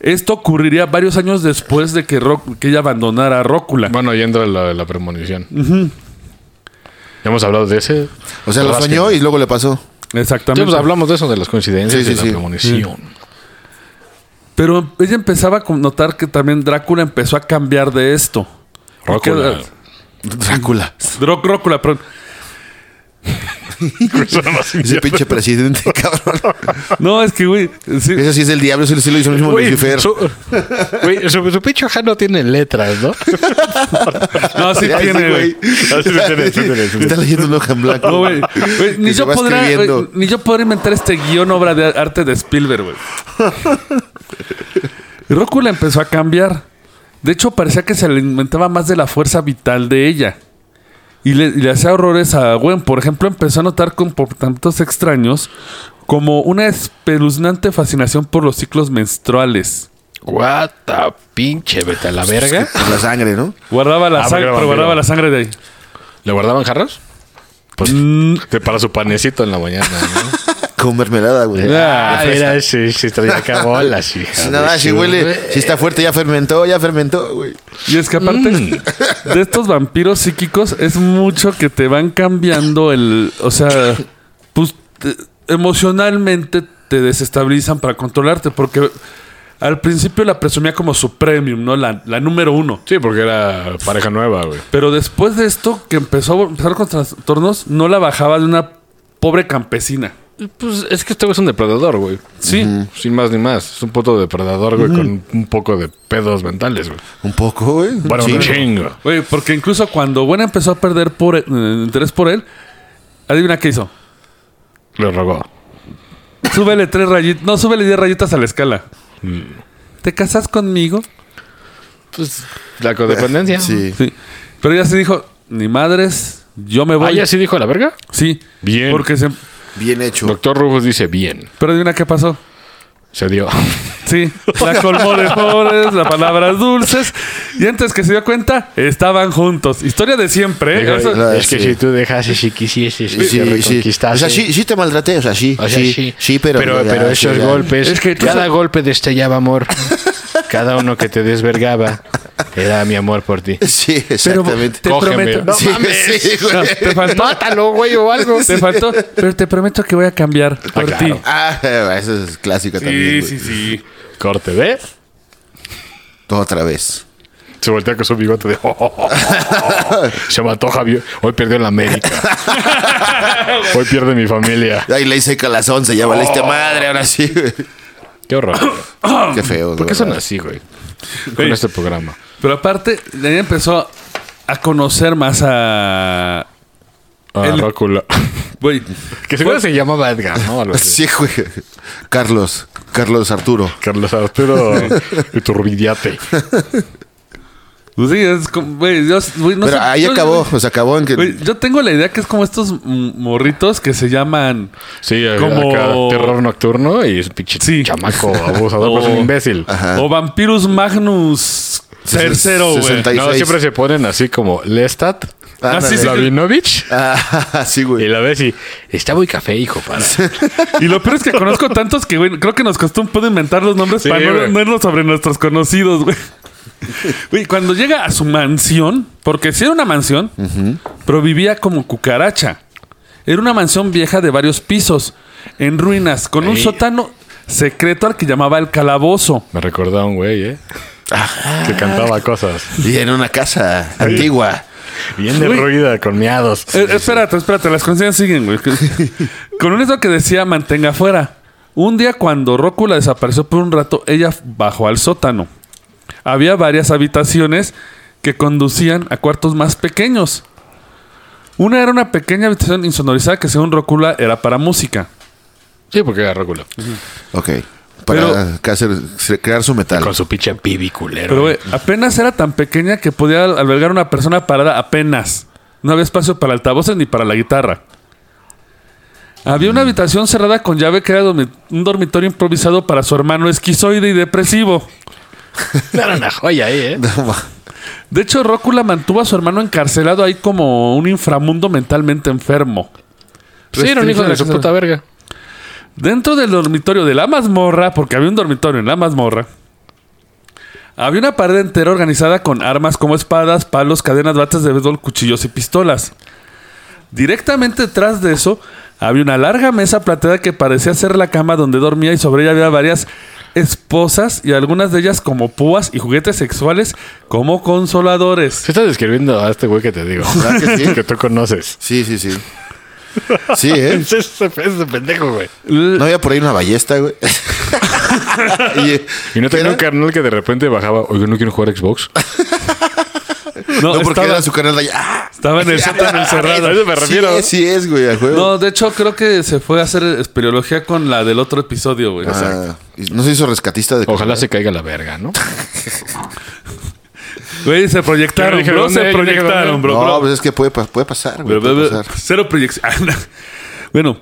[SPEAKER 2] Esto ocurriría varios años después de que, Ro- que ella abandonara a Rócula.
[SPEAKER 4] Bueno, ahí entra la, la premonición. Ya hemos hablado de ese.
[SPEAKER 3] O sea, lo
[SPEAKER 4] Rasque.
[SPEAKER 3] soñó y luego le pasó.
[SPEAKER 4] Ya
[SPEAKER 2] Exactamente.
[SPEAKER 4] pues hablamos de eso, de las coincidencias
[SPEAKER 3] Sí, sí,
[SPEAKER 4] de la
[SPEAKER 3] sí.
[SPEAKER 4] premonición.
[SPEAKER 2] Pero ella empezaba a notar que también Drácula empezó a cambiar de esto. Porque-
[SPEAKER 4] Rócula.
[SPEAKER 3] Drácula.
[SPEAKER 2] Dró- Rócula, perdón.
[SPEAKER 3] Ese pinche presidente, cabrón.
[SPEAKER 2] No, es que, güey. sí.
[SPEAKER 3] Ese sí es del diablo, ese sí lo hizo el mismo
[SPEAKER 4] Güey,
[SPEAKER 3] Lucifer.
[SPEAKER 4] su, güey, su, su pinche hoja no tiene letras, ¿no?
[SPEAKER 2] No, sí
[SPEAKER 3] Ay, sí,
[SPEAKER 2] tiene,
[SPEAKER 3] güey.
[SPEAKER 4] tiene, sí tiene, sí tiene.
[SPEAKER 3] Está leyendo un hoja en blanco.
[SPEAKER 2] No, güey. Güey,
[SPEAKER 3] Que
[SPEAKER 2] Ni,
[SPEAKER 3] se
[SPEAKER 2] yo
[SPEAKER 3] va
[SPEAKER 2] podrá, güey,
[SPEAKER 3] escribiendo.
[SPEAKER 2] ni yo podré inventar este guión obra de arte de Spielberg, güey. Y Rócula empezó a cambiar. De hecho, parecía que se le inventaba más de la fuerza vital de ella. Y le, y le hacía horrores a Gwen. Por ejemplo, empezó a notar comportamientos extraños como una espeluznante fascinación por los ciclos menstruales.
[SPEAKER 4] What the pinche, vete a la
[SPEAKER 3] Es que
[SPEAKER 4] verga.
[SPEAKER 3] por La sangre, ¿no?
[SPEAKER 2] Guardaba la
[SPEAKER 4] Ah, porque
[SPEAKER 2] sangre,
[SPEAKER 4] era
[SPEAKER 2] pero guardaba
[SPEAKER 4] vampiro.
[SPEAKER 2] la sangre de ahí.
[SPEAKER 4] ¿Le guardaban jarras? Pues que para su panecito en la mañana, ¿no?
[SPEAKER 3] Con mermelada, güey.
[SPEAKER 4] ah, mira, sí, sí, traía acá bolas,
[SPEAKER 3] Si
[SPEAKER 4] hija.
[SPEAKER 3] Nada, si huele, si
[SPEAKER 4] eh,
[SPEAKER 3] está fuerte, ya fermentó, ya fermentó, güey.
[SPEAKER 2] Y es que aparte de estos vampiros psíquicos es mucho que te van cambiando el, o sea, pues te- emocionalmente te desestabilizan para controlarte porque Al principio la presumía como su premium, ¿no? La, la número uno.
[SPEAKER 4] Sí, porque era pareja nueva, güey.
[SPEAKER 2] Pero después de esto, que empezó a empezar con trastornos, no la bajaba de una pobre campesina.
[SPEAKER 4] Pues es que este güey es un depredador, güey.
[SPEAKER 2] Sí.
[SPEAKER 4] Sin más ni más. Es un puto depredador, güey, con un poco de pedos mentales, güey.
[SPEAKER 3] Un poco, güey.
[SPEAKER 4] Bueno,
[SPEAKER 3] Sí.
[SPEAKER 4] un chingo.
[SPEAKER 2] Güey, porque incluso cuando Buena empezó a perder por, eh, interés por él, adivina qué hizo.
[SPEAKER 4] Le rogó.
[SPEAKER 2] Súbele tres rayitas. No, súbele diez rayitas a la escala. ¿Te casas conmigo?
[SPEAKER 4] Pues la codependencia.
[SPEAKER 3] Sí.
[SPEAKER 2] Sí. Pero ella sí dijo, ni madres, yo me voy.
[SPEAKER 4] Ah, ya sí dijo a la verga.
[SPEAKER 2] Sí.
[SPEAKER 4] Bien.
[SPEAKER 2] Porque se...
[SPEAKER 3] Bien hecho.
[SPEAKER 4] Doctor Rujos dice bien.
[SPEAKER 2] Pero adivina qué pasó.
[SPEAKER 4] Se dio.
[SPEAKER 2] Sí, la colmó de flores, las palabras dulces. Y antes que se dio cuenta, estaban juntos. Historia de siempre. ¿eh?
[SPEAKER 4] Dijo,
[SPEAKER 2] Eso-
[SPEAKER 3] la-
[SPEAKER 4] es que
[SPEAKER 3] sí.
[SPEAKER 4] si tú dejases si quisieses,
[SPEAKER 3] Sí, sí,
[SPEAKER 4] te
[SPEAKER 3] sí. O
[SPEAKER 4] reconquistases".
[SPEAKER 3] sea, sí, sí te maltraté, o sea, sí.
[SPEAKER 4] O sea,
[SPEAKER 3] sí, sí, pero.
[SPEAKER 4] Pero,
[SPEAKER 3] ya, sí,
[SPEAKER 4] esos
[SPEAKER 3] ya.
[SPEAKER 4] golpes.
[SPEAKER 2] Es que tú
[SPEAKER 4] cada golpe destellaba amor. cada uno que te desvergaba era mi amor por ti.
[SPEAKER 3] Sí,
[SPEAKER 2] Pero
[SPEAKER 3] exactamente.
[SPEAKER 2] te
[SPEAKER 4] Cógeme.
[SPEAKER 2] prometo.
[SPEAKER 4] No
[SPEAKER 3] Sí, sí, güey.
[SPEAKER 2] No, te faltó.
[SPEAKER 4] Mátalo, güey, o algo.
[SPEAKER 2] Te faltó. Pero te prometo que voy a cambiar por ti.
[SPEAKER 4] claro.
[SPEAKER 3] Ah, eso es clásico también. güey.
[SPEAKER 2] sí.
[SPEAKER 4] Corte, ¿ve?
[SPEAKER 3] Otra vez.
[SPEAKER 4] Se voltea con su bigote de. Se mató Javier. Hoy perdió en la América. Hoy pierde mi familia.
[SPEAKER 3] Ahí le hice a las 11, ya
[SPEAKER 4] Oh.
[SPEAKER 3] valiste madre, ahora sí, güey.
[SPEAKER 4] Qué horror. güey.
[SPEAKER 3] Qué feo,
[SPEAKER 4] Oh. ¿Por qué
[SPEAKER 3] güey.
[SPEAKER 4] son así, güey? Con
[SPEAKER 2] Güey.
[SPEAKER 4] este programa.
[SPEAKER 2] Pero aparte, ella empezó a conocer más a.
[SPEAKER 4] Ah,
[SPEAKER 2] El-
[SPEAKER 4] Rácula.
[SPEAKER 2] Güey.
[SPEAKER 4] Que seguro se llamaba Edgar, ¿no? Algo así.
[SPEAKER 3] Sí, güey. Carlos, Carlos Arturo.
[SPEAKER 4] Carlos Arturo Iturbidiate.
[SPEAKER 2] Pues sí, es como. Güey, yo- güey, no
[SPEAKER 3] pero
[SPEAKER 2] sé-
[SPEAKER 3] ahí
[SPEAKER 2] yo-
[SPEAKER 3] acabó, o sea, acabó en que.
[SPEAKER 2] güey, yo tengo la idea que es como estos mm, morritos que se llaman.
[SPEAKER 4] Sí,
[SPEAKER 2] Como-
[SPEAKER 4] como terror nocturno y es un pinche
[SPEAKER 2] Sí.
[SPEAKER 4] chamaco abusador,
[SPEAKER 2] O-
[SPEAKER 4] pero es un imbécil.
[SPEAKER 3] Ajá.
[SPEAKER 2] O Vampirus Magnus. Tercero, güey.
[SPEAKER 3] Sesenta y-
[SPEAKER 4] No,
[SPEAKER 3] 36.
[SPEAKER 4] siempre se ponen así como Lestat,
[SPEAKER 3] Ah,
[SPEAKER 2] sí, sí.
[SPEAKER 4] Slavinovich.
[SPEAKER 3] Ah, sí,
[SPEAKER 4] Y
[SPEAKER 3] güey.
[SPEAKER 4] la ves y está muy café, hijo, para.
[SPEAKER 2] Y lo peor es que conozco tantos que, güey, creo que nos costó un poco inventar los nombres
[SPEAKER 4] Sí,
[SPEAKER 2] para no,
[SPEAKER 4] güey.
[SPEAKER 2] no irnos sobre nuestros conocidos, güey. Güey, cuando llega a su mansión, porque sí era una mansión, pero vivía como cucaracha. Era una mansión vieja de varios pisos, en ruinas, con un
[SPEAKER 4] Ey.
[SPEAKER 2] sótano secreto al que llamaba el calabozo.
[SPEAKER 4] Me recordaba un güey, ¿eh? Que cantaba cosas.
[SPEAKER 3] Y en una casa antigua.
[SPEAKER 4] Bien derruida, con miados.
[SPEAKER 2] Eh, espérate, espérate, las conciencias siguen, güey. Con un eso que decía mantenga fuera. Un día cuando Rócula desapareció por un rato, ella bajó al sótano. Había varias habitaciones que conducían a cuartos más pequeños. Una era una pequeña habitación insonorizada que según Rócula era para música.
[SPEAKER 4] Sí, porque era Rócula.
[SPEAKER 3] Ok. Para
[SPEAKER 2] Pero-
[SPEAKER 3] que hacer- crear su metal.
[SPEAKER 4] Con su pinche pibi culero. ¿eh?
[SPEAKER 2] Pero güey, apenas era tan pequeña que podía albergar una persona parada apenas. No había espacio para altavoces ni para la guitarra. Había una habitación cerrada con llave que era dormi- un dormitorio improvisado para su hermano esquizoide y depresivo.
[SPEAKER 4] Era una joya ahí, ¿eh?
[SPEAKER 2] De hecho, Rócula mantuvo a su hermano encarcelado ahí como un inframundo mentalmente enfermo.
[SPEAKER 4] Sí, era un hijo de su puta verga.
[SPEAKER 2] Dentro del dormitorio de la mazmorra, porque había un dormitorio en la mazmorra, había una pared entera organizada con armas como espadas, palos, cadenas, bates de béisbol, cuchillos y pistolas. Directamente detrás de eso había una larga mesa plateada que parecía ser la cama donde dormía y sobre ella había varias esposas y algunas de ellas como púas y juguetes sexuales como consoladores.
[SPEAKER 4] Se está describiendo a este güey que te digo.
[SPEAKER 3] ¿Verdad que sí?
[SPEAKER 4] Que tú conoces.
[SPEAKER 3] Sí, sí, sí. Sí, ¿eh?
[SPEAKER 4] Ese es ese pendejo, güey.
[SPEAKER 2] L-
[SPEAKER 3] No había por ahí una ballesta, güey. y,
[SPEAKER 4] Y
[SPEAKER 3] ¿qué
[SPEAKER 4] no tenía
[SPEAKER 3] era?
[SPEAKER 4] un carnal que de repente bajaba, oye, no quiero jugar Xbox.
[SPEAKER 2] No,
[SPEAKER 3] No, porque
[SPEAKER 2] estaba,
[SPEAKER 3] era su canal de allá. ¡Ah!
[SPEAKER 2] estaba en el sótano encerrado.
[SPEAKER 4] A eso me refiero.
[SPEAKER 3] Sí, sí es, güey, al juego.
[SPEAKER 2] No, de hecho creo que se fue a hacer espeleología con la del otro episodio, güey.
[SPEAKER 3] Ah, y no se hizo rescatista
[SPEAKER 2] Oh,
[SPEAKER 3] de
[SPEAKER 4] Ojalá se caiga la verga, ¿no?
[SPEAKER 2] Güey, se proyectaron,
[SPEAKER 4] Yo dije,
[SPEAKER 2] bro.
[SPEAKER 4] ¿dónde? Yo
[SPEAKER 2] Se
[SPEAKER 4] dije,
[SPEAKER 2] proyectaron,
[SPEAKER 4] ¿dónde?
[SPEAKER 2] bro.
[SPEAKER 3] No,
[SPEAKER 2] bro.
[SPEAKER 3] pues es que puede, pa- puede pasar, güey.
[SPEAKER 2] Pero,
[SPEAKER 3] Puede
[SPEAKER 2] pero,
[SPEAKER 3] pasar.
[SPEAKER 2] Cero proyección. bueno,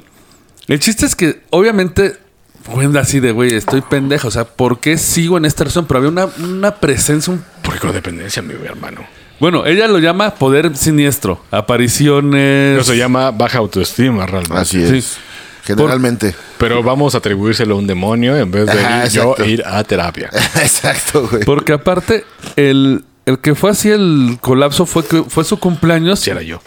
[SPEAKER 2] el chiste es que obviamente fue así de, güey, estoy pendejo. O sea, ¿por qué sigo en esta razón? Pero había una, una presencia, un
[SPEAKER 4] Porque codependencia, mi hermano.
[SPEAKER 2] bueno, ella lo llama poder siniestro, apariciones.
[SPEAKER 4] Eso se llama baja autoestima, realmente.
[SPEAKER 3] Así es.
[SPEAKER 2] Sí.
[SPEAKER 3] Generalmente.
[SPEAKER 4] Pero vamos a atribuírselo a un demonio en vez de
[SPEAKER 3] Ajá,
[SPEAKER 4] ir- yo e
[SPEAKER 3] exacto. Eh.
[SPEAKER 4] ir a terapia.
[SPEAKER 3] Exacto, güey.
[SPEAKER 2] Porque aparte, el, el que fue así el colapso fue que fue su cumpleaños
[SPEAKER 4] Si era yo.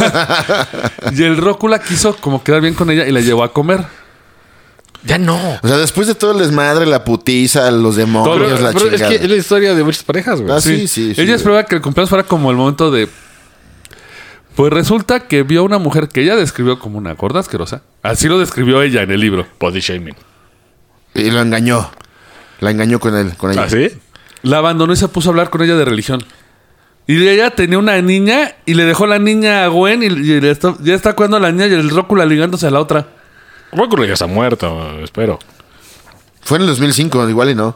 [SPEAKER 2] y el Rócula quiso como quedar bien con ella y la llevó a comer.
[SPEAKER 4] Ya no.
[SPEAKER 3] O sea, después de todo el desmadre, la putiza, los demonios,
[SPEAKER 4] Pero,
[SPEAKER 3] la
[SPEAKER 4] pero es
[SPEAKER 3] chingada.
[SPEAKER 4] que es la historia de muchas parejas, güey.
[SPEAKER 3] Ah, sí, sí, sí,
[SPEAKER 2] Ella
[SPEAKER 3] güey.
[SPEAKER 2] esperaba que el cumpleaños fuera como el momento de. Pues resulta que vio a una mujer que ella describió como una gorda asquerosa. Así lo describió ella en el libro.
[SPEAKER 4] Body shaming.
[SPEAKER 3] Y lo engañó. La engañó con él, con ella.
[SPEAKER 4] ¿Así?
[SPEAKER 2] La abandonó y se puso a hablar con ella de religión. Y ella tenía una niña y le dejó la niña a Gwen y, y le está- ya está cuando la niña y el Rócula ligándose a la otra.
[SPEAKER 4] Rócula ya está muerto, espero.
[SPEAKER 3] Fue en el 2005, igual y no.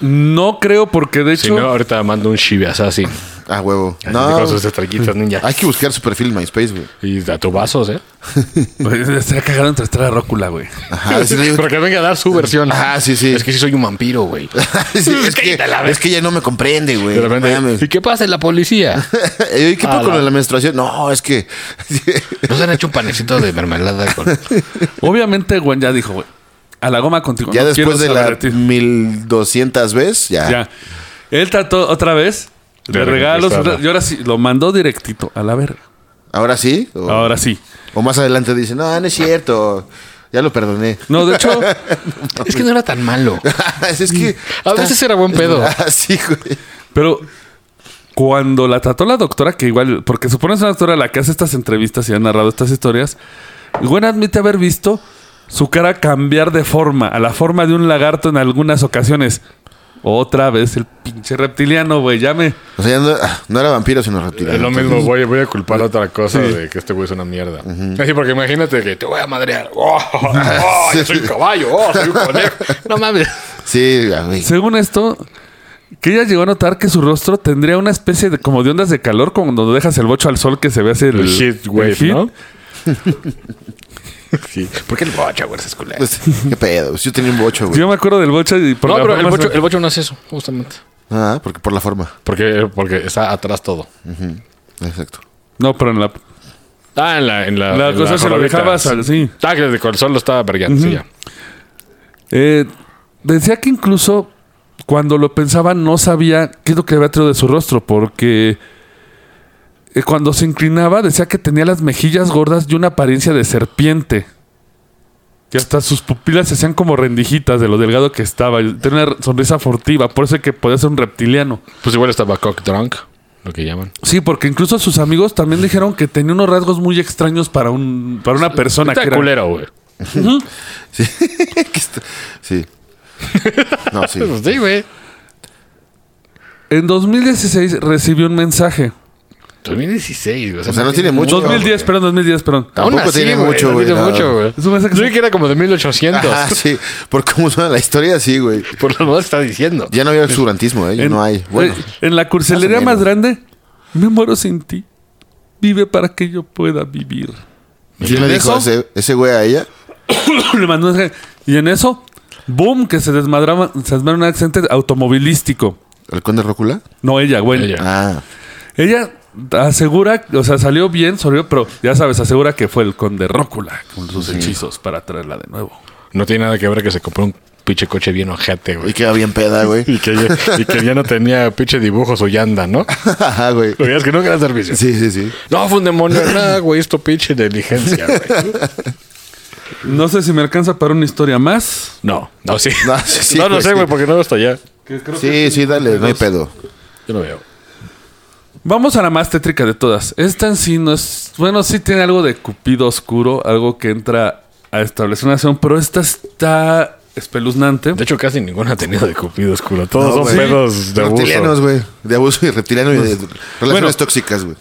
[SPEAKER 2] No creo porque de hecho...
[SPEAKER 4] Si no, ahorita mando un Shibi Assassin.
[SPEAKER 3] Ah, huevo.
[SPEAKER 4] Así
[SPEAKER 3] No.
[SPEAKER 4] Con sus estrellitas, ninja.
[SPEAKER 3] Hay que buscar su perfil en MySpace, güey.
[SPEAKER 4] Y a tu vasos, ¿eh?
[SPEAKER 2] pues, Se ha cagado entrevistar a Rócula, güey.
[SPEAKER 3] Ajá, sí, le digo-
[SPEAKER 4] Para que venga a dar su versión.
[SPEAKER 3] Ah, sí, sí.
[SPEAKER 4] Es que sí soy un vampiro, güey.
[SPEAKER 3] Sí, es, que,
[SPEAKER 4] Cállate a la vez.
[SPEAKER 3] es que ella no me comprende, güey.
[SPEAKER 4] De repente,
[SPEAKER 3] No mames.
[SPEAKER 4] ¿Y qué pasa en la policía?
[SPEAKER 3] Ey, ¿Qué
[SPEAKER 4] A
[SPEAKER 3] pasa
[SPEAKER 4] la-
[SPEAKER 3] con la menstruación? No, es que.
[SPEAKER 4] Nos han hecho un panecito de mermelada con...
[SPEAKER 2] Obviamente Gwen ya dijo, güey. A la goma contigo.
[SPEAKER 3] ya
[SPEAKER 2] no
[SPEAKER 3] después
[SPEAKER 2] quiero
[SPEAKER 3] de
[SPEAKER 2] saber
[SPEAKER 3] la
[SPEAKER 2] ti".
[SPEAKER 3] 1200 veces, ya.
[SPEAKER 2] Ya. Él trató otra vez de,
[SPEAKER 4] De
[SPEAKER 2] regalos.
[SPEAKER 4] reconquistarla.
[SPEAKER 2] Y ahora sí, lo mandó directito a la verga.
[SPEAKER 3] Ahora sí. O,
[SPEAKER 2] Ahora sí.
[SPEAKER 3] o más adelante dice, no, no es cierto. Ya lo perdoné.
[SPEAKER 2] No, de hecho,
[SPEAKER 4] es que no era tan malo.
[SPEAKER 3] es, es que.
[SPEAKER 4] Mm. A
[SPEAKER 3] está-
[SPEAKER 4] veces era buen pedo.
[SPEAKER 3] Ah, sí, güey.
[SPEAKER 2] pero cuando la trató la doctora, que igual, porque supones una doctora la que hace estas entrevistas y ha narrado estas historias, Gwen admite haber visto su cara cambiar de forma, a la forma de un lagarto en algunas ocasiones. Otra vez el pinche reptiliano, güey, ya me...
[SPEAKER 3] O sea, ya no, ah, no era vampiro, sino reptiliano.
[SPEAKER 4] Es lo mismo, voy, voy a culpar a otra cosa de que este güey es una mierda. Así porque imagínate que te voy a madrear. Oh, oh, yo soy un caballo, oh, soy un conejo. No mames.
[SPEAKER 3] Sí, ah, güey.
[SPEAKER 2] Según esto, que ella llegó a notar que su rostro tendría una especie de como de ondas de calor como cuando dejas el bocho al sol que se ve así el,
[SPEAKER 4] El shit,
[SPEAKER 2] el
[SPEAKER 4] güey,
[SPEAKER 2] heat.
[SPEAKER 4] ¿no? sí. ¿Por qué el bocho, güey, es culero?
[SPEAKER 3] Pues, qué pedo. Pues yo tenía un bocho, güey.
[SPEAKER 2] Yo me acuerdo del bocho y por
[SPEAKER 4] no,
[SPEAKER 2] la
[SPEAKER 4] pero el
[SPEAKER 2] forma
[SPEAKER 4] bocho,
[SPEAKER 2] se-
[SPEAKER 4] el bocho no es eso, justamente.
[SPEAKER 3] Ah, porque por la forma.
[SPEAKER 4] Porque, porque está atrás todo.
[SPEAKER 3] Exacto.
[SPEAKER 2] No, pero en la
[SPEAKER 4] Ah, en la... En la,
[SPEAKER 2] La
[SPEAKER 4] en
[SPEAKER 2] cosa se lo
[SPEAKER 4] jorobita.
[SPEAKER 2] dejabas al- sí.
[SPEAKER 4] Ah, que desde que el sol lo estaba vergueando, sí, ya.
[SPEAKER 2] eh, decía que incluso cuando lo pensaba no sabía qué es lo que había traído de su rostro porque eh, cuando se inclinaba decía que tenía las mejillas gordas y una apariencia de serpiente. Y hasta sus pupilas se hacían como rendijitas de lo delgado que estaba. Y Tenía una sonrisa furtiva, por eso es que podía ser un reptiliano.
[SPEAKER 4] Pues igual estaba cock drunk, lo que llaman.
[SPEAKER 2] Sí, porque incluso sus amigos también dijeron que tenía unos rasgos muy extraños para un para una persona
[SPEAKER 4] Está
[SPEAKER 2] que era-
[SPEAKER 4] culero, güey.
[SPEAKER 2] Ujú.
[SPEAKER 3] Sí. Que está- sí. No, sí.
[SPEAKER 4] Pues sí, güey.
[SPEAKER 2] En 2016 recibió un mensaje.
[SPEAKER 4] 2016, güey.
[SPEAKER 3] O sea, no tiene mucho.
[SPEAKER 2] 2010, perdón, 2010, perdón.
[SPEAKER 4] Aún
[SPEAKER 3] Tampoco
[SPEAKER 4] así,
[SPEAKER 3] tiene
[SPEAKER 4] güey,
[SPEAKER 3] mucho,
[SPEAKER 4] no
[SPEAKER 3] güey.
[SPEAKER 4] tiene
[SPEAKER 3] no.
[SPEAKER 4] mucho, güey.
[SPEAKER 2] Es un mensaje-
[SPEAKER 4] Yo creo que era como de 1800.
[SPEAKER 3] Ajá, sí. Por cómo suena la historia, sí, güey.
[SPEAKER 4] Por lo que está diciendo.
[SPEAKER 3] Ya no había exuberantismo, ¿eh? Ya
[SPEAKER 2] En-
[SPEAKER 3] no hay. Bueno.
[SPEAKER 2] eh, en la cursilería
[SPEAKER 3] más
[SPEAKER 2] más,
[SPEAKER 3] o menos.
[SPEAKER 2] grande, me muero sin ti. Vive para que yo pueda vivir.
[SPEAKER 3] ¿Quién le dijo ese, ese güey a ella?
[SPEAKER 2] Le mandó un mensaje. Y en eso, boom, que se desmadraba, se desmadra un accidente automovilístico.
[SPEAKER 3] ¿El conde Rócula?
[SPEAKER 2] No ella, güey.
[SPEAKER 4] Ella.
[SPEAKER 3] Ah.
[SPEAKER 2] Ella asegura, o sea, salió bien, salió, pero ya sabes, asegura que fue el conde Rócula con sus hechizos para traerla de nuevo.
[SPEAKER 4] No tiene nada que ver que se compró un pinche coche bien ojete,
[SPEAKER 3] Y
[SPEAKER 4] güey.
[SPEAKER 3] queda bien peda, güey.
[SPEAKER 4] Y que, ya, y que ya no tenía pinche dibujos o anda, ¿no?
[SPEAKER 3] Ajá, güey.
[SPEAKER 4] Lo que es que no era servicio.
[SPEAKER 3] Sí, sí, sí.
[SPEAKER 4] No, fue un demonio. Nada, güey, esto pinche inteligencia, güey.
[SPEAKER 2] No sé si me alcanza para una historia más.
[SPEAKER 4] No, no, sí.
[SPEAKER 3] No, sí, sí,
[SPEAKER 4] no, no
[SPEAKER 3] güey,
[SPEAKER 4] sé,
[SPEAKER 3] sí.
[SPEAKER 4] güey, porque no hasta allá.
[SPEAKER 2] que creo que
[SPEAKER 3] Sí,
[SPEAKER 2] es
[SPEAKER 3] sí, dale, no hay pedo.
[SPEAKER 4] Yo no veo.
[SPEAKER 2] Vamos a la más tétrica de todas. Esta en sí no es. Bueno, sí tiene algo de Cupido oscuro, algo que entra a establecer una acción, pero esta está espeluznante.
[SPEAKER 4] De hecho, casi ninguno ha tenido de cupido oscuro. Todos
[SPEAKER 3] No,
[SPEAKER 4] son
[SPEAKER 3] güey.
[SPEAKER 4] pedos de
[SPEAKER 3] Reptilianos,
[SPEAKER 4] abuso. Pues,
[SPEAKER 3] güey. De abuso y reptiliano y de relaciones
[SPEAKER 2] Bueno.
[SPEAKER 3] tóxicas, güey.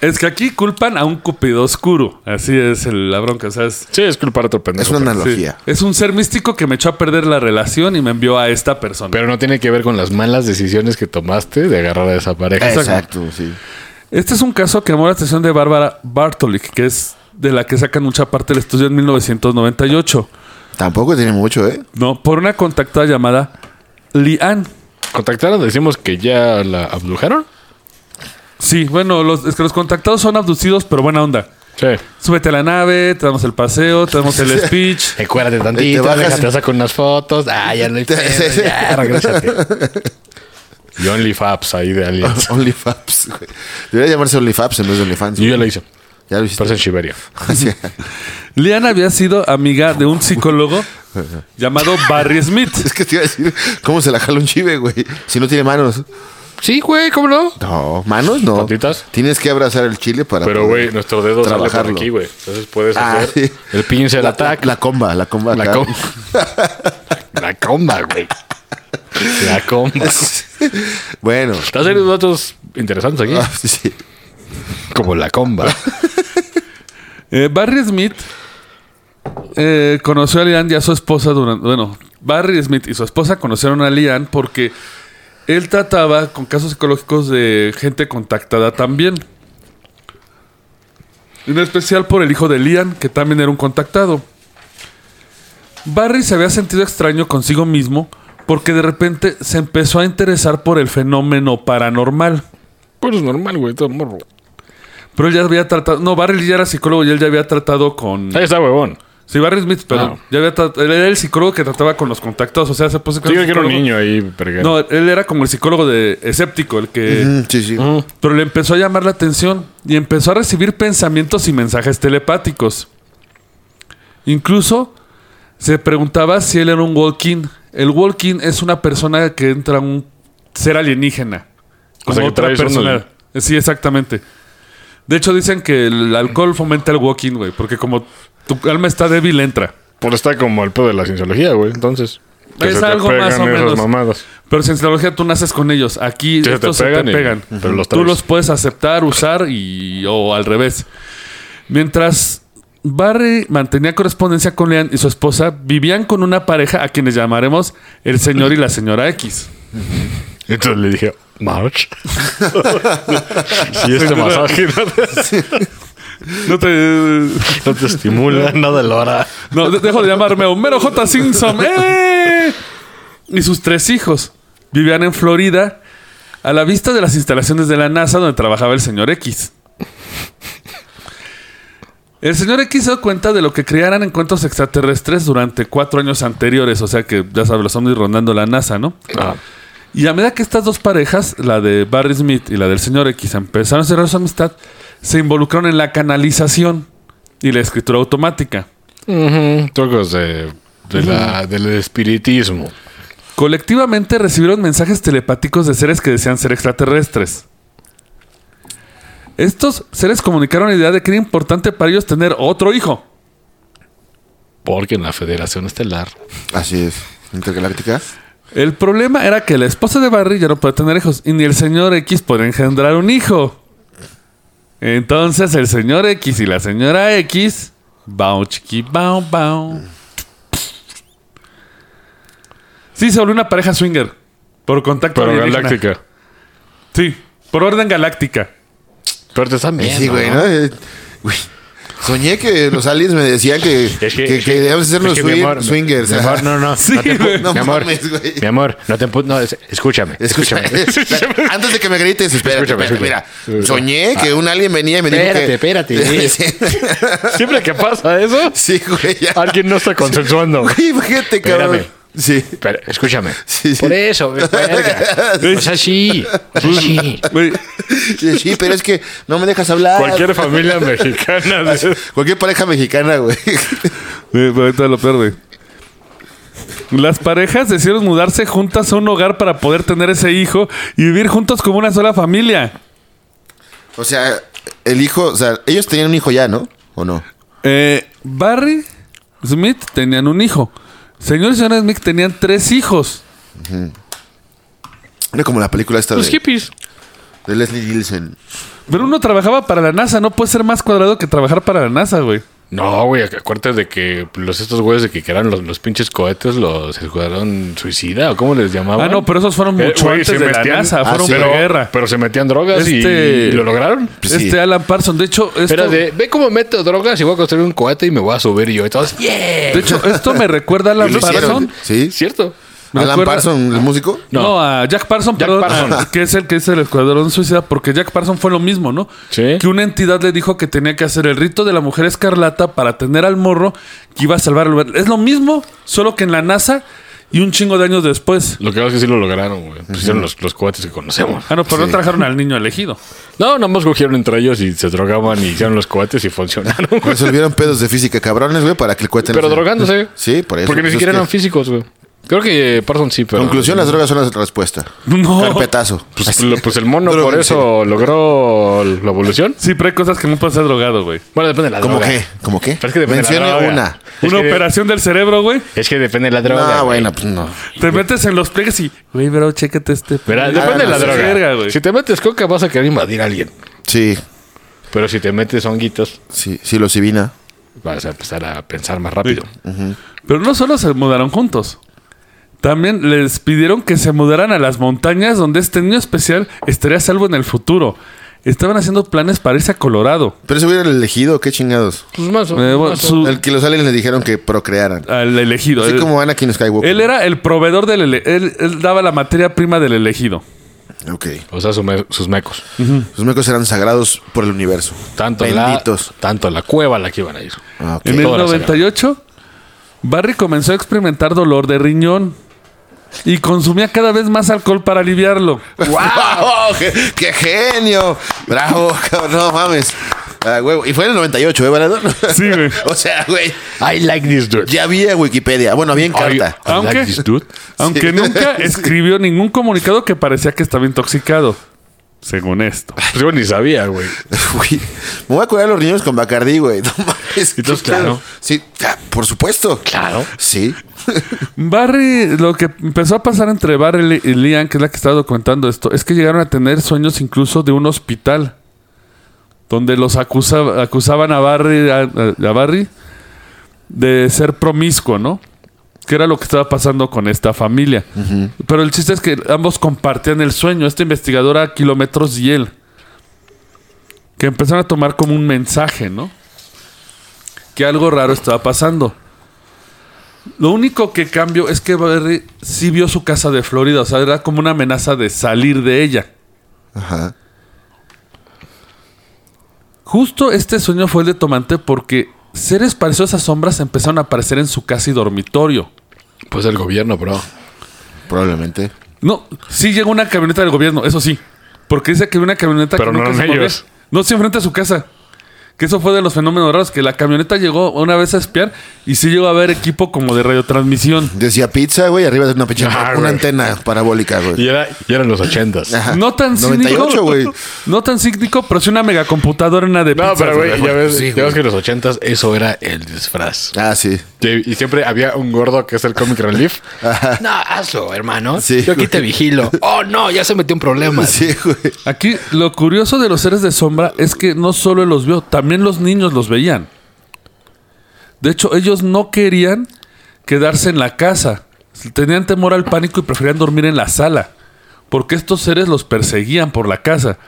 [SPEAKER 2] Es que aquí culpan a un Cupido oscuro. Así es el- la bronca, o sea, es-
[SPEAKER 4] Sí, es culpar a otro pendejo.
[SPEAKER 3] Es una
[SPEAKER 4] pero-
[SPEAKER 3] analogía.
[SPEAKER 2] sí. Es un ser místico que me echó a perder la relación y me envió a esta persona.
[SPEAKER 4] Pero no tiene que ver con las malas decisiones que tomaste de agarrar a esa pareja.
[SPEAKER 3] Exacto, sí.
[SPEAKER 2] Este es un caso que llamó la atención de Bárbara Bartolik, que es de la que sacan mucha parte del estudio en 1998.
[SPEAKER 3] Tampoco tiene mucho, ¿eh?
[SPEAKER 2] No, por una contactada llamada Lian.
[SPEAKER 4] ¿Contactaron? ¿Decimos que ya la abdujeron?
[SPEAKER 2] Sí, bueno, los, es que los contactados son abducidos, pero buena onda.
[SPEAKER 4] Sí.
[SPEAKER 2] Súbete a la nave, te damos el paseo, te damos el speech.
[SPEAKER 4] Recuérdate
[SPEAKER 3] Te
[SPEAKER 4] tantito,
[SPEAKER 3] bajas-
[SPEAKER 4] déjate saco unas fotos. Ah, ya no hay pedo, ya, regrésate. Y OnlyFaps ahí de alguien.
[SPEAKER 3] OnlyFaps, güey. Debería llamarse OnlyFaps en vez de OnlyFans.
[SPEAKER 4] Yo ya lo hice.
[SPEAKER 3] Ya lo
[SPEAKER 4] Pero es
[SPEAKER 3] hiciste.
[SPEAKER 4] en Siberia.
[SPEAKER 3] Sí.
[SPEAKER 2] Liana había sido amiga de un psicólogo llamado Barry Smith.
[SPEAKER 3] Es que te iba a decir, ¿cómo se la jala un chive, güey? Si no tiene manos.
[SPEAKER 4] Sí, güey, ¿cómo no?
[SPEAKER 3] No, manos no.
[SPEAKER 4] ¿Patitas?
[SPEAKER 3] Tienes que abrazar el chile para.
[SPEAKER 4] Pero,
[SPEAKER 3] poder
[SPEAKER 4] güey, nuestro dedo sale
[SPEAKER 3] trabajarlo.
[SPEAKER 4] por aquí, güey. Entonces puedes
[SPEAKER 3] Ah,
[SPEAKER 4] hacer
[SPEAKER 3] sí.
[SPEAKER 4] el pinche del
[SPEAKER 3] La-
[SPEAKER 4] ataque.
[SPEAKER 3] La comba, la comba.
[SPEAKER 4] La
[SPEAKER 3] acá.
[SPEAKER 4] comba. La comba, güey. La comba.
[SPEAKER 3] bueno.
[SPEAKER 4] Está saliendo datos interesantes aquí.
[SPEAKER 3] Ah, sí, sí.
[SPEAKER 4] Como la comba.
[SPEAKER 2] Eh, Barry Smith eh, conoció a Lian y a su esposa durante. Bueno, Barry Smith y su esposa conocieron a Lian porque él trataba con casos psicológicos de gente contactada también. En especial por el hijo de Lian, que también era un contactado. Barry se había sentido extraño consigo mismo porque de repente se empezó a interesar por el fenómeno paranormal.
[SPEAKER 4] Pues es normal, güey, todo morro.
[SPEAKER 2] Pero él ya había tratado. No, Barry ya era psicólogo y él ya había tratado con.
[SPEAKER 4] Ahí está, huevón.
[SPEAKER 2] Sí, Barry Smith, perdón.
[SPEAKER 4] Ah.
[SPEAKER 2] Ya había trat- él era el psicólogo que trataba con los contactados. O sea, se puso
[SPEAKER 4] Sí, yo que era un
[SPEAKER 2] psicólogo.
[SPEAKER 4] niño ahí, pero
[SPEAKER 2] No, él era como el psicólogo de escéptico, el
[SPEAKER 4] Eh.
[SPEAKER 2] que.
[SPEAKER 3] Mm, sí, sí.
[SPEAKER 2] Pero le empezó a llamar la atención y empezó a recibir pensamientos y mensajes telepáticos. Incluso se preguntaba si él era un walking. El walking es una persona que entra a un ser alienígena.
[SPEAKER 4] O sea,
[SPEAKER 2] Como
[SPEAKER 4] que traes uno
[SPEAKER 2] Sí, exactamente. De hecho, dicen que el alcohol fomenta el walking, güey, porque como tu alma está débil, entra.
[SPEAKER 4] Por está como el pedo de la cienciología, güey. Entonces. que
[SPEAKER 2] Es
[SPEAKER 4] se te
[SPEAKER 2] algo más
[SPEAKER 4] pegan
[SPEAKER 2] o
[SPEAKER 4] esas
[SPEAKER 2] menos.
[SPEAKER 4] mamadas.
[SPEAKER 2] Pero en cienciología tú naces con ellos. Aquí
[SPEAKER 4] Sí, se te
[SPEAKER 2] estos se te
[SPEAKER 4] pegan
[SPEAKER 2] pegan.
[SPEAKER 4] y- Ujú. pero los
[SPEAKER 2] tú
[SPEAKER 4] traes.
[SPEAKER 2] los puedes aceptar, usar y o al revés. Mientras Barry mantenía correspondencia con Leanne y su esposa, vivían con una pareja a quienes llamaremos el señor y la señora X.
[SPEAKER 4] Entonces le dije, March. si este masaje no te,
[SPEAKER 2] No te
[SPEAKER 4] no te estimula, nada lo hará.
[SPEAKER 2] no, de- dejo de llamarme Homero J. Simpson. ¡Eh! Y sus tres hijos vivían en Florida a la vista de las instalaciones de la NASA donde trabajaba el señor X. El señor X se dio cuenta de lo que crearan encuentros extraterrestres durante cuatro años anteriores, o sea que ya sabes, los hombres rondando la NASA, ¿no?
[SPEAKER 4] Ah,
[SPEAKER 2] Y a medida que estas dos parejas, la de Barry Smith y la del señor X, empezaron a cerrar su amistad, se involucraron en la canalización y la escritura automática.
[SPEAKER 4] ujú, Trucos de, de la, del espiritismo.
[SPEAKER 2] Colectivamente recibieron mensajes telepáticos de seres que desean ser extraterrestres. Estos seres comunicaron la idea de que era importante para ellos tener otro hijo.
[SPEAKER 4] Porque en la Federación Estelar.
[SPEAKER 3] Así es. Intergaláctica.
[SPEAKER 2] El problema era que la esposa de Barry ya no podía tener hijos y ni el señor X podía engendrar un hijo. Entonces el señor X y la señora X, bau chiqui bau bau. Sí, se volvió una pareja swinger por contacto
[SPEAKER 4] Pero
[SPEAKER 2] alienígena.
[SPEAKER 4] galáctica.
[SPEAKER 2] Sí, por orden galáctica.
[SPEAKER 4] Pero te están viendo.
[SPEAKER 3] Sí, güey, ¿no? Eh, güey. Soñé que los aliens me decían que,
[SPEAKER 4] Es
[SPEAKER 3] que, que debíamos hacernos
[SPEAKER 4] es que, mi
[SPEAKER 3] swing-
[SPEAKER 4] amor,
[SPEAKER 3] swingers.
[SPEAKER 4] mi amor,
[SPEAKER 3] ajá.
[SPEAKER 4] no, no.
[SPEAKER 2] Sí,
[SPEAKER 4] no te
[SPEAKER 2] güey.
[SPEAKER 4] pu-
[SPEAKER 3] No
[SPEAKER 4] mi amor,
[SPEAKER 3] mames, güey.
[SPEAKER 4] mi amor, no te pu- no, es- escúchame.
[SPEAKER 3] Escúchame.
[SPEAKER 4] Escúchame.
[SPEAKER 3] Antes de que me grites, espérate,
[SPEAKER 4] Escúchame,
[SPEAKER 3] espérate,
[SPEAKER 4] escúchame. Ah.
[SPEAKER 3] Mira, soñé que un alien venía y me dijo
[SPEAKER 4] Espérate,
[SPEAKER 3] que...
[SPEAKER 4] espérate. Siempre que pasa eso,
[SPEAKER 3] sí, güey, ya.
[SPEAKER 4] alguien no está consensuando.
[SPEAKER 3] Güey, fíjate, cabrón.
[SPEAKER 4] Espérame.
[SPEAKER 3] Sí.
[SPEAKER 4] Pero, escúchame.
[SPEAKER 3] Sí, sí.
[SPEAKER 4] Por eso, verga. O sea, sí. O sea, sí.
[SPEAKER 2] Güey,
[SPEAKER 3] sí. sí, pero es que no me dejas hablar.
[SPEAKER 4] Cualquier familia mexicana. de-
[SPEAKER 3] Cualquier pareja mexicana, güey.
[SPEAKER 2] Eh, pero ahorita lo pierde. Las parejas decidieron mudarse juntas a un hogar para poder tener ese hijo y vivir juntos como una sola familia.
[SPEAKER 3] O sea, el hijo, o sea, ellos tenían un hijo ya, ¿no? ¿O no?
[SPEAKER 2] Eh, Barry Smith tenían un hijo. Señor y señora Smith tenían tres hijos.
[SPEAKER 3] Era como la película esta
[SPEAKER 4] Los
[SPEAKER 3] de,
[SPEAKER 4] hippies.
[SPEAKER 3] de Leslie Nielsen.
[SPEAKER 2] Pero uno trabajaba para la NASA. No puede ser más cuadrado que trabajar para la NASA, güey.
[SPEAKER 4] No, güey, ac- acuérdate de que los estos güeyes de que que eran los, los pinches cohetes, los escuadrón suicida, o cómo les llamaban.
[SPEAKER 2] Ah, no, pero esos fueron
[SPEAKER 4] Eh,
[SPEAKER 2] mucho
[SPEAKER 4] güey,
[SPEAKER 2] antes
[SPEAKER 4] se
[SPEAKER 2] de
[SPEAKER 4] metían-
[SPEAKER 2] la NASA.
[SPEAKER 3] Ah,
[SPEAKER 2] Fueron
[SPEAKER 3] sí.
[SPEAKER 2] por
[SPEAKER 4] pero,
[SPEAKER 2] guerra.
[SPEAKER 4] Pero se metían drogas y-
[SPEAKER 2] Este-
[SPEAKER 4] y, lo lograron.
[SPEAKER 3] Pues sí.
[SPEAKER 2] Este Alan Parson, de hecho, esto,
[SPEAKER 4] Era de, ve cómo meto drogas y voy a construir un cohete y me voy a subir y yo. Entonces, yeah.
[SPEAKER 2] de hecho, esto me recuerda a
[SPEAKER 3] Y
[SPEAKER 2] Alan
[SPEAKER 3] lo hicieron.
[SPEAKER 2] Parson.
[SPEAKER 3] ¿Sí?
[SPEAKER 4] ¿Cierto?
[SPEAKER 2] Me
[SPEAKER 3] Alan
[SPEAKER 2] recuerda-
[SPEAKER 3] Parson, el músico.
[SPEAKER 2] No.
[SPEAKER 4] No.
[SPEAKER 2] a Jack Parson,
[SPEAKER 4] Jack
[SPEAKER 2] perdón,
[SPEAKER 4] Parson.
[SPEAKER 2] a- que es el que es el escuadrón suicida, porque Jack Parson fue lo mismo, ¿no?
[SPEAKER 4] Sí.
[SPEAKER 2] Que una entidad le dijo que tenía que hacer el rito de la mujer escarlata para tener al morro que iba a salvar al lugar. Es lo mismo, solo que en la NASA y un chingo de años después.
[SPEAKER 4] Lo que pasa es que sí lo lograron, güey. Pusieron los, los cohetes que conocemos.
[SPEAKER 2] Ah, no, pero no
[SPEAKER 3] Sí.
[SPEAKER 2] trajeron al niño elegido.
[SPEAKER 4] No, nomás cogieron entre ellos y se drogaban y hicieron los cohetes y funcionaron, güey.
[SPEAKER 3] Resolvieron pedos de física cabrones, güey, para que el cohete no
[SPEAKER 4] Pero
[SPEAKER 3] se-
[SPEAKER 4] drogándose.
[SPEAKER 3] Sí, por eso.
[SPEAKER 4] Porque ni
[SPEAKER 3] Pues es
[SPEAKER 4] siquiera
[SPEAKER 3] que-
[SPEAKER 4] eran físicos, güey. Creo que eh, Parson sí, pero.
[SPEAKER 3] Conclusión, las drogas son la respuesta.
[SPEAKER 2] No.
[SPEAKER 3] Carpetazo.
[SPEAKER 4] Oh. Pues, lo- pues el mono por
[SPEAKER 3] Droga,
[SPEAKER 4] eso logró la evolución.
[SPEAKER 2] Sí, pero hay cosas que no pueden ser drogado, güey.
[SPEAKER 4] Bueno, depende de la
[SPEAKER 3] ¿Cómo
[SPEAKER 4] droga.
[SPEAKER 3] qué? ¿Cómo qué?
[SPEAKER 4] Pero es que depende de la
[SPEAKER 3] Mencione
[SPEAKER 4] droga.
[SPEAKER 3] una.
[SPEAKER 4] Es
[SPEAKER 2] Una
[SPEAKER 4] que-
[SPEAKER 2] operación del cerebro, güey.
[SPEAKER 4] Es que depende de la droga.
[SPEAKER 3] no,
[SPEAKER 4] güey.
[SPEAKER 3] bueno, pues no.
[SPEAKER 2] Te metes en los pliegues y, güey, bro, chécate este.
[SPEAKER 4] Verá,
[SPEAKER 2] Ah,
[SPEAKER 4] depende de la
[SPEAKER 2] no sé,
[SPEAKER 4] droga.
[SPEAKER 2] verga, güey.
[SPEAKER 4] si te metes coca, vas a querer invadir a alguien.
[SPEAKER 3] Sí,
[SPEAKER 4] Pero si te metes honguitos,
[SPEAKER 3] sí, sí, lo civina.
[SPEAKER 4] vas a empezar a pensar más rápido.
[SPEAKER 2] Pero no solo se mudaron juntos. También les pidieron que se mudaran a las montañas donde este niño especial estaría a salvo en el futuro. Estaban haciendo planes para irse a Colorado.
[SPEAKER 3] Pero ese hubiera elegido, qué chingados.
[SPEAKER 4] Pues más o
[SPEAKER 2] Eh, bueno,
[SPEAKER 4] menos.
[SPEAKER 2] su-
[SPEAKER 3] El que los aliens le dijeron que procrearan.
[SPEAKER 2] al elegido.
[SPEAKER 3] Así
[SPEAKER 2] Él-
[SPEAKER 3] como Anakin Skywalker.
[SPEAKER 2] Él era el proveedor del... ele- Él, él daba la materia prima del elegido.
[SPEAKER 3] Ok.
[SPEAKER 4] O sea, su me- sus mecos.
[SPEAKER 3] Los mecos eran sagrados por el universo.
[SPEAKER 4] Tanto
[SPEAKER 3] Benditos.
[SPEAKER 4] la, tanto la cueva a la que iban a ir.
[SPEAKER 3] Ah, ok.
[SPEAKER 2] En el
[SPEAKER 4] Toda la saga.
[SPEAKER 2] 98, Barry comenzó a experimentar dolor de riñón. Y consumía cada vez más alcohol para aliviarlo.
[SPEAKER 3] ¡Wow! ¡Qué, qué genio! ¡Bravo, cabrón! No mames. Ah, huevo. Y fue en el 98, ¿eh, Valedor?
[SPEAKER 2] Sí, güey.
[SPEAKER 3] o sea, güey,
[SPEAKER 4] I like this dude.
[SPEAKER 3] ya había Wikipedia. Bueno, había en
[SPEAKER 4] I,
[SPEAKER 3] carta.
[SPEAKER 4] I like
[SPEAKER 2] Aunque-
[SPEAKER 4] this dude.
[SPEAKER 2] Aunque
[SPEAKER 3] Sí.
[SPEAKER 2] nunca
[SPEAKER 3] Sí.
[SPEAKER 2] escribió ningún comunicado que parecía que estaba intoxicado. Según esto.
[SPEAKER 4] Pues yo ni sabía, güey.
[SPEAKER 3] Güey, me voy a curar los riñones con Bacardí, güey. No mames.
[SPEAKER 4] Entonces,
[SPEAKER 3] qué pedo.
[SPEAKER 4] claro.
[SPEAKER 3] Sí, ah, por supuesto.
[SPEAKER 4] Claro.
[SPEAKER 3] Sí.
[SPEAKER 2] Barry, lo que empezó a pasar entre Barry y Lian, que es la que estaba documentando esto, es que llegaron a tener sueños incluso de un hospital. Donde los acusaba- acusaban a Barry, a, a- a Barry de ser promiscuo, ¿no? Que era lo que estaba pasando con esta familia. Pero el chiste es que ambos compartían el sueño. Esta investigadora, kilómetros y él. Que empezaron a tomar como un mensaje, ¿no? Que algo raro estaba pasando. Lo único que cambió es que Barry sí vio su casa de Florida. O sea, era como una amenaza de salir de ella.
[SPEAKER 3] Ajá.
[SPEAKER 2] Justo este sueño fue el detonante porque seres parecidos a sombras empezaron a aparecer en su casa y dormitorio.
[SPEAKER 4] Pues el gobierno, bro.
[SPEAKER 3] Probablemente.
[SPEAKER 2] No, sí llegó una camioneta del gobierno, eso sí. Porque dice que había una camioneta
[SPEAKER 4] Pero
[SPEAKER 2] que
[SPEAKER 4] no
[SPEAKER 2] nunca
[SPEAKER 4] eran
[SPEAKER 2] se movió.
[SPEAKER 4] ellos.
[SPEAKER 2] No, sí, enfrente a su casa. Que eso fue de los fenómenos raros, que la camioneta llegó una vez a espiar y sí llegó a ver equipo como de radiotransmisión.
[SPEAKER 3] Decía pizza, güey, arriba de una pinche
[SPEAKER 4] Ah,
[SPEAKER 3] una
[SPEAKER 4] güey.
[SPEAKER 3] antena parabólica,
[SPEAKER 4] Y
[SPEAKER 3] güey.
[SPEAKER 4] era, y eran los ochentas.
[SPEAKER 3] Ajá.
[SPEAKER 2] No tan
[SPEAKER 3] 98, güey.
[SPEAKER 2] cínico. No tan cínico, pero sí una megacomputadora en una de
[SPEAKER 4] No,
[SPEAKER 2] pizzas,
[SPEAKER 4] pero güey, ya ves,
[SPEAKER 3] Sí,
[SPEAKER 4] ya ves
[SPEAKER 3] güey.
[SPEAKER 4] que en los ochentas eso era el disfraz.
[SPEAKER 3] Ah, sí.
[SPEAKER 4] Que- Y siempre había un gordo que es el comic relief. No, hazlo, hermano.
[SPEAKER 3] Sí,
[SPEAKER 4] Yo aquí
[SPEAKER 3] güey.
[SPEAKER 4] te vigilo. Oh, no, ya se metió un problema.
[SPEAKER 3] Sí, güey.
[SPEAKER 2] Aquí lo curioso de los seres de sombra es que no solo él los vio, también los niños los veían. De hecho, ellos no querían quedarse en la casa. Tenían temor al pánico y preferían dormir en la sala. Porque estos seres los perseguían por la casa.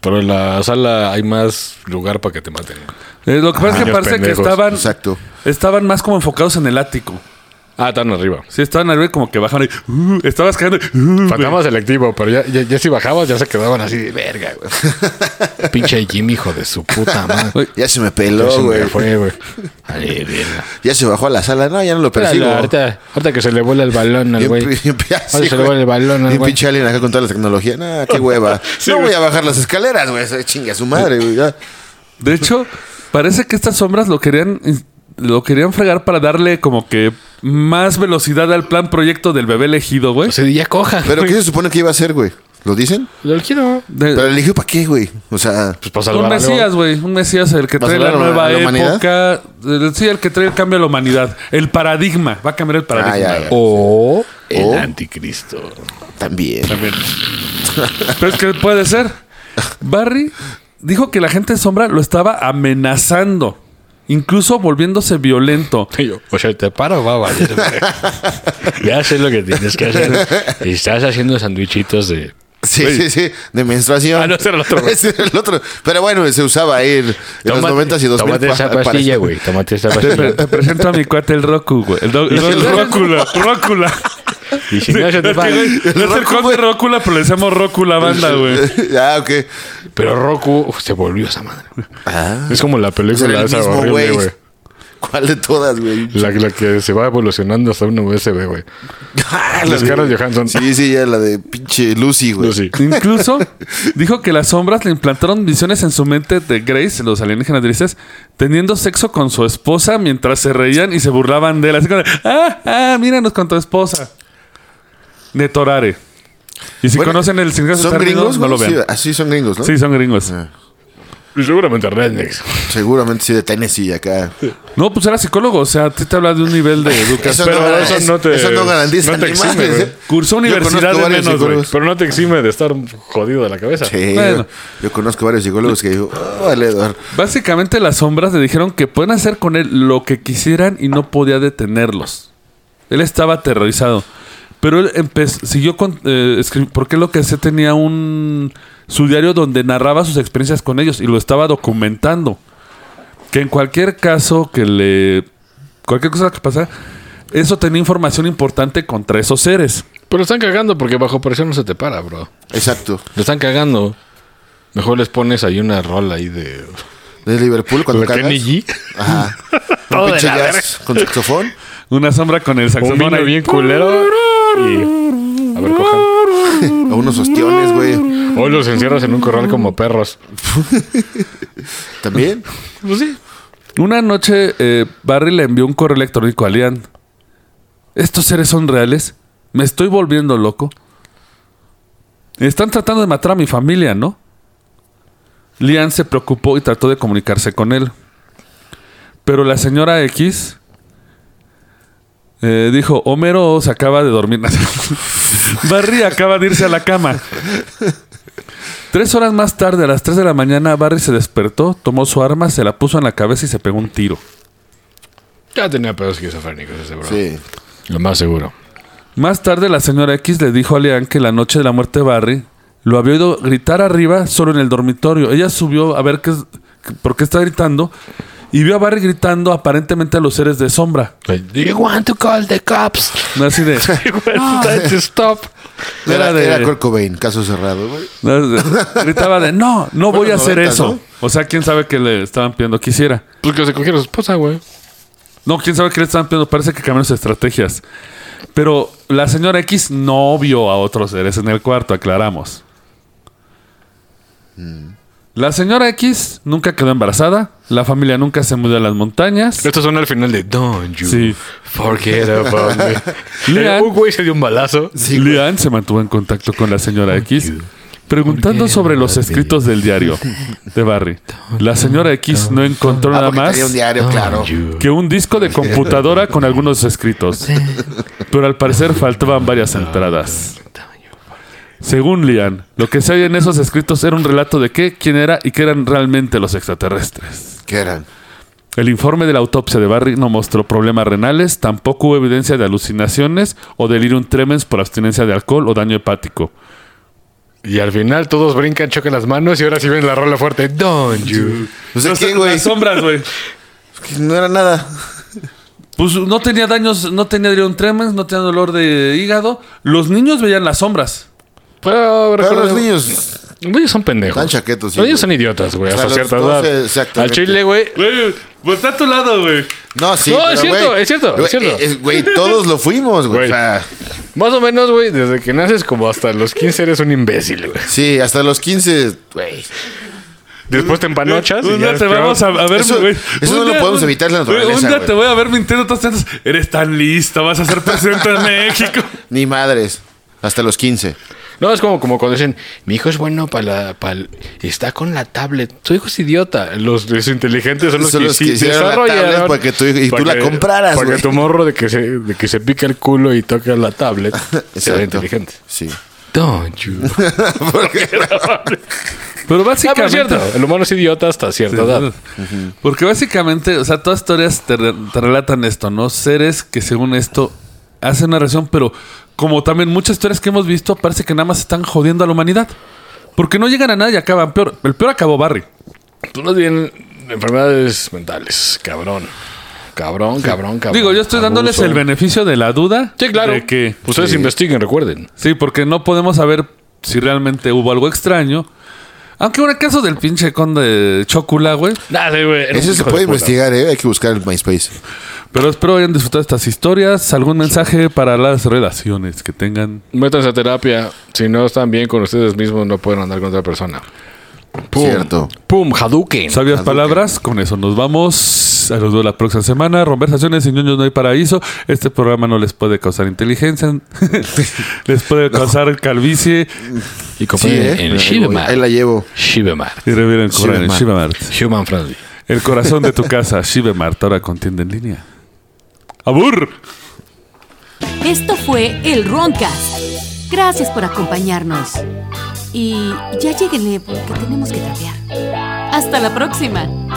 [SPEAKER 4] Pero en la sala hay más lugar para que te maten.
[SPEAKER 2] Eh, lo que pasa es que
[SPEAKER 4] niños
[SPEAKER 2] parece que
[SPEAKER 4] pendejos.
[SPEAKER 2] estaban,
[SPEAKER 3] Exacto.
[SPEAKER 2] estaban más como enfocados en el ático.
[SPEAKER 4] Ah, tan arriba.
[SPEAKER 2] Sí, estaban arriba y como que bajaron y... "Uh", estabas cayendo... y, "Uh",
[SPEAKER 4] Fantasma selectivo, pero ya, ya, ya si bajabas ya se quedaban así de verga, güey. Pinche Jim, hijo de su puta madre.
[SPEAKER 3] Ya se me
[SPEAKER 4] Ya
[SPEAKER 3] peló,
[SPEAKER 4] se me
[SPEAKER 3] güey.
[SPEAKER 4] fue, güey. Ay, verga.
[SPEAKER 3] Ya se bajó a la sala. No, ya no lo persigo.
[SPEAKER 4] Espéralo, ahorita, ahorita que se le vuela el balón
[SPEAKER 3] Y
[SPEAKER 4] al
[SPEAKER 3] un
[SPEAKER 4] güey.
[SPEAKER 3] pi- y un pi-
[SPEAKER 4] Ahorita
[SPEAKER 3] sí,
[SPEAKER 4] se le
[SPEAKER 3] güey.
[SPEAKER 4] vuela el balón
[SPEAKER 3] Y
[SPEAKER 4] al
[SPEAKER 3] un
[SPEAKER 4] güey.
[SPEAKER 3] pinche alien acá con toda la tecnología. Nah, qué hueva. no voy a bajar las escaleras, güey. Esa Chingue a su madre, güey. ya.
[SPEAKER 2] De hecho, parece que estas sombras lo querían lo querían fregar para darle como que más velocidad al plan proyecto del bebé elegido, güey.
[SPEAKER 4] O sea, ya coja.
[SPEAKER 3] Pero ¿qué se supone que iba a hacer, güey? ¿Lo dicen?
[SPEAKER 4] Lo quiero.
[SPEAKER 2] De-
[SPEAKER 3] Pero eligió para qué, güey. O sea,
[SPEAKER 4] Pues para
[SPEAKER 2] un
[SPEAKER 4] salvar algo.
[SPEAKER 2] mesías, güey. Un mesías el que
[SPEAKER 3] ¿Vas a
[SPEAKER 2] trae la
[SPEAKER 3] hablar a la-
[SPEAKER 2] nueva
[SPEAKER 3] a la humanidad?
[SPEAKER 2] época. eh, Sí, el que trae el cambio a la humanidad. El paradigma. Va a cambiar el paradigma.
[SPEAKER 3] Ah, ya, ya.
[SPEAKER 4] O el
[SPEAKER 3] O-
[SPEAKER 4] anticristo.
[SPEAKER 3] también.
[SPEAKER 2] También. Pero es que puede ser. Barry dijo que la gente sombra lo estaba amenazando. Incluso volviéndose violento.
[SPEAKER 4] Y yo, o sea, te paro, va a valer. ya sé lo que tienes que hacer. Estás haciendo sandwichitos de.
[SPEAKER 3] Sí, sí, sí. De menstruación.
[SPEAKER 4] Ah, no, ese era el otro, güey.
[SPEAKER 3] Ese era el otro. Pero bueno, se usaba ahí en los
[SPEAKER 4] Tómate-
[SPEAKER 3] 90 y 2000.
[SPEAKER 4] Tómate esa
[SPEAKER 3] pa- para-
[SPEAKER 4] pastilla, güey. Tómate esa
[SPEAKER 2] Te,
[SPEAKER 4] pastilla.
[SPEAKER 2] pre- te presento a mi cuate el Roku, güey. El, do- el do-
[SPEAKER 3] El
[SPEAKER 2] Rócula. Rócula.
[SPEAKER 4] y si no, se te
[SPEAKER 2] Es
[SPEAKER 4] para.
[SPEAKER 2] que, güey, no es el
[SPEAKER 3] Roku,
[SPEAKER 2] conde Rócula, pero le decíamos Rócula banda, güey.
[SPEAKER 3] ah, ok.
[SPEAKER 4] Pero Roku uf, se volvió esa madre.
[SPEAKER 3] Ah.
[SPEAKER 4] Es como la
[SPEAKER 3] Era
[SPEAKER 4] película
[SPEAKER 3] el
[SPEAKER 4] esa
[SPEAKER 3] mismo
[SPEAKER 4] horrible,
[SPEAKER 3] güey.
[SPEAKER 4] güey.
[SPEAKER 3] ¿Cuál de todas, güey?
[SPEAKER 4] La, la que se va evolucionando hasta una USB, güey.
[SPEAKER 3] Ah,
[SPEAKER 4] Las
[SPEAKER 3] de-
[SPEAKER 4] caras de Johansson.
[SPEAKER 3] Sí, sí, ya la de pinche Lucy, güey.
[SPEAKER 4] Yo sí.
[SPEAKER 2] Incluso dijo que las sombras le implantaron visiones en su mente de Grace, los alienígenas grises, teniendo sexo con su esposa mientras se reían y se burlaban de él. Así como, de, ah, ah, míranos con tu esposa. De Torare. Y si
[SPEAKER 3] Bueno,
[SPEAKER 2] conocen el significado
[SPEAKER 3] ¿Son
[SPEAKER 2] del término,
[SPEAKER 3] gringos?
[SPEAKER 2] no lo
[SPEAKER 3] güey?
[SPEAKER 2] vean.
[SPEAKER 3] Sí, así son gringos, ¿no? Ah.
[SPEAKER 2] Sí, son gringos.
[SPEAKER 4] Y seguramente Rednex.
[SPEAKER 3] Seguramente sí de Tennessee acá.
[SPEAKER 2] No, pues era psicólogo, o sea, sí te habla de un nivel de educación.
[SPEAKER 3] Eso
[SPEAKER 4] pero
[SPEAKER 3] no,
[SPEAKER 4] eso
[SPEAKER 3] es-
[SPEAKER 4] no te-
[SPEAKER 3] eso no garantiza
[SPEAKER 4] no te
[SPEAKER 3] ni
[SPEAKER 4] exime,
[SPEAKER 3] madres,
[SPEAKER 4] güey.
[SPEAKER 3] ¿eh?
[SPEAKER 2] Cursó
[SPEAKER 3] Yo
[SPEAKER 2] universidad
[SPEAKER 3] conozco
[SPEAKER 2] de
[SPEAKER 3] varios
[SPEAKER 2] menos, güey.
[SPEAKER 3] psicólogos.
[SPEAKER 4] Pero no te exime de estar jodido de la cabeza.
[SPEAKER 3] Sí,
[SPEAKER 2] Bueno.
[SPEAKER 3] yo, yo conozco varios psicólogos que digo, oh, vale, Eduardo.
[SPEAKER 2] Básicamente las sombras le dijeron que pueden hacer con él lo que quisieran y no podía detenerlos. Él estaba aterrorizado. Pero él empezó, siguió con... eh, escri- porque lo que sé tenía un... Su diario donde narraba sus experiencias con ellos y lo estaba documentando. Que en cualquier caso que le... Cualquier cosa que pasara, eso tenía información importante contra esos seres.
[SPEAKER 4] Pero están cagando porque bajo presión no se te para, bro.
[SPEAKER 3] Exacto.
[SPEAKER 4] Le están cagando. Mejor les pones ahí una rola ahí de...
[SPEAKER 3] De Liverpool cuando
[SPEAKER 4] ¿De
[SPEAKER 3] cagas.
[SPEAKER 4] Kenny G?
[SPEAKER 3] Ajá.
[SPEAKER 4] Todo
[SPEAKER 3] Un
[SPEAKER 4] de
[SPEAKER 3] pinche
[SPEAKER 4] la
[SPEAKER 3] jazz con saxofón.
[SPEAKER 2] Una sombra con el
[SPEAKER 4] Un
[SPEAKER 2] saxofón
[SPEAKER 4] vino
[SPEAKER 2] ahí.
[SPEAKER 4] bien culero y... A ver, cojan.
[SPEAKER 3] O unos ostiones, güey.
[SPEAKER 4] Hoy los encierras en un corral como perros.
[SPEAKER 3] También.
[SPEAKER 4] Pues sí.
[SPEAKER 2] Una noche, eh, Barry le envió un correo electrónico a Lian. ¿Estos seres son reales? ¿Me estoy volviendo loco? Están tratando de matar a mi familia, ¿no? Lian se preocupó y trató de comunicarse con él. Pero la señora X eh, dijo, Homero se acaba de dormir. Barry acaba de irse a la cama. Tres horas más tarde, a las 3 de la mañana, Barry se despertó, tomó su arma, se la puso en la cabeza y se pegó un tiro.
[SPEAKER 4] Ya tenía pedos esquizofrénicos ese, bro.
[SPEAKER 3] Sí.
[SPEAKER 4] Lo más seguro.
[SPEAKER 2] Más tarde, la señora X le dijo a Leanne que la noche de la muerte de Barry lo había oído gritar arriba solo en el dormitorio. Ella subió a ver qué, es- por qué está gritando y vio a Barry gritando aparentemente a los seres de sombra.
[SPEAKER 4] Do you want to call the cops?
[SPEAKER 2] Así de.
[SPEAKER 4] You want to stop.
[SPEAKER 3] Era,
[SPEAKER 2] Era de-
[SPEAKER 3] era Kurt Cobain, caso cerrado, güey.
[SPEAKER 2] gritaba de: No, no voy a
[SPEAKER 3] los
[SPEAKER 2] hacer
[SPEAKER 3] noventas,
[SPEAKER 2] eso.
[SPEAKER 3] ¿no?
[SPEAKER 2] O sea, quién sabe que le estaban pidiendo que hiciera.
[SPEAKER 4] Pues que se cogiera su esposa, güey.
[SPEAKER 2] No, quién sabe qué le estaban pidiendo. Parece que cambiaron sus estrategias. Pero la señora X no vio a otros seres en el cuarto, aclaramos.
[SPEAKER 3] Mm.
[SPEAKER 2] La señora X nunca quedó embarazada. La familia nunca se mudó a las montañas.
[SPEAKER 4] Esto suena al final de Don't you
[SPEAKER 2] Sí.
[SPEAKER 4] forget about me.
[SPEAKER 2] Lean.
[SPEAKER 4] Pero Un güey se dio un balazo.
[SPEAKER 2] Leanne se mantuvo en contacto con la señora X, preguntando sobre los escritos del diario de Barry. La señora X no encontró
[SPEAKER 3] Ah,
[SPEAKER 2] nada
[SPEAKER 3] porque
[SPEAKER 2] más. Oh,
[SPEAKER 3] tenía un diario, claro.
[SPEAKER 2] que un disco de computadora con algunos escritos. Pero al parecer faltaban varias entradas. Según Lian, lo que se oye en esos escritos era un relato de qué, quién era y qué eran realmente los extraterrestres.
[SPEAKER 3] ¿Qué eran?
[SPEAKER 2] El informe de la autopsia de Barry no mostró problemas renales, tampoco hubo evidencia de alucinaciones o delirium tremens por abstinencia de alcohol o daño hepático.
[SPEAKER 4] Y al final todos brincan, chocan las manos y ahora sí ven la rola fuerte. Don't you.
[SPEAKER 3] No sé
[SPEAKER 2] No sé,
[SPEAKER 3] qué, Pues, güey.
[SPEAKER 2] Las sombras, güey.
[SPEAKER 3] No era nada.
[SPEAKER 2] Pues no tenía daños, no tenía delirium tremens, no tenía dolor de hígado. Los niños veían las sombras.
[SPEAKER 4] Pero,
[SPEAKER 3] Pero los
[SPEAKER 4] recuerda-
[SPEAKER 3] niños.
[SPEAKER 4] Los niños son pendejos.
[SPEAKER 3] Están chaquetos, sí,
[SPEAKER 4] los
[SPEAKER 3] güey.
[SPEAKER 4] niños son idiotas, güey,
[SPEAKER 3] O sea,
[SPEAKER 4] hasta
[SPEAKER 3] los
[SPEAKER 4] cierta
[SPEAKER 3] dos,
[SPEAKER 4] edad. Al
[SPEAKER 3] exactamente.
[SPEAKER 4] chile, güey.
[SPEAKER 2] Güey, pues está a tu lado, güey.
[SPEAKER 3] No, sí.
[SPEAKER 4] No,
[SPEAKER 3] pero,
[SPEAKER 4] es cierto,
[SPEAKER 3] güey,
[SPEAKER 4] es cierto, es
[SPEAKER 3] güey,
[SPEAKER 4] cierto.
[SPEAKER 3] es- Güey, todos lo fuimos, güey.
[SPEAKER 4] Güey.
[SPEAKER 3] O sea,
[SPEAKER 4] Más o menos, güey, desde que naces como hasta los 15 eres un imbécil, güey.
[SPEAKER 3] sí, hasta los 15, güey.
[SPEAKER 4] Después te empanochas y
[SPEAKER 2] Un
[SPEAKER 4] ya
[SPEAKER 2] día
[SPEAKER 4] eres
[SPEAKER 2] te
[SPEAKER 4] peor.
[SPEAKER 2] vamos a, a ver,
[SPEAKER 3] Eso-
[SPEAKER 2] güey.
[SPEAKER 3] eso
[SPEAKER 2] Un
[SPEAKER 3] no lo podemos evitar, la
[SPEAKER 2] güey, Un
[SPEAKER 3] naturaleza,
[SPEAKER 2] día
[SPEAKER 3] güey.
[SPEAKER 2] te voy a ver mintiendo todas estas. Eres tan lista, vas a ser presidente de México.
[SPEAKER 3] Ni madres. Hasta los 15.
[SPEAKER 4] No, es como, como cuando dicen, mi hijo es bueno para la... pa' el- está con la tablet. Tu hijo es idiota. Los, los inteligentes son los,
[SPEAKER 3] Son
[SPEAKER 4] que,
[SPEAKER 3] los
[SPEAKER 4] sí
[SPEAKER 3] que hicieron la
[SPEAKER 4] desarrollaron
[SPEAKER 3] tablet para que tu hijo- y
[SPEAKER 4] para
[SPEAKER 3] tú la compraras,
[SPEAKER 4] Para que
[SPEAKER 3] güey.
[SPEAKER 4] tu morro de que, se, de que se pica el culo y toca la tablet sea
[SPEAKER 3] Exacto. Ah,
[SPEAKER 4] inteligente.
[SPEAKER 3] Sí.
[SPEAKER 4] Don't you.
[SPEAKER 3] Porque
[SPEAKER 2] Pero
[SPEAKER 4] Ah, pero
[SPEAKER 2] básicamente.
[SPEAKER 4] es cierto. El humano es idiota hasta
[SPEAKER 2] Sí,
[SPEAKER 4] cierta edad.
[SPEAKER 2] ¿verdad? Porque básicamente, o sea, todas historias te, re- te relatan esto, ¿no? Seres que según esto hacen una relación, pero como también muchas historias que hemos visto, parece que nada más están jodiendo a la humanidad. Porque no llegan a nada y acaban peor. El peor acabó Barry.
[SPEAKER 4] Tú no tienes enfermedades mentales, cabrón. Cabrón, cabrón, cabrón.
[SPEAKER 2] Digo, yo estoy dándoles
[SPEAKER 4] Abuso.
[SPEAKER 2] el beneficio de la duda.
[SPEAKER 4] Sí, claro.
[SPEAKER 2] De que pues,
[SPEAKER 4] Ustedes investiguen, recuerden.
[SPEAKER 2] Sí, porque no podemos saber si realmente hubo algo extraño. Aunque en el caso del pinche conde Chocula, güey.
[SPEAKER 4] Dale, güey. era
[SPEAKER 3] Eso
[SPEAKER 4] un
[SPEAKER 3] se
[SPEAKER 4] hijo de
[SPEAKER 3] puede
[SPEAKER 4] puta.
[SPEAKER 3] investigar, ¿eh? Hay que buscar el MySpace.
[SPEAKER 2] Pero espero hayan disfrutado estas historias. ¿Algún mensaje para las relaciones que tengan?
[SPEAKER 4] Métanse a terapia. Si no están bien con ustedes mismos, no pueden andar con otra persona.
[SPEAKER 3] Cierto.
[SPEAKER 4] Pum, Hadouken.
[SPEAKER 2] Sabias palabras, con eso nos vamos. A los dos la próxima semana. Conversaciones sin ñoños no hay paraíso. Este programa no les puede causar inteligencia, les puede causar calvicie
[SPEAKER 4] Y
[SPEAKER 3] Sí, ¿eh?
[SPEAKER 4] compré en
[SPEAKER 3] Ahí voy, Ahí
[SPEAKER 4] Shivamar.
[SPEAKER 3] la llevo.
[SPEAKER 4] Shivamar.
[SPEAKER 2] y reviven Corán en
[SPEAKER 3] Shivamart.
[SPEAKER 2] Shivamart.
[SPEAKER 4] Human Friendly.
[SPEAKER 2] El corazón de tu casa, Shivamart. Ahora contienda en línea. ¡Abur!
[SPEAKER 1] Esto fue el Roncast. Gracias por acompañarnos. Y ya lleguenle porque tenemos que cambiar. Hasta la próxima.